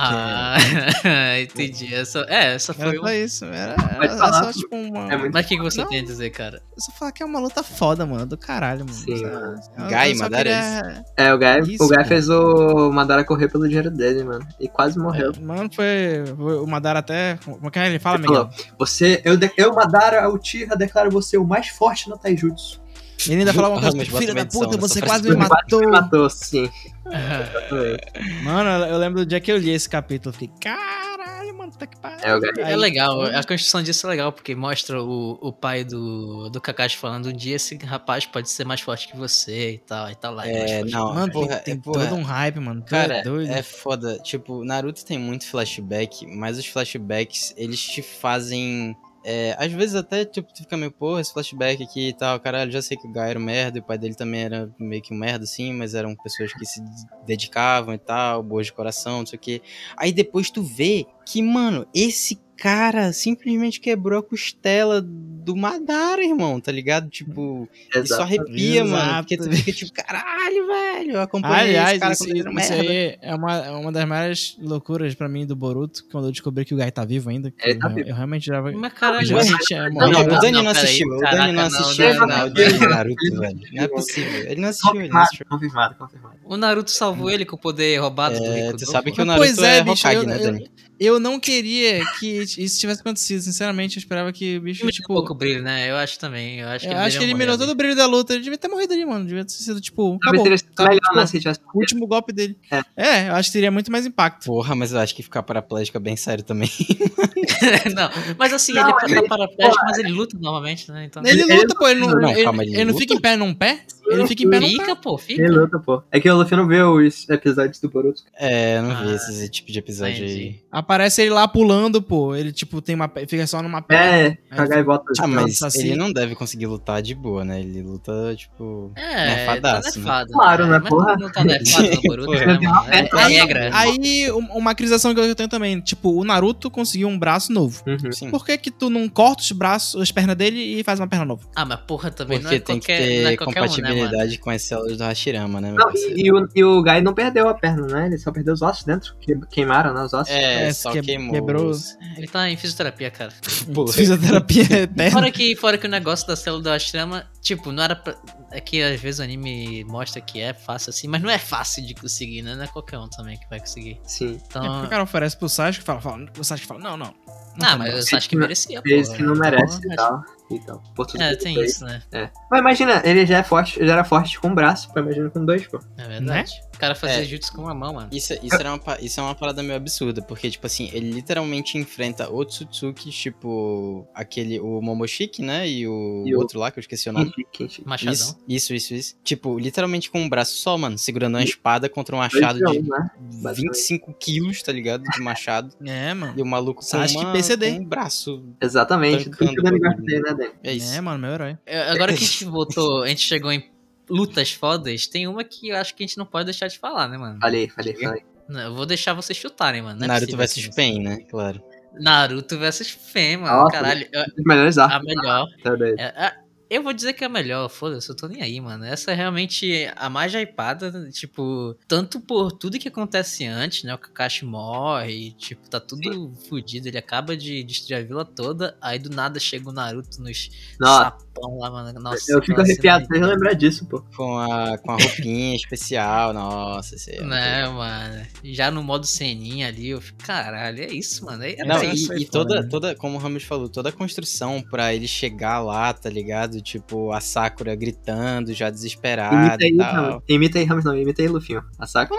B: Ah, entendi. Essa, é, essa
A: Era
B: foi
A: só
B: uma...
A: isso. Era, era,
F: Pode um- falar,
A: só tipo uma.
F: É muito-
B: Mas o que, que você
A: Não.
B: tem a dizer, cara?
A: Eu só falar que é uma luta foda, mano. Do caralho, mano.
F: Sim,
A: Sabe?
F: mano.
A: Eu-
C: Gai,
A: eu só
C: Madara,
A: queria-
F: É, o Guy,
A: Isso,
F: o Guy
A: mano.
F: fez o Madara correr pelo dinheiro dele, mano. E quase morreu.
A: Mano, foi. foi- O Madara até. Como é que ele fala,
F: Ele
A: Miguel?
F: Você, eu, de- eu Madara, o Tira, declaro você o mais forte no Taijutsu.
A: Ele ainda falava uma
C: Ah,
A: coisa,
C: mas bota
A: filho
C: uma
A: da
C: edição
A: puta,
C: nessa
A: você
C: frase.
A: quase me
F: Quase
A: matou.
F: Me matou, sim. É.
A: Mano, eu- eu lembro do dia que eu li esse capítulo, eu fiquei, caralho, mano, tá que pariu.
F: É, o Guy.
B: É legal, a construção disso é legal, porque mostra o, o pai do, do Kakashi falando um dia esse rapaz pode ser mais forte que você e tal, e tal lá. e mais
C: É,
B: forte.
C: não,
A: Mano, tem-
C: porra,
A: tem,
C: é, porra,
A: todo um hype, mano. Tu
C: Cara,
A: é doido.
C: é foda. Tipo, Naruto tem muito flashback, mas os flashbacks, eles te fazem. é, às vezes até, tipo, tu fica meio, porra, esse flashback aqui e tal, caralho, já sei que o Guy era um merda, e o pai dele também era meio que um merda, assim, mas eram pessoas que se dedicavam e tal, boas de coração, não sei o quê. Aí depois tu vê que, mano, esse cara simplesmente quebrou a costela do Madara, irmão, tá ligado? Tipo, isso
F: Exato.
C: arrepia, mano,
A: Exato.
C: porque tu fica tipo, caralho, velho, eu acompanhei esse
A: Aliás,
C: cara
A: isso,
C: quando ele era um
A: isso
C: merda.
A: aí é uma, é uma das maiores loucuras pra mim do Boruto, quando eu descobri que o Gai tá vivo ainda. que
F: Ele tá
A: eu,
F: vivo.
A: eu realmente já...
B: Mas caralho,
A: já é, tinha
C: Não,
A: morrido.
C: não,
B: Não,
C: o Dani
B: não,
C: não,
B: peraí,
C: assistiu. o
B: caraca,
C: Dani não
B: não,
C: assistiu
F: não,
C: não,
F: não.
C: o Dani Naruto, velho. Não é possível. Ele não assistiu, ele não
F: Confirmado,
C: assistiu.
F: confirmado, confirmado.
B: O Naruto salvou ele com o poder roubado do
C: É,
B: Rikudo.
C: tu sabe que o
A: Mas,
C: Naruto
A: pois é,
C: é,
A: bicho,
C: Hokage,
A: eu-
C: né,
A: eu-
C: Dani?
A: Eu não queria que isso tivesse acontecido, sinceramente, eu esperava que o bicho,
B: Diminui um pouco
A: tipo...
B: o brilho, né? Eu acho também. Eu acho que é um
A: Eu acho que ele
C: né?
A: melhorou todo o brilho da luta, ele devia ter morrido ali, mano, devia ter sido, tipo,
F: Talvez
A: acabou,
F: teria sido
A: sabe?
F: melhor,
A: Tipo,
F: né, se tivesse...
A: o último golpe dele. É, eu acho que teria muito mais impacto.
C: Porra, mas eu acho que ficar paraplégico é bem sério também.
B: todo. não, mas assim,
F: Não,
B: ele
F: ele-
B: é paraplégico, mas ele luta novamente, né? Então...
A: Ele
F: Ele-
A: luta, pô, ele não,
C: Não,
A: ele,
C: calma, ele
A: ele não
C: luta?
A: fica em pé num pé? Ele fica em pé num pé?
B: Fica, pô, fica.
F: Ele luta, pô. É que o Luffy não vê os episódios do Boruto.
C: É, eu não vi
B: Ah,
C: esse tipo de episódio aí.
B: entendi.
A: Aparece ele lá pulando, pô. Ele, tipo, tem uma, pe- fica só numa perna.
F: É, cagar e bota.
C: Ah, mas
A: Nossa,
C: ele
A: assim-
C: não deve conseguir lutar de boa, né? Ele luta, tipo...
B: É,
C: Nerfadaço,
B: tá
C: né?
B: nefado.
F: Claro, né,
B: Mas
F: porra?
B: todo mundo tá nefado no Boruto,
C: Porra.
B: né, mano? É, é regra.
A: Aí, um- uma acrisação que eu tenho também. Tipo, o Naruto conseguiu um braço novo.
F: Uhum.
C: Sim.
A: Por que que tu não corta os braços, as pernas dele e faz uma perna nova?
B: Ah, mas porra também não
C: Porque
B: é
C: tem que
B: qualquer, não é
C: ter
B: qualquer um, né, mano?
C: compatibilidade com as células do Hashirama, né, meu
F: Não,
C: parceiro?
F: e, e o, e o Guy não perdeu a perna, né? Ele só perdeu os ossos dentro. que- queimaram, né? Os ossos.
C: É,
A: Parece
C: só
A: que
C: queimou.
A: quebrou.
B: Ele tá em fisioterapia, cara.
C: Pô.
A: Fisioterapia eterna.
B: Fora que, fora que o negócio da célula do Ashrama, tipo, não era pra... É que às vezes o anime mostra que é fácil assim, mas não é fácil de conseguir, né? Não é qualquer um também que vai conseguir.
F: Sim.
A: É porque o
B: Então...
A: cara oferece pro Sasuke e fala, fala, o Sasuke fala, não, não.
B: Ah,
A: tem
B: mas
A: braço.
B: eu acho que merecia, pô.
F: Eles que não
B: Então,
F: merecem
B: acho-
F: e tal. E tal. Por tudo
B: É,
F: que
B: tem
F: ele
B: isso, né?
F: Mas imagina, ele já é forte, já era forte com um braço, pô, imagina com dois, pô.
B: É verdade. O cara fazia jutsu com uma mão, mano.
C: Isso, isso, era uma, pa- isso é uma parada meio absurda, porque, tipo assim, ele literalmente enfrenta o Tsutsuki, tipo, aquele, o Momoshiki, né, e o
F: E o-
C: outro lá, que eu esqueci o nome.
F: Quente.
B: Machadão.
C: Isso, isso, isso, isso. Tipo, literalmente com um braço só, mano, segurando uma
F: E-
C: espada contra um
F: Dois
C: machado
F: pra
C: de
F: um, né?
C: 25 quilos, tá ligado? De machado.
A: É, mano.
C: E o maluco com,
A: Sasuke
C: uma,
A: PCD.
C: com um braço.
F: Exatamente. Tudo que o Dani
C: Tancando,
F: gosta dele, né, Dani?
C: É isso.
A: É, mano, meu herói.
B: É, Agora que a gente voltou, a gente chegou em lutas fodas, tem uma que eu acho que a gente não pode deixar de falar, né, mano?
F: Falei, falei, falei.
B: Não, Eu vou deixar vocês chutarem, mano. Não é
C: Naruto
B: possível
C: vs
B: assim.
C: Pain, né? Claro.
B: Naruto versus Fen, mano.
F: Nossa.
B: Caralho, eu-
F: Um dos
C: Ah,
F: melhores
B: a
F: arcos.
B: melhor.
F: tá doido.
B: É, a- eu vou dizer que é a melhor, foda-se, eu tô nem aí, mano. Essa é realmente a mais hypada, né? tipo, tanto por tudo que acontece antes, né? O Kakashi morre, tipo, tá tudo fudido, ele acaba de destruir a vila toda, aí do nada chega o Naruto nos
C: é,
F: Nossa,
B: sapão lá, mano. Nossa,
F: eu fico
C: assim,
B: aquela cena
F: arrepiado só
C: né?
F: de lembrar disso, pô.
C: Com a, com a roupinha especial, nossa, isso aí é muito
B: Né, mano. Já no modo ceninha ali, eu fico, caralho, é isso, mano. É,
C: Não,
B: é isso.
C: e, e
A: foda,
C: toda,
A: né?
C: toda, como o Ramos falou, toda a construção pra ele chegar lá, tá ligado? animado, tipo a Sakura gritando, já desesperada
F: Imita então. aí,
C: e tal. é
F: Ramos. Imita aí, Ramos, não. Imita aí, Lufinho. A saco.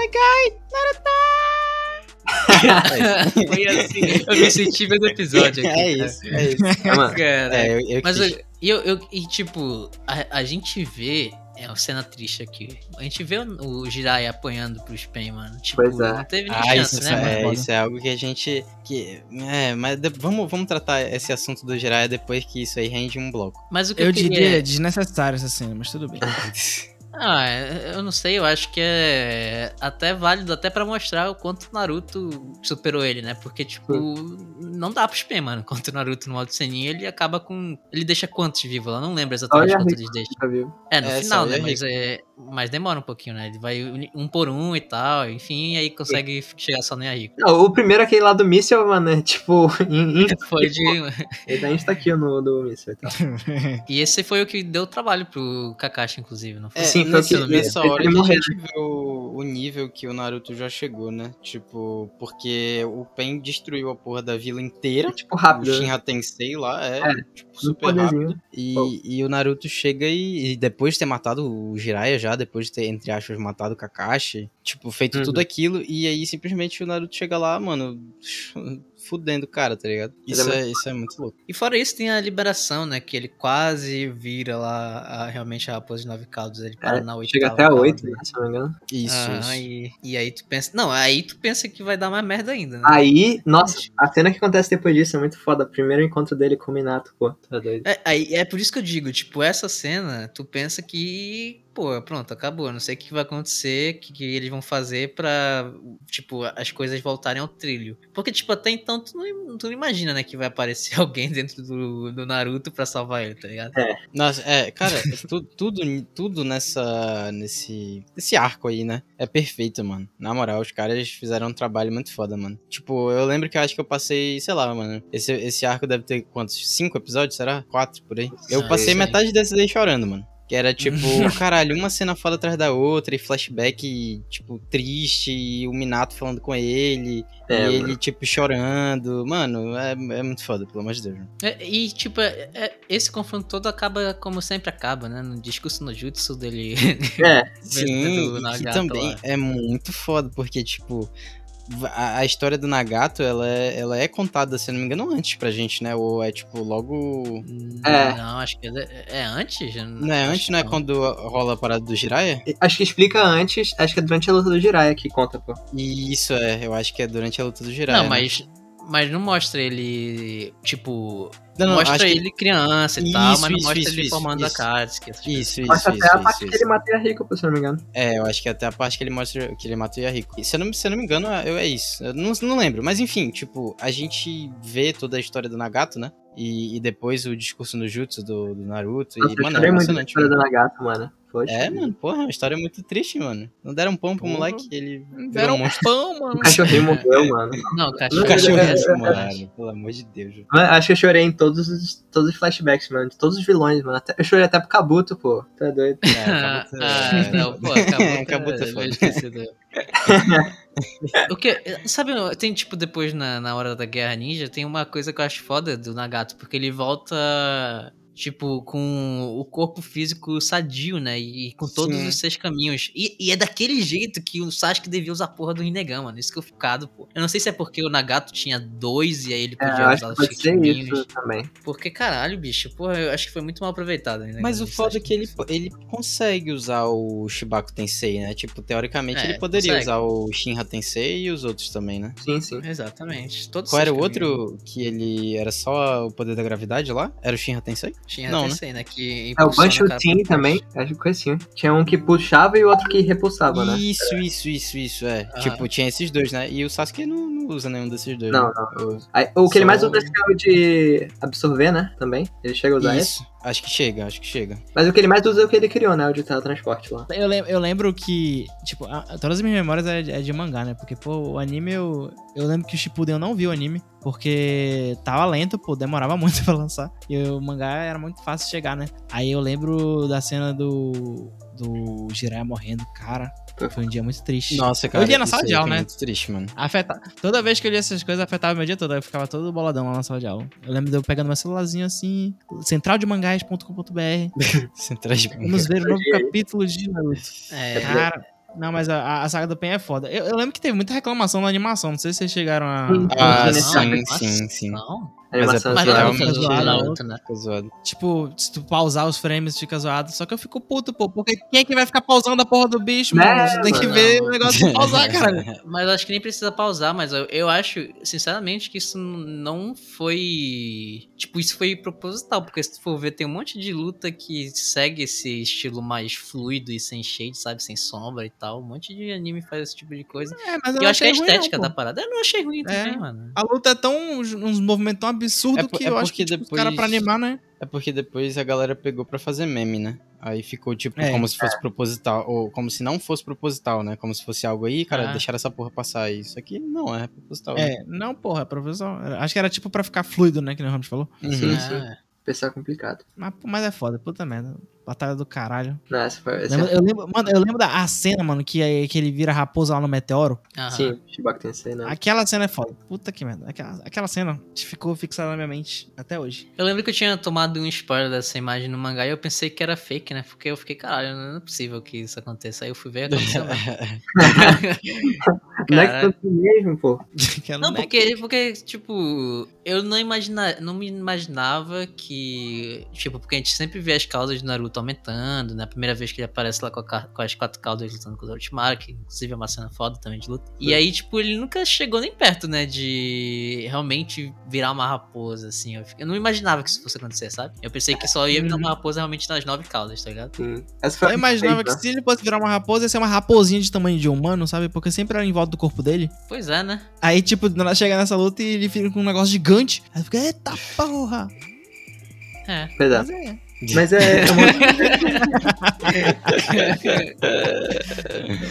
B: Foi assim. Eu me senti vendo o episódio aqui.
C: É
B: cara.
C: isso, é isso.
F: Mano,
B: Cara,
C: É, eu, eu
B: Mas
C: quis-
B: eu, e eu, eu- e tipo, a, a gente vê. É uma cena triste aqui. A gente vê o, o Jirai apanhando pro Spen, mano. Tipo,
F: Pois é.
B: não teve nem
C: Ah,
B: chance,
C: isso,
B: né, mano?
C: é,
A: mano?
C: isso é algo que a gente. Que, é, mas de- vamos, vamos tratar esse assunto do Jiraiya depois que isso aí rende um bloco.
B: Mas o que eu,
A: Eu
B: queria-
A: diria desnecessário essa cena, mas tudo bem.
B: Ah, é, eu não sei, eu acho que é até válido até pra mostrar o quanto o Naruto superou ele, né? Porque, tipo, não dá pro Spen, mano. Quanto o Naruto no modo Senin, ele acaba com. Ele deixa quantos vivos lá? Não lembro exatamente
F: Olha a
B: quantos eles deixam.
F: tá vivo.
B: É, no
C: É,
B: final,
C: só
B: né?
C: ia
B: Mas, é, mas demora um pouquinho, né? Ele vai uni- um por um e tal, enfim, e aí consegue chegar só nem a Rico.
F: Não, o primeiro é aquele lá do míssil, mano. É tipo, in- in-
B: Foi de...
F: ele tá insta-kill no do míssil. Tá?
B: E esse foi o que deu trabalho pro Kakashi, inclusive, não foi?
C: É,
F: Sim, foi o
C: nessa,
F: que-
C: nessa
F: ele
C: hora a
F: morreu,
C: gente vê o, o nível que o Naruto já chegou, né? Tipo, porque o Pen destruiu a porra da vila inteira.
F: É tipo rápido.
C: O Shinra Tensei lá é,
F: É,
C: tipo,
F: Um
C: super rápido.
F: poderzinho.
C: E,
F: Pô.
C: e o Naruto chega e, e depois de ter matado o Jiraiya já, depois de ter, entre aspas, matado o Kakashi, tipo, feito
F: Uhum.
C: tudo aquilo, e aí simplesmente o Naruto chega lá, mano, fudendo o cara, tá ligado?
F: Ele é
C: Isso
F: muito
C: é, isso é muito louco.
B: E fora isso, tem a liberação, né? Que ele quase vira lá a- realmente a raposa de nove caldos. Ele para
F: É,
B: na oitava.
F: Chega até a
B: cauda.
F: 8, né, se não me engano.
C: Isso,
F: Ah,
B: Aham,
C: isso.
B: E, e aí tu pensa... Não, aí tu pensa que vai dar mais merda ainda, né?
F: Aí, nossa, a cena que acontece depois disso é muito foda. Primeiro encontro dele com o Minato, pô. Tá doido.
B: É, aí- é por isso que eu digo, tipo, essa cena, tu pensa que, pô, pronto, acabou. Não sei o que vai acontecer, o que, que eles vão fazer pra, tipo, as coisas voltarem ao trilho. Porque, tipo, até então tu não, im- tu não imagina, né, que vai aparecer alguém dentro do, do Naruto pra salvar ele, tá ligado?
C: Nossa, é, cara, tu- tudo, tudo nessa, nesse, nesse arco aí, né? É perfeito, mano. Na moral, os caras fizeram um trabalho muito foda, mano. Tipo, eu lembro que eu acho que eu passei, sei lá, mano. Esse, esse arco deve ter quantos? Cinco episódios, será? Quatro por aí. Eu
B: Ah,
C: passei
B: isso aí.
C: metade desses aí chorando, mano. Que era tipo, caralho, uma cena foda atrás da outra, e flashback, tipo, triste, e o Minato falando com ele,
F: É,
C: e
F: mano.
C: ele, tipo, chorando. Mano, é, é muito foda, pelo amor de Deus. mano.
B: É, e, tipo, é- é- esse confronto todo acaba como sempre acaba, né? No discurso no jutsu dele.
F: É,
C: Sim, e que
B: Nagato
C: também
B: lá.
C: é muito foda, porque, tipo, a, a história do Nagato, ela é, ela é contada, se eu não me engano, antes pra gente, né? Ou é, tipo, logo...
F: É.
B: Não, acho que é, é antes?
C: Não é antes,
B: Acho
C: não é
B: que
C: quando rola a parada do Jiraiya?
F: acho que explica antes, acho que é durante a luta do Jiraiya que conta, pô.
C: E isso é, eu acho que é durante a luta do Jiraiya.
B: Não,
C: né?
B: mas, mas não mostra ele, tipo,
C: Não, não, acho
B: mostra
C: que-
B: ele criança e tal,
C: Isso,
B: mas não
C: isso,
B: mostra
C: isso,
B: ele
C: isso,
B: formando
C: isso.
B: a Katsuki. essas coisas.
C: Isso, isso,
F: Mas
C: isso,
F: até a parte
C: isso,
F: que ele
C: isso.
F: mata a Rico, pô, se eu não me engano.
C: É, eu acho que até a parte que ele mostra que ele mata o Yahiko. E Se eu não, se eu não me engano, eu, é isso. Eu não, não lembro. Mas enfim, tipo, a gente vê toda a história do Nagato, né? E, e depois o discurso no Jutsu do, do Naruto.
F: Nossa,
C: e,
F: eu
C: mano, é
F: chorei muito na
C: emocionante.
F: história
C: mano.
F: do Nagato, mano. Poxa.
C: É, mano, porra, é uma história muito triste, mano. Não deram pão pro
B: Porra.
C: moleque, ele. virou
B: Deram
C: um
B: um
C: monstro.
B: pão,
F: O
B: mano.
F: cachorrinho morreu, mano.
B: Não,
C: O
B: cachorro.
C: cachorro
F: É, é,
C: é,
F: é.
C: mano, pelo amor de Deus. velho.
F: Mano, Acho que eu chorei em todos os, todos os flashbacks, mano. De todos os vilões, mano. Até- eu chorei até pro Kabuto, pô. Tá doido.
C: É,
B: Ah,
C: acabou- né?
B: ah, não, pô, acabou.
C: Acabou, tá
B: tá
C: foda.
B: meio esquecido. o que, sabe, tem tipo depois na, na hora da Guerra Ninja, tem uma coisa que eu acho foda do Nagato, porque ele volta, tipo, com o corpo físico sadio, né? E com todos
C: Sim.
B: os seis caminhos. E, e é daquele jeito que o Sasuke devia usar a porra do Rinnegan, mano. Isso que eu fico ficado, pô. Eu não sei se é porque o Nagato tinha dois e aí ele
F: É,
B: podia
F: eu acho
B: usar
F: que
B: os
F: pode
B: seis
F: ser isso
B: caminhos.
F: também.
B: Porque caralho, bicho, porra, eu acho que foi muito mal aproveitado. Né,
C: Mas o foda é que ele, ele consegue usar o Shibaku Tensei, né? Tipo, teoricamente
B: É,
C: ele poderia
B: consegue.
C: usar o Shinra Tensei e os outros também, né?
F: Sim, sim.
B: Exatamente. Todos
C: Qual era o
B: esses caminhos.
C: outro que ele era só o poder da gravidade lá? Era o Shinra Tensei?
B: Tinha
C: Não,
B: não, né? Que
F: É o
B: impulsiona
F: Bancho
B: cara pra
F: Team
B: trás.
F: também. Acho que assim. Tinha um que puxava e o outro que repulsava, né?
C: Isso, isso, isso, isso, é.
B: Ah.
C: Tipo, tinha esses dois, né? E o Sasuke não, não usa nenhum desses dois.
F: Não,
C: né? Eu-
F: Aí, o que ele
C: Só-
F: mais usa é o de absorver, né? Também. Ele chega a usar esse.
C: Isso. Acho que chega, acho que chega.
F: Mas o que ele mais usa é o que ele criou, né? O de teletransporte lá.
A: Eu, lem- eu lembro que, tipo, a- a- todas as minhas memórias é de, é de mangá, né? Porque, pô, o anime eu. Eu lembro que o Shippuden eu não vi o anime, porque tava lento, pô, demorava muito pra lançar. E o mangá era muito fácil de chegar, né? Aí eu lembro da cena do. do Jiraiya morrendo, cara. Foi um dia muito triste.
C: Nossa,
A: cara,
C: cara.
A: Eu lia na sala de aula, né?
C: é Muito triste, mano.
A: Afeta... Toda vez que eu li essas coisas, afetava meu dia todo. Eu ficava todo boladão lá na sala de aula. Eu lembro de eu pegando meu celularzinho assim, centraldemangás.com.br.
C: Centrais de
A: Vamos ver o novo capítulo de Naruto.
B: É,
A: Cara, não, mas a, a saga do Pen é foda. Eu, eu lembro que teve muita reclamação na animação. Não sei se vocês chegaram a.
F: Sim.
C: Ah,
F: Não,
C: sim,
B: não.
C: sim, sim.
B: não.
F: A animação
B: Mas
C: Mas é
F: zoada.
B: não,
C: realmente
A: zoado,
B: na
A: não.
B: outra, né?
C: Fica zoado.
A: Tipo, se tu pausar os frames, fica zoado. Só que eu fico puto, pô. Porque quem é que vai ficar pausando a porra do bicho,
F: Né,
A: mano? Você tem que
B: mano?
A: ver o negócio de pausar, cara.
B: É. Mas eu acho que nem precisa pausar, mas eu, eu acho, sinceramente, que isso não foi. Tipo, isso foi proposital, porque se tu for ver, tem um monte de luta que segue esse estilo mais fluido e sem shade, sabe? Sem sombra e tal. Um monte de anime faz esse tipo de coisa.
A: É, mas
B: E
A: eu,
B: eu,
A: não
B: acho que
A: achei
B: a
A: ruim,
B: estética
A: não,
B: da
A: pô.
B: parada. Eu não achei ruim também,
A: É.
B: mano.
A: A luta é tão. uns movimentos tão absurdos
C: É po-
A: que
C: é
A: eu acho que
C: porque
A: tipo, os
C: depois-
A: caras pra animar, né?
C: É porque depois a galera pegou pra fazer meme, né? Aí ficou tipo
A: É.
C: como se fosse proposital, ou como se não fosse proposital, né? Como se fosse algo aí, cara,
B: Ah.
C: deixaram essa porra passar. aí. Isso aqui não é proposital. né?
A: É, não, porra, professor. Acho que era tipo pra ficar fluido, né? Que nem o Ramos falou.
C: Uhum.
F: sim.
B: Ah,
F: Pessoal complicado.
A: Mas, pô, mas é foda, puta merda. Batalha do caralho.
F: Não, essa foi. Essa
C: é
F: é
A: Lembra- eu, lembro, mano, eu lembro da a cena, mano, que, é- que ele vira raposa lá no meteoro.
B: aham.
F: Sim, Shibaku Tensei, não.
A: Aquela cena é foda. Puta que merda. Aquela, aquela cena ficou fixada na minha mente até hoje.
B: Eu lembro que eu tinha tomado um spoiler dessa imagem no mangá e eu pensei que era fake, né? Porque eu fiquei, caralho, não é possível que isso aconteça. Aí eu fui ver e aconteceu né? mesmo.
F: Não é que foi mesmo, pô.
A: Aquela
B: Não,
A: né?
B: porque, porque, tipo, eu não imagina, não me imaginava que. Tipo, porque a gente sempre vê as caudas de Naruto aumentando, né? A primeira vez que ele aparece lá com, a ca- com as quatro caudas lutando contra o Ultimara, que inclusive é uma cena foda também de luta.
C: É.
B: E aí, tipo, ele nunca chegou nem perto, né? De realmente virar uma raposa, assim. Eu, fiquei- eu não imaginava que isso fosse acontecer, sabe? Eu pensei que só ia virar
C: Uhum.
B: uma raposa realmente nas nove caudas, tá ligado?
F: Sim. Essa foi
A: Eu imaginava que
F: né?
A: se ele fosse virar uma raposa, ia ser uma raposinha de tamanho de humano, sabe? Porque sempre era em volta do corpo dele.
B: Pois é, né?
A: Aí, tipo, do nada chega nessa luta e ele fica com um negócio gigante. Aí fica, eita porra!
B: É.
F: Pois é.
A: Mas é.
F: Mas é,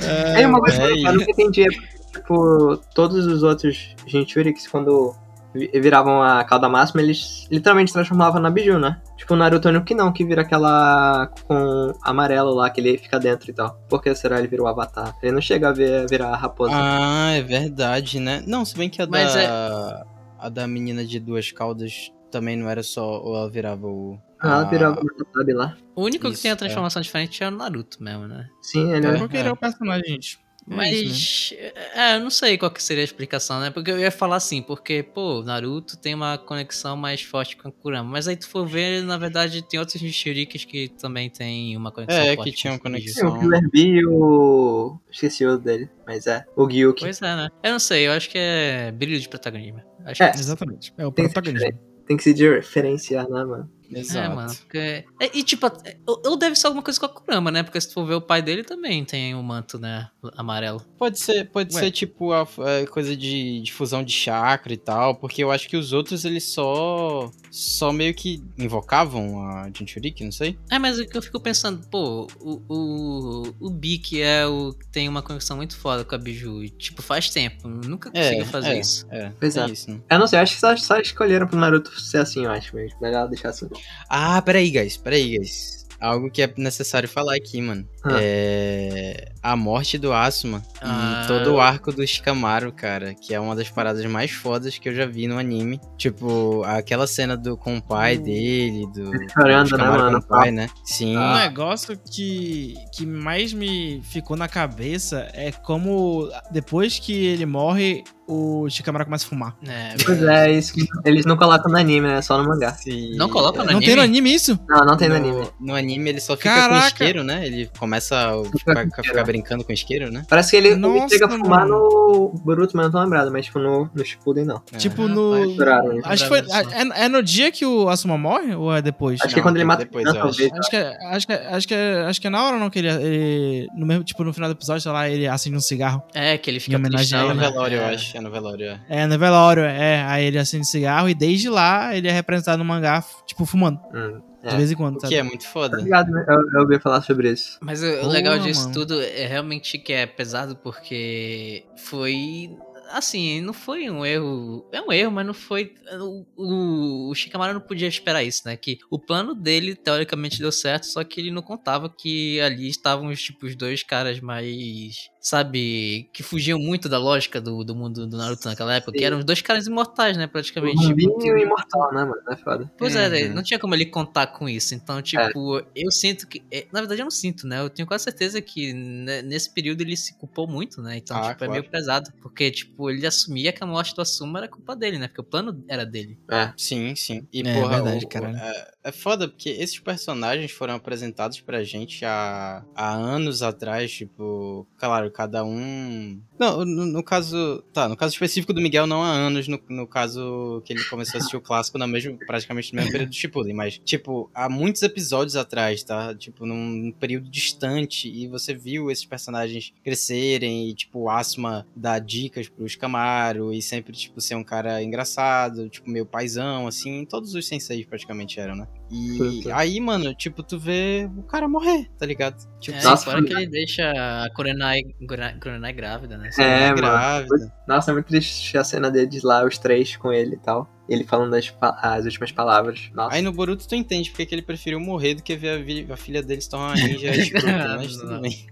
F: é uma, é uma coisa que eu nunca entendi. É porque, tipo, todos os outros Genchuriks, quando vi- viravam a cauda máxima, eles literalmente se transformavam na Biju, né? Tipo, o Naruto é o único que não, que vira aquela com amarelo lá, que ele fica dentro e tal. Por que será ele virou o Avatar? Ele não chega a ver- virar a raposa.
C: Ah, é verdade, né? Não, se bem que a
B: Mas é-
C: da. A da menina de duas caudas também não era só. Ou ela virava o.
F: Ah, ela
C: a-
F: virava o Tabi lá.
B: O único
C: Isso,
B: que tem
C: é.
B: a transformação diferente é o Naruto mesmo, né?
F: Sim, ele é.
A: Porque ele é o personagem, gente. É isso
B: Mas, é, eu não sei qual que seria a explicação, né? Porque eu ia falar assim, porque, pô, Naruto tem uma conexão mais forte com o Kurama. Mas aí tu for ver, na verdade, tem outros Shurikens que também tem uma conexão
C: É,
B: forte.
C: que tinha uma
B: com o Kurama.
F: É, o
C: conexão.
F: Killer Bee e o. Esqueci o dele, mas é. O Gyuki.
B: Pois é, né? Eu não sei, eu acho que é brilho de protagonismo. Acho
F: É.
B: que
A: Exatamente. É o
F: Tem que, se
A: protagonista.
F: diferen- tem que se diferenciar, né, mano?
B: É,
C: Exato.
B: mano, porque... é, E, tipo, é, ou ou deve ser alguma coisa com a Kurama, né? Porque se tu for ver, o pai dele também tem um manto, né, amarelo.
C: Pode ser, pode
A: Ué.
C: ser tipo a, a coisa de, de fusão de chakra e tal, porque eu acho que os outros eles só só meio que invocavam a Jinchuriki, não sei.
B: É, mas o que eu fico pensando, pô, o, o, o Bi, que é o que tem uma conexão muito foda com a Biju, e, tipo, faz tempo, nunca
C: É,
B: conseguiu fazer
C: é.
B: isso.
C: É,
F: Pois
C: é
F: é.
C: isso, né?
F: Eu não sei, acho que só, só escolheram pro Naruto ser assim, eu acho mesmo. Melhor deixar assim.
C: Ah, peraí, guys, peraí, guys. Algo que é necessário falar aqui, mano.
F: Ah.
C: É. A morte do Asuma
B: Ah.
C: e todo o arco do Shikamaru, cara. Que é uma das paradas mais fodas que eu já vi no anime. Tipo, aquela cena do com o
F: Hum.
C: pai dele, do.
F: Chorando, né,
C: Shikamaru
F: mano? Ah.
C: Com o pai, né? Sim.
A: Um negócio que, que mais me ficou na cabeça é como depois que ele morre, o Shikamaru começa a fumar.
B: É,
F: Pois é, isso que eles não colocam no anime, né? Só no mangá.
C: Sim.
B: Não coloca no
A: Não
B: anime?
A: tem no anime isso?
F: Não, não tem no anime.
C: No anime ele só fica com
A: Caraca!
C: isqueiro, né? Ele começa a
F: Fica
C: ficar,
F: com isqueiro.
C: ficar brincando com isqueiro, né?
F: Parece que ele, ele
A: Nossa,
F: chega a fumar
A: mano.
F: no Boruto, mas eu não tô lembrado. Mas, tipo, no, no Shippuden, não.
C: É.
A: Tipo,
B: Ah,
A: no.
B: rapaz.
F: Choraram tá, isso. né?
A: Acho que foi. É, é no dia que o Asuma morre ou é depois?
F: Acho
C: Não,
F: que é quando ele
C: tem
F: mata
C: depois,
F: o Kinan,
C: eu acho.
F: talvez.
A: Acho que, é- acho, que, é- acho, que, é- acho que é na hora não que ele, ele- No mesmo, tipo, no final do episódio, sei lá, ele acende um cigarro.
B: É, que ele fica
A: Em homenagem a
B: tristão,
C: É
A: ela,
C: no
B: né?
C: velório, eu
B: É.
C: acho. É no velório, é.
A: É, no velório, é. Aí ele acende um cigarro e desde lá ele é representado no mangá, f- tipo, fumando.
F: Hum,
A: De
F: É.
A: vez em quando,
C: O que
A: sabe?
C: é muito foda.
F: Obrigado, né? eu, eu ouvi falar sobre isso.
B: Mas o o
A: Porra,
B: legal disso
A: mano.
B: tudo é realmente que é pesado porque foi assim, não foi um erro. É um erro, mas não foi. O, o, o Shikamaru não podia esperar isso, né? Que o plano dele, teoricamente, deu certo, só que ele não contava que ali estavam os, tipo, os dois caras mais. Sabe? Que fugiam muito da lógica do, do mundo do Naruto naquela época, que
F: Sim.
B: eram os dois caras imortais, né? Praticamente.
F: Um
B: Tipo, que-
F: vinho imortal, né, mano? É foda.
B: Pois é, né,
C: Uhum. É.
B: não tinha como ele contar com isso. Então, tipo, eu sinto que. é, Na verdade, eu não sinto, né? Eu tenho quase certeza que né, nesse período ele se culpou muito, né? Então,
C: Ah,
B: tipo,
C: claro.
B: é meio pesado. Porque, tipo, ele assumia que a morte do Asuma era culpa dele, né? Porque o plano era dele.
F: É.
C: Sim, sim. E,
A: É,
C: porra,
A: verdade,
C: o- o-
A: caralho.
C: é, é foda porque esses personagens foram apresentados pra gente há, há anos atrás, tipo, claro, cada um... Não, no, no caso... Tá, no caso específico do Miguel, não há anos, no, no caso que ele começou a assistir o clássico na mesmo, praticamente no mesmo período do Shippuden, mas, tipo, há muitos episódios atrás, tá? Tipo, num período distante, e você viu esses personagens crescerem, e, tipo, o Asuma dar dicas pros Camaro, e sempre, tipo, ser um cara engraçado, tipo, meio paizão, assim, todos os senseis praticamente eram, né? E
F: Sim, sim.
C: aí, mano, tipo, tu vê o cara morrer, tá ligado? Tipo,
B: É,
C: você
F: Nossa,
B: fora
F: foi-
B: que ele deixa a Kurenai, Kurenai- Kurenai grávida, né?
F: É,
C: tá
F: mano.
C: grávida.
F: Nossa, é muito triste a cena deles lá, os três com ele e tal. Ele falando as, pa- as últimas palavras. Nossa.
C: Aí no Boruto tu entende porque que ele preferiu morrer do que ver a, vi- a filha dele se tornar uma ninja escrota, mas tudo
B: Não.
C: bem.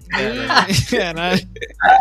A: Caralho.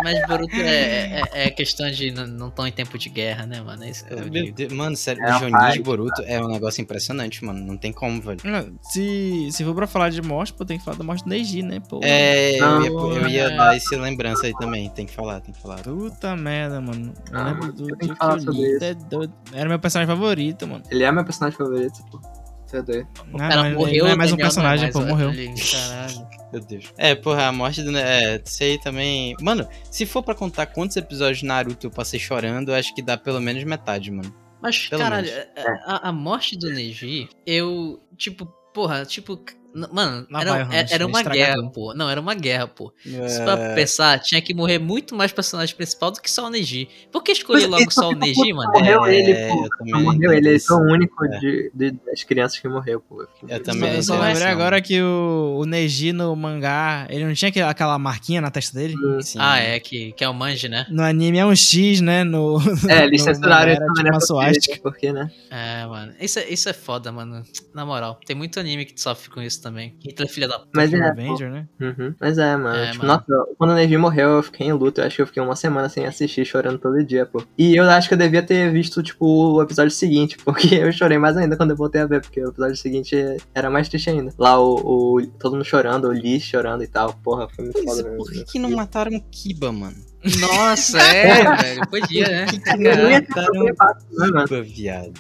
B: Mas Boruto é, é, é questão de n- não estão em tempo de guerra, né, mano? É isso que eu
C: Meu
B: digo.
C: Deus, mano, sério,
F: É,
C: o Jonin
F: rapaz.
C: de Boruto é um negócio impressionante, mano. Não tem como, velho.
A: Não, se, se for pra falar de morte, pô, tem que falar da morte do Neji, né, pô?
C: É, eu ia, eu ia
B: Não,
C: dar essa lembrança aí também. Tem que falar, tem que falar.
A: Puta merda, mano. Eu
F: Ah,
A: lembro
F: mano,
A: do,
F: tem
A: do
F: que
A: que
F: falar
A: eu
F: sobre
A: li.
F: isso.
A: é doido. Era meu personagem favorito, mano.
F: Ele é meu personagem favorito, pô. Você é doido.
A: O
B: Cara, morreu.
A: Não é mais um
B: Daniel, não é
A: personagem,
B: mais,
A: pô,
B: olha
A: morreu.
B: ali, Caralho.
C: Meu Deus. É, porra, a morte do. Ne- É, isso aí também. Mano, se for pra contar quantos episódios de Naruto eu passei chorando, eu acho que dá pelo menos metade, mano.
B: Mas,
C: Pelo
B: caralho,
C: menos.
B: a- a, a morte do Neji, eu, tipo, porra, tipo, c- n- mano,
A: Lá
B: era,
A: vai,
B: é-
A: Ramos,
B: era uma
A: estragar
B: guerra,
A: tudo.
B: pô. Não, era uma guerra, pô. Se pra
C: É.
B: pensar, tinha que morrer muito mais personagem principal do que só o Neji. Por que escolher
F: Mas
B: logo
F: ele
B: é, só
F: só
B: o
F: ficou
B: Neji,
F: puto,
B: mano?
F: pô. Morreu ele,
C: é,
F: pô.
C: Eu
F: Não
C: também
F: morreu, ele
C: entendo
F: é o
C: isso.
F: único
C: É.
F: de, de- das crianças que morreu, pô. fiquei
C: Eu
F: feliz.
C: também.
A: Eu só
C: tem
A: lembrei
C: essa,
A: agora que o, o Neji no mangá, ele não tinha aquela- aquela marquinha na testa dele?
C: Sim.
B: Ah, é, que, que é o Manji, né?
A: No anime é um X, né? No,
F: É, eles
A: no mangá
F: censuraram isso
A: era
F: também,
A: tipo
F: né?
A: uma
F: Porque,
A: suástica.
F: porque, né?
B: É, mano. Isso, é- isso é foda, mano. Na moral, tem muito anime que sofre com isso também. Hitler, filha da.
F: Mas é, pô.
A: Avenger, né?
F: Uhum. Mas é, mano.
B: É,
F: tipo,
B: mano.
F: Nossa, quando o Neji morreu, eu fiquei em luto. Eu acho que eu fiquei uma semana sem assistir, chorando todo dia, pô. E eu acho que eu devia ter visto, tipo, o episódio seguinte, porque eu chorei mais ainda quando eu voltei a ver, porque o episódio seguinte era mais triste ainda. Lá o, o- todo mundo chorando, o Lee chorando e tal. Porra, foi muito
C: Pois, é,
F: foda né?
C: por que,
F: mesmo.
C: que não mataram o Kiba, mano?
B: Nossa, é, velho. Podia, né?
F: não ia
B: Caralho.
F: ter problema, né, mano?
C: Kiba, viado.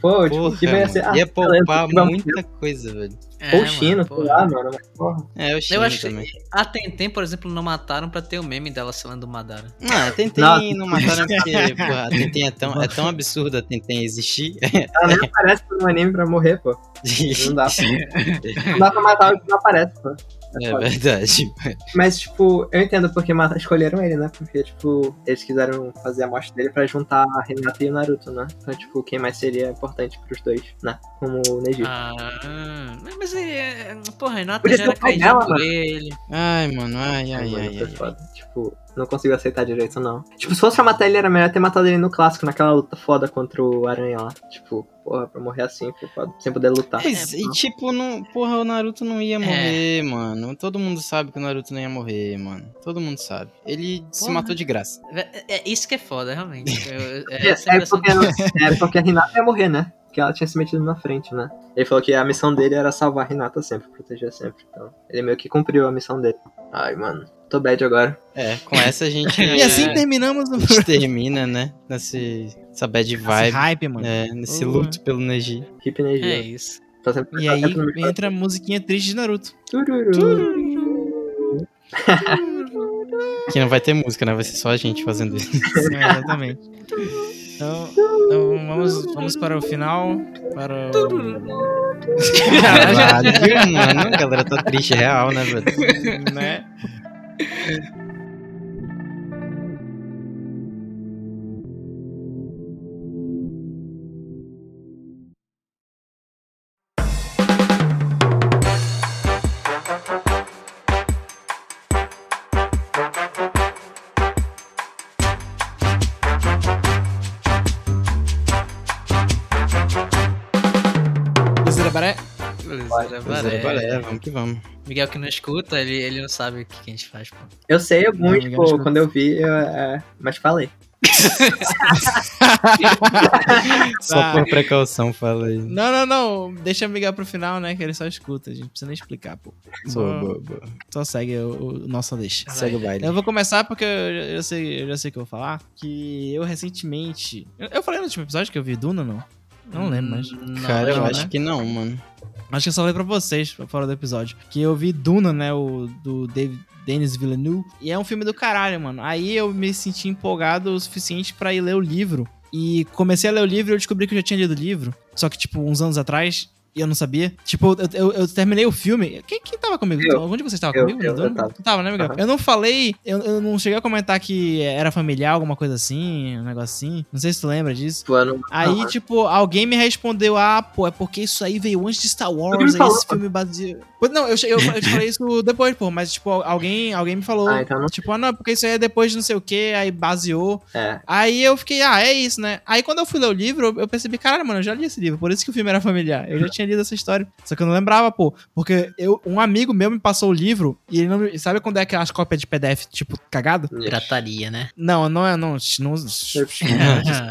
F: Pô, tipo,
C: Porra,
F: que vai ser.
C: mano, ia poupar
F: beleza, é
C: muita coisa, velho.
B: É,
F: Ou
B: mano,
F: Chino, sei
B: porra.
F: lá, mano. Mas, porra.
C: É, eu,
B: Eu acho
C: acho também.
B: que a Tentem, por exemplo, não mataram pra ter o meme dela selando o Madara.
C: Não, a Tenten
F: Nossa.
C: não mataram porque, porra, a Tenten é tão, é tão absurda a Tenten existir.
F: Ela
C: É.
F: nem aparece no anime pra morrer, pô. Não dá. Não dá pra matar o que não aparece, pô.
C: é verdade.
F: Mas, tipo, eu entendo porque ma- escolheram ele, né? Porque, tipo, eles quiseram fazer a morte dele pra juntar a Renata e o Naruto, né? Então, tipo, quem mais seria importante pros dois, né? Como o Neji.
B: Ah, mas é. é- Porra, Renata
F: Podia
B: já
F: ser
B: era
C: um
F: o pai
B: caidinha
F: dela,
B: por
F: mano.
B: ele.
C: Ai, mano, ai, ai,
F: Mano,
C: ai,
F: foi
C: ai.
F: foda. Tipo, não consigo aceitar direito, não. Tipo, se fosse pra matar ele, era melhor ter matado ele no clássico, naquela luta foda contra o Aranha lá. Tipo, porra, pra morrer assim, foi foda. Sem poder lutar.
C: Mas, e tipo, não, porra, o Naruto não ia morrer, mano. Todo mundo sabe que o Naruto não ia morrer, mano. Todo mundo sabe. Ele se
B: Porra.
C: matou de graça.
B: É, é isso que é foda, realmente. Eu- é
F: É,
B: essa a
F: é
C: um
B: impressão
F: porque,
B: que-
F: é porque a Renata ia morrer, né? Porque ela tinha se metido na frente, né? Ele falou que a missão dele era salvar a Renata sempre, proteger sempre. Então, ele meio que cumpriu a missão dele. Ai, mano, tô bad agora.
C: É, com essa a gente
A: E assim
B: É.
A: terminamos o
C: termina, né? Nesse, essa bad
A: Esse
C: vibe.
A: hype, mano.
C: É, nesse
A: Boa.
C: luto pelo Neji.
F: Hip
B: É
F: energia.
B: isso.
F: Tô sempre,
A: E
F: tô
A: aí
F: sempre me-
A: entra a musiquinha triste de Naruto.
F: Tururu.
C: Que não vai ter música, né? Vai ser só a gente fazendo isso.
A: É, exatamente. Então, então vamos, vamos para o final. Para o.
C: Caralho, viu, mano? A galera tá triste, é real, né, velho?
A: né?
B: Zero
C: Zero
B: Baré.
C: balé, é, vamos que vamos.
B: Miguel que não escuta, ele, ele não sabe o que que a gente faz, pô.
F: Eu sei alguns,
A: Não, eu acho
F: pô,
A: que-
F: quando eu vi, eu, é, mas falei.
C: Só por precaução, fala aí.
A: Não, não, não. Deixa eu ligar pro final, né? Que ele só escuta. A gente não precisa nem explicar, pô. Só,
C: Boa, boa, boa.
A: só segue o, o nosso deixa.
C: Segue o baile.
A: Eu vou começar porque eu, já- eu já sei, eu já sei o que eu vou falar. Que eu recentemente. Eu, eu falei no último episódio que eu vi Duna, não? Eu Não lembro, mas.
B: Não,
C: Cara, eu
A: não,
C: acho
A: né?
C: que não, mano.
A: Acho que eu só falei pra vocês fora do episódio. Que eu vi Duna, né? O do David. Denis Villeneuve. E é um filme do caralho, mano. Aí eu me senti empolgado o suficiente pra ir ler o livro. E comecei a ler o livro e eu descobri que eu já tinha lido o livro. Só que, tipo, uns anos atrás. E eu não sabia. Tipo, eu, eu- eu terminei o filme. Quem, quem tava comigo?
F: Eu.
A: Algum de vocês tava
F: Eu,
A: comigo?
F: eu,
A: Duda?
F: eu tava.
A: Tu tava, né, Miguel?
F: Aham.
A: Eu não falei. Eu, eu não cheguei a comentar que era familiar, alguma coisa assim. Um negócio assim. Não sei se tu lembra disso.
F: Pô, eu não-
A: Aí,
F: Aham.
A: tipo, alguém me respondeu: Ah, pô, é porque isso aí veio antes de Star Wars,
F: me
A: aí
F: falou,
A: esse filme baseia. Pois Não, eu, che- eu, eu te falei isso depois, pô, mas, tipo, alguém, alguém me falou:
F: Ah, então não.
A: Tipo, ah, não, é porque isso aí é depois de não sei o que, aí baseou.
F: É.
A: Aí eu fiquei, ah, é isso, né? Aí quando eu fui ler o livro, eu- eu percebi, caralho, mano, eu já li esse livro, por isso que o filme era familiar. Eu já tinha lido essa história. Só que eu não lembrava, pô. Porque eu, um amigo meu me passou o livro e ele não. me- Sabe quando é aquelas cópias de PDF, tipo, cagado?
B: Pirataria, né? Ah,
A: Não, não é, não. não é,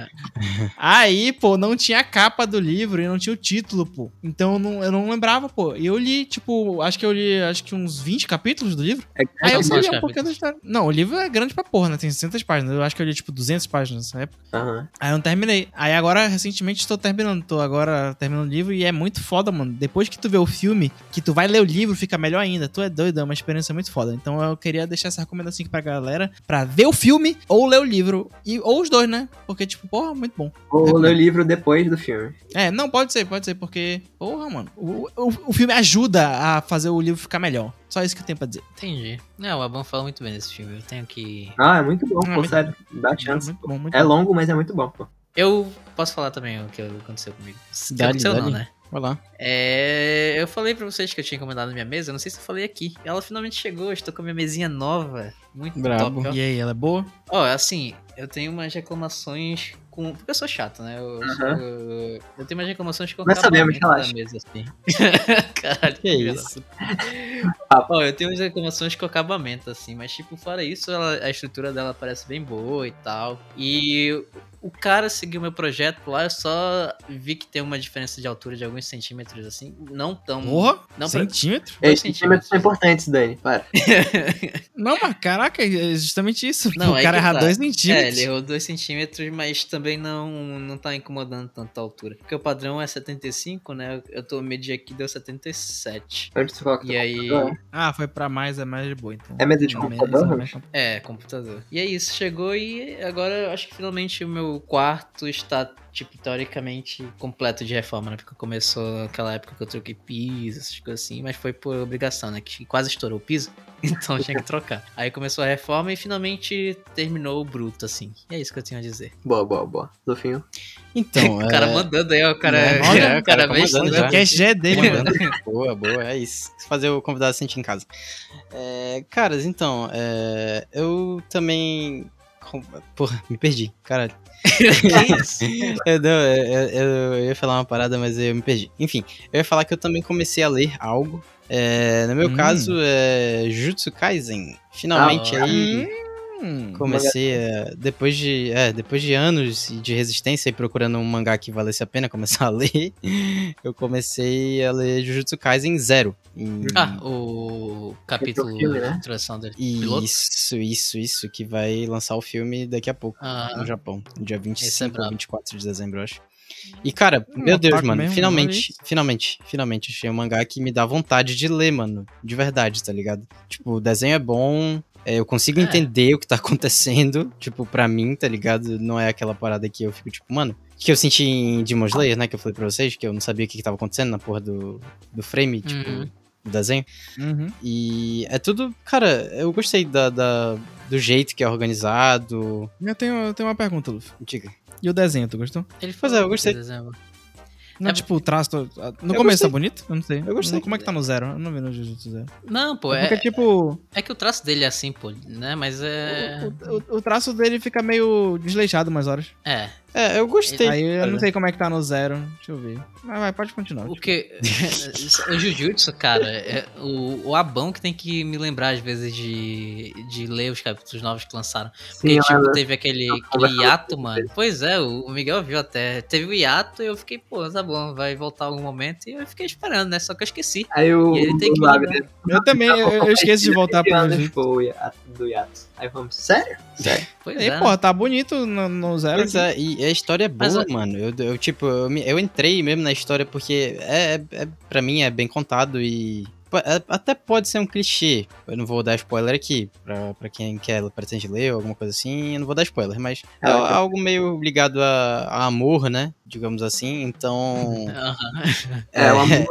A: Aí, pô, não tinha a capa do livro e não tinha o título, pô. Então eu não, eu não lembrava, pô. E eu li, tipo, acho que eu li acho que uns 20 capítulos do livro.
F: É
A: Aí eu
B: Quantos são
A: sabia
B: os
A: um pouquinho da
B: capítulos?
A: história. Não, o livro é grande pra porra, né? Tem 600 páginas. Eu acho que eu li, tipo, 200 páginas nessa época.
F: Aham.
A: Aí eu não terminei. Aí agora, recentemente, estou terminando. Tô agora terminando o livro e é muito foda, mano. Depois que tu vê o filme, que tu vai ler o livro, fica melhor ainda. Tu é doido, é uma experiência muito foda. Então eu queria deixar essa recomendação aqui pra galera, pra ver o filme ou ler o livro. E, ou os dois, né? Porque, tipo, porra, muito bom.
F: Vou ler o livro depois do filme.
A: É, não, pode ser, pode ser, porque. Porra, mano. O, o, o filme ajuda a fazer o livro ficar melhor. Só isso que eu tenho pra dizer.
B: Entendi. Não, o Abão fala muito bem desse filme. Eu tenho que.
F: Ah, é muito bom,
A: Ah,
F: pô,
A: mas-
F: sério. Dá chance.
A: Muito bom, muito
F: É
A: bom.
F: longo, mas é muito bom, pô.
B: Eu posso falar também o que aconteceu comigo. O que
C: Dá-lhe,
B: aconteceu não,
C: dá-lhe.
B: né?
C: Vai lá.
B: É, eu falei pra vocês que eu tinha encomendado minha mesa, eu não sei se eu falei aqui. Ela finalmente chegou, eu estou com a minha mesinha nova. Muito
C: Brabo.
B: top.
A: E aí, ela é boa?
B: Ó, Ó, assim, eu tenho umas reclamações com. Porque eu sou chato, né? Eu,
A: Uhum.
B: eu sou- eu tenho umas reclamações com o
F: Nós sabemos,
B: acabamento da
F: relaxa.
B: mesa, assim. Caralho,
C: Que
B: filha
C: isso?
B: da
F: Ah.
B: puta. Ó, eu tenho umas reclamações com o acabamento, assim, mas tipo, fora isso, ela- a estrutura dela parece bem boa e tal. E o cara seguiu meu projeto lá, eu só vi que tem uma diferença de altura de alguns centímetros, assim. Não tão.
A: Porra,
B: Não, pra-
A: centímetro?
B: Dois
F: Esses
B: centímetros.
F: sentimentos são importantes, Dani. Para.
A: Não, mas caraca, é justamente isso.
B: Não,
A: o
B: aí
A: cara
B: que
A: errar
B: tá.
A: 2
B: É,
A: centímetros.
B: ele errou 2 centímetros, mas também não, não tá incomodando tanto a altura. Porque o padrão é 75, né? Eu tô medi aqui, deu 77.
F: Onde tu coloca?
B: E aí.
A: Ah, foi pra mais, é mais de boa, então.
F: É mesa de
A: Não, menos,
F: computador,
A: é
F: né?
A: mais complicado.
B: É, computador. E é isso, chegou e agora eu acho que finalmente o meu quarto está, tipo, teoricamente completo de reforma, né? Porque começou aquela época que eu troquei piso, essas coisas assim, mas foi por obrigação, né? Que quase estourou o piso, então tinha que trocar. Aí começou a reforma e finalmente terminou o bruto, assim. E é isso que eu tinha a dizer.
F: Boa, boa, boa. Lufinho.
C: Então,
B: O cara
C: é...
B: mandando aí, ó, o cara.
A: Olha,
C: Né?
B: o cara
C: o cara né?
B: bem
C: comandando
A: O
B: estranho.
A: cast já é dele, mano.
C: boa, boa, é isso. Fazer o convidado se sentir em casa. É, caras, então, é, eu também. com- Porra, me perdi, caralho. é eu, não, eu- eu- eu ia falar uma parada, mas eu me perdi. Enfim, eu ia falar que eu também comecei a ler algo. É, no meu
A: Hum.
C: caso, é Jutsu Kaisen. Finalmente
B: Ah,
C: aí.
A: Hum.
C: Comecei, é, depois de, é, depois de anos de resistência e procurando um mangá que valesse a pena começar a ler, eu comecei a ler Jujutsu Kaisen Zero. E-
B: Ah, o capítulo
F: Esse é o filme, né?
B: de introdução dele.
C: e
B: Piloto.
C: isso, isso, isso, que vai lançar o filme daqui a pouco
B: Ah,
C: no Japão, no dia
B: Esse é
C: 25 ou
B: brabo.
C: 24 de dezembro, eu acho. E cara,
A: Hum,
C: meu Deus,
A: otaku
C: mano,
A: mesmo, olha
C: finalmente,
A: isso.
C: finalmente, finalmente achei um mangá que me dá vontade de ler, mano, de verdade, tá ligado? Tipo, o desenho é bom, é, eu consigo
B: É.
C: entender o que tá acontecendo, tipo, pra mim, tá ligado? Não é aquela parada que eu fico tipo, mano, que eu senti em Demon Slayer, né, que eu falei pra vocês, que eu não sabia o que, que tava acontecendo na porra do, do frame, tipo,
B: Uhum.
C: do desenho.
A: Uhum.
C: E é tudo. Cara, eu gostei da, da- do jeito que é organizado.
A: Eu tenho, eu tenho uma pergunta, Luffy.
C: Diga.
A: E o desenho, tu gostou?
B: ele né,
C: Pois é, eu gostei.
A: Não,
B: É,
A: tipo, o traço. todo- No
C: Eu
A: começo tá
C: gostei.
A: bonito? Eu não sei.
C: Eu gostei.
A: Como é que tá no zero? Eu não vi no Jujutsu Zero.
B: Não, pô,
A: É porque,
B: é,
A: tipo,
B: é que o traço dele é assim, pô, né? Mas é.
A: o, o- o traço dele fica meio desleixado umas horas.
B: É.
C: É, eu gostei.
A: Aí eu não
C: cara.
A: sei como é que tá no zero. Deixa eu ver. Mas vai, pode continuar.
B: O que. o Jujutsu, cara, é o, o Abão que tem que me lembrar às vezes de, de ler os capítulos novos que lançaram. Porque,
F: Sim,
B: tipo,
F: olha,
B: teve aquele, aquele hiato, mano. Pois é, o o Miguel viu até. Teve o hiato e eu fiquei, pô, tá bom, vai voltar algum momento. E eu fiquei esperando, né? Só que eu esqueci.
F: Aí o.
B: E ele tem que
F: o Lago,
B: lembrar.
F: ele
A: Eu também, eu, eu esqueço de voltar
F: né? tem
A: pro
F: anos,
A: Jujutsu.
F: pô, o hiato- do hiato. Aí vamos, sério?
B: Pois
A: E,
B: é.
A: pô, tá bonito no, no zero.
C: Pois é, e a história é boa,
B: Mas, ó,
C: mano. Eu, eu, tipo, eu, me- eu entrei mesmo na história porque é, é, é- pra mim é bem contado e. po- é- Até pode ser um clichê. Eu não vou dar spoiler aqui. Pra, pra quem quer, pretende ler ou alguma coisa assim, eu não vou dar spoiler, mas é
F: Ah, ok.
C: algo meio ligado a, a amor, né? Digamos assim. Então.
B: Aham.
F: É, uma boa.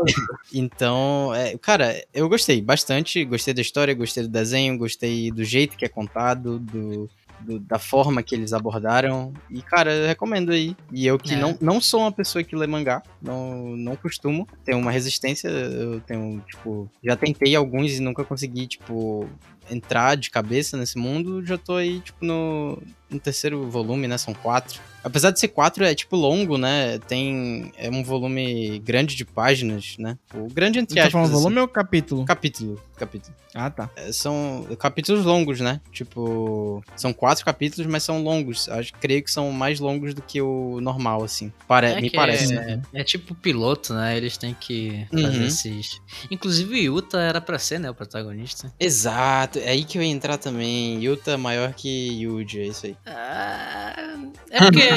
C: Então, é, cara, eu gostei bastante. Gostei da história, gostei do desenho, gostei do jeito que é contado, do, do- da forma que eles abordaram. E, cara, eu recomendo aí. E eu que
B: É.
C: não, não sou uma pessoa que lê mangá, não, não costumo. Tenho uma resistência, eu tenho, tipo, já tentei alguns e nunca consegui, tipo, entrar de cabeça nesse mundo. Já tô aí, tipo, no, no terceiro volume, né? São quatro. Apesar de ser quatro, é tipo longo, né? Tem. É um volume grande de páginas, né? O grande
A: Você
C: entre
A: tá
C: aspas.
A: falando
C: assim.
A: volume ou capítulo?
C: Capítulo, capítulo.
A: Ah, tá.
C: É, São capítulos longos, né? Tipo, são quatro capítulos, mas são longos. Acho creio que são mais longos do que o normal, assim. Pare
B: É
C: me
B: que
C: parece. né?
B: É, é tipo piloto, né? Eles têm que
C: Uhum.
B: fazer esses. Inclusive o Yuta era pra ser, né? O protagonista.
C: Exato, é aí que eu ia entrar também. Yuta é maior que Yuji, é isso aí.
B: Ah, é
A: É.
B: porque.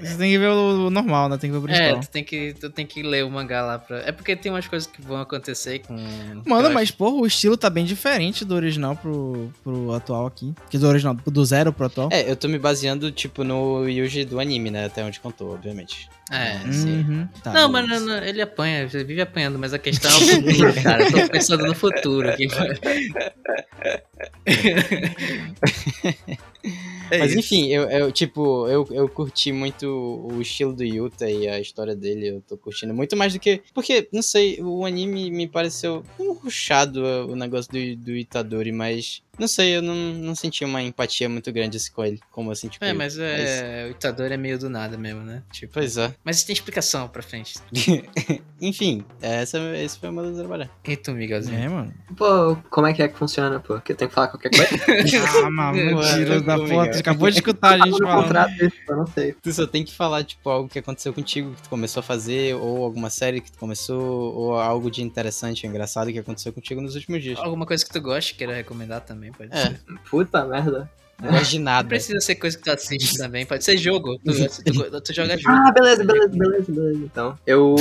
A: Você tem que ver o, o normal, né? Tem que ver o
B: É,
A: principal.
B: tu tem, que, tu tem que ler o mangá lá pra. É porque tem umas coisas que vão acontecer com.
A: Mano,
B: eu
A: mas, porra, o estilo tá bem diferente do original pro, pro atual aqui. Que do original, do zero pro atual.
C: É, eu tô me baseando, tipo, no Yuji do anime, né? Até onde contou, obviamente.
B: acho- É, sim.
A: Uhum, tá.
B: Não, mas
A: beleza.
B: não, não, ele apanha, ele vive apanhando, mas a questão é o futuro, cara. Eu tô pensando no futuro aqui. É
C: Mas enfim, eu, eu, tipo, eu, eu curti muito o estilo do Yuta e a história dele, eu tô curtindo muito mais do que. Porque, não sei, o anime me pareceu um ruchado o negócio do, do Itadori, mas. Não sei, eu não, não senti uma empatia muito grande assim, com ele, como eu senti com
B: É,
C: ele.
B: mas é, o Itadori é meio do nada mesmo, né? Tipo,
C: Pois é.
B: mas tem explicação pra frente.
C: Enfim, é, essa, esse foi o meu trabalho.
B: E tu, Miguelzinho?
A: É, mano.
F: Pô, como é que é que funciona, pô? Que eu tenho que falar qualquer coisa?
A: Ah, maluco,
C: Mano,
A: tiro da
C: obrigado.
A: porta. Acabou de escutar a
F: Tá
A: gente né?
F: no
A: falando.
F: contrato isso, eu não sei.
C: Tu só tem que falar, tipo, algo que aconteceu contigo, que tu começou a fazer, ou alguma série que tu começou, ou algo de interessante, engraçado que aconteceu contigo nos últimos dias.
B: Alguma coisa que tu goste, queira recomendar também, pode
C: É.
B: ser.
F: Puta merda.
C: Não gosto de
B: Não
C: nada.
B: precisa ser coisa que tu assiste também, pode ser jogo. Tu, tu, tu, tu joga jogo.
F: Ah, beleza, beleza, beleza, beleza. Então, eu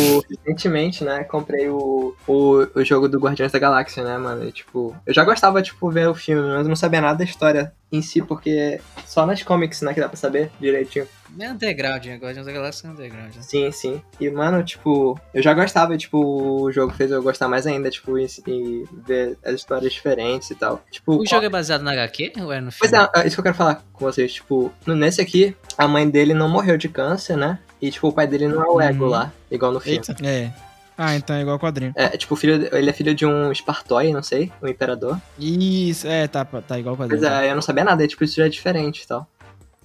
F: recentemente, né, comprei o, o, o jogo do Guardiões da Galáxia, né, mano? E, tipo, eu já gostava, tipo, ver o filme, mas eu não sabia nada da história em si, porque só nas comics, né, que dá pra saber direitinho.
B: É underground, agora Guardiões da Galáxia é underground. né?
F: Sim, sim. E, mano, tipo, eu já gostava, tipo, o jogo fez eu gostar mais ainda, tipo, e, e ver as histórias diferentes e tal. Tipo,
B: O jogo é baseado na HQ ou é no
F: Pois
B: filme?
F: é, é isso que eu quero falar com vocês. Tipo, no- nesse aqui, a mãe dele não morreu de câncer, né? E, tipo, o pai dele não é o Ego
A: Uhum.
F: lá, igual no filme.
C: Eita.
A: É. Ah, então é igual quadrinho.
F: É, tipo, o filho, ele é filho de um Espartói, não sei, um imperador.
A: Isso, é, tá, tá igual quadrinho.
F: Pois é, eu não sabia nada, e, tipo, isso já é diferente e tal.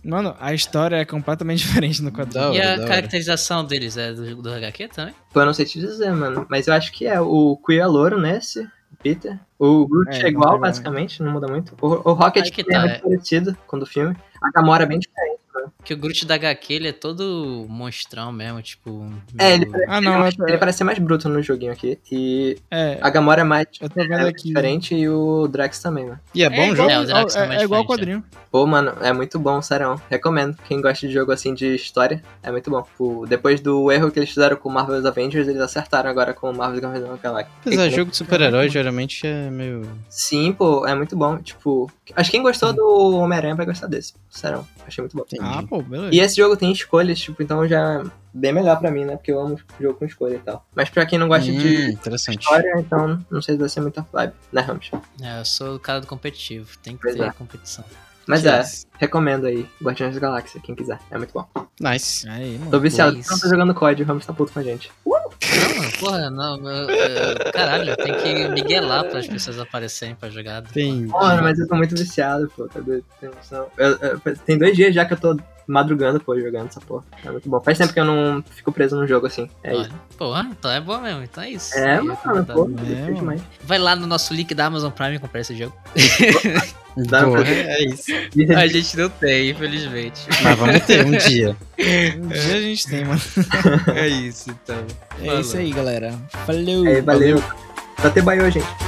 A: Mano, a história é completamente diferente no quadrinho.
F: é.
C: Da
B: E
C: hora,
B: a
C: da hora.
B: caracterização deles é do, do HQ também?
F: Pô, eu não sei te dizer, mano. Mas eu acho que é o Quill é louro nesse, Peter. O Groot
A: É,
F: é,
A: não
F: igual,
A: tem nada.
F: basicamente, não muda muito. O, o Rocket
B: Aí que
F: que
B: tá,
F: é
B: é.
F: muito parecido com o do filme. A Gamora é bem diferente.
B: Que o Groot da HQ ele é todo monstrão mesmo, tipo.
F: É, ele,
B: meio-
F: parece-
A: Ah, não,
F: ele-
A: eu tô-
F: ele parece ser mais bruto no joguinho aqui. E
A: É,
F: a Gamora é mais
A: eu tô vendo
F: é
A: aqui.
F: diferente e o Drax também, mano.
C: E é bom o
A: igual,
C: jogo?
B: É, o Drax tá
A: é-
B: mais
A: é igual
B: diferente,
A: quadrinho.
F: Pô, mano, é muito bom, serão. Recomendo. Quem gosta de jogo assim de história, é muito bom. Tipo, depois do erro que eles fizeram com Marvel's Avengers, eles acertaram agora com Marvel's Guardians of the Galaxy.
C: Apesar
F: E-
C: de é jogo de super-herói, geralmente é meio.
F: Sim, pô, é muito bom. Tipo, acho que quem gostou do Homem-Aranha vai gostar desse. Serão. Achei muito bom.
A: Ah, pô, beleza.
F: E esse jogo tem escolhas, tipo, então já é bem melhor pra mim, né? Porque eu amo jogo com escolha e tal. Mas pra quem não gosta
C: Hum,
F: de
C: interessante.
F: história, então não sei se vai ser muita vibe, né, Ramos?
B: É, eu sou o cara do competitivo, tem que
F: Pois
B: ter
F: é.
B: competição.
F: Mas
C: Yes.
F: é, recomendo aí, Guardiões da Galáxia, quem quiser. É muito bom.
C: Nice.
A: Aí, mano.
F: Tô viciado,
B: isso.
F: não tô jogando COD, o Ramos tá puto com a gente.
B: Não, mano, porra, não. meu- eu- caralho, tem que miguelar para as pessoas aparecerem pra jogar.
C: Tem.
F: Mano, mas eu tô muito viciado, pô. Tá doido? Tem noção. Eu- eu- tem dois dias já que eu tô madrugando, pô, jogando essa porra. É muito bom. Faz tempo que eu não fico preso num jogo assim. É isso.
B: Olha, porra, então é boa mesmo. Então é isso.
F: É,
B: Aí,
F: mano,
B: recomendado.
F: pô,
A: É,
F: difícil
A: mano.
F: demais.
B: Vai lá no nosso link da Amazon Prime e comprar esse jogo.
F: Dá
I: Boa.
F: pra
I: É isso.
B: A
F: fazer.
B: gente não tem, infelizmente.
I: Mas vamos ter um dia.
A: Um dia a gente tem, mano.
B: É isso, então.
A: É isso aí, galera. Falou!
F: É, valeu. Só ter baiô, gente.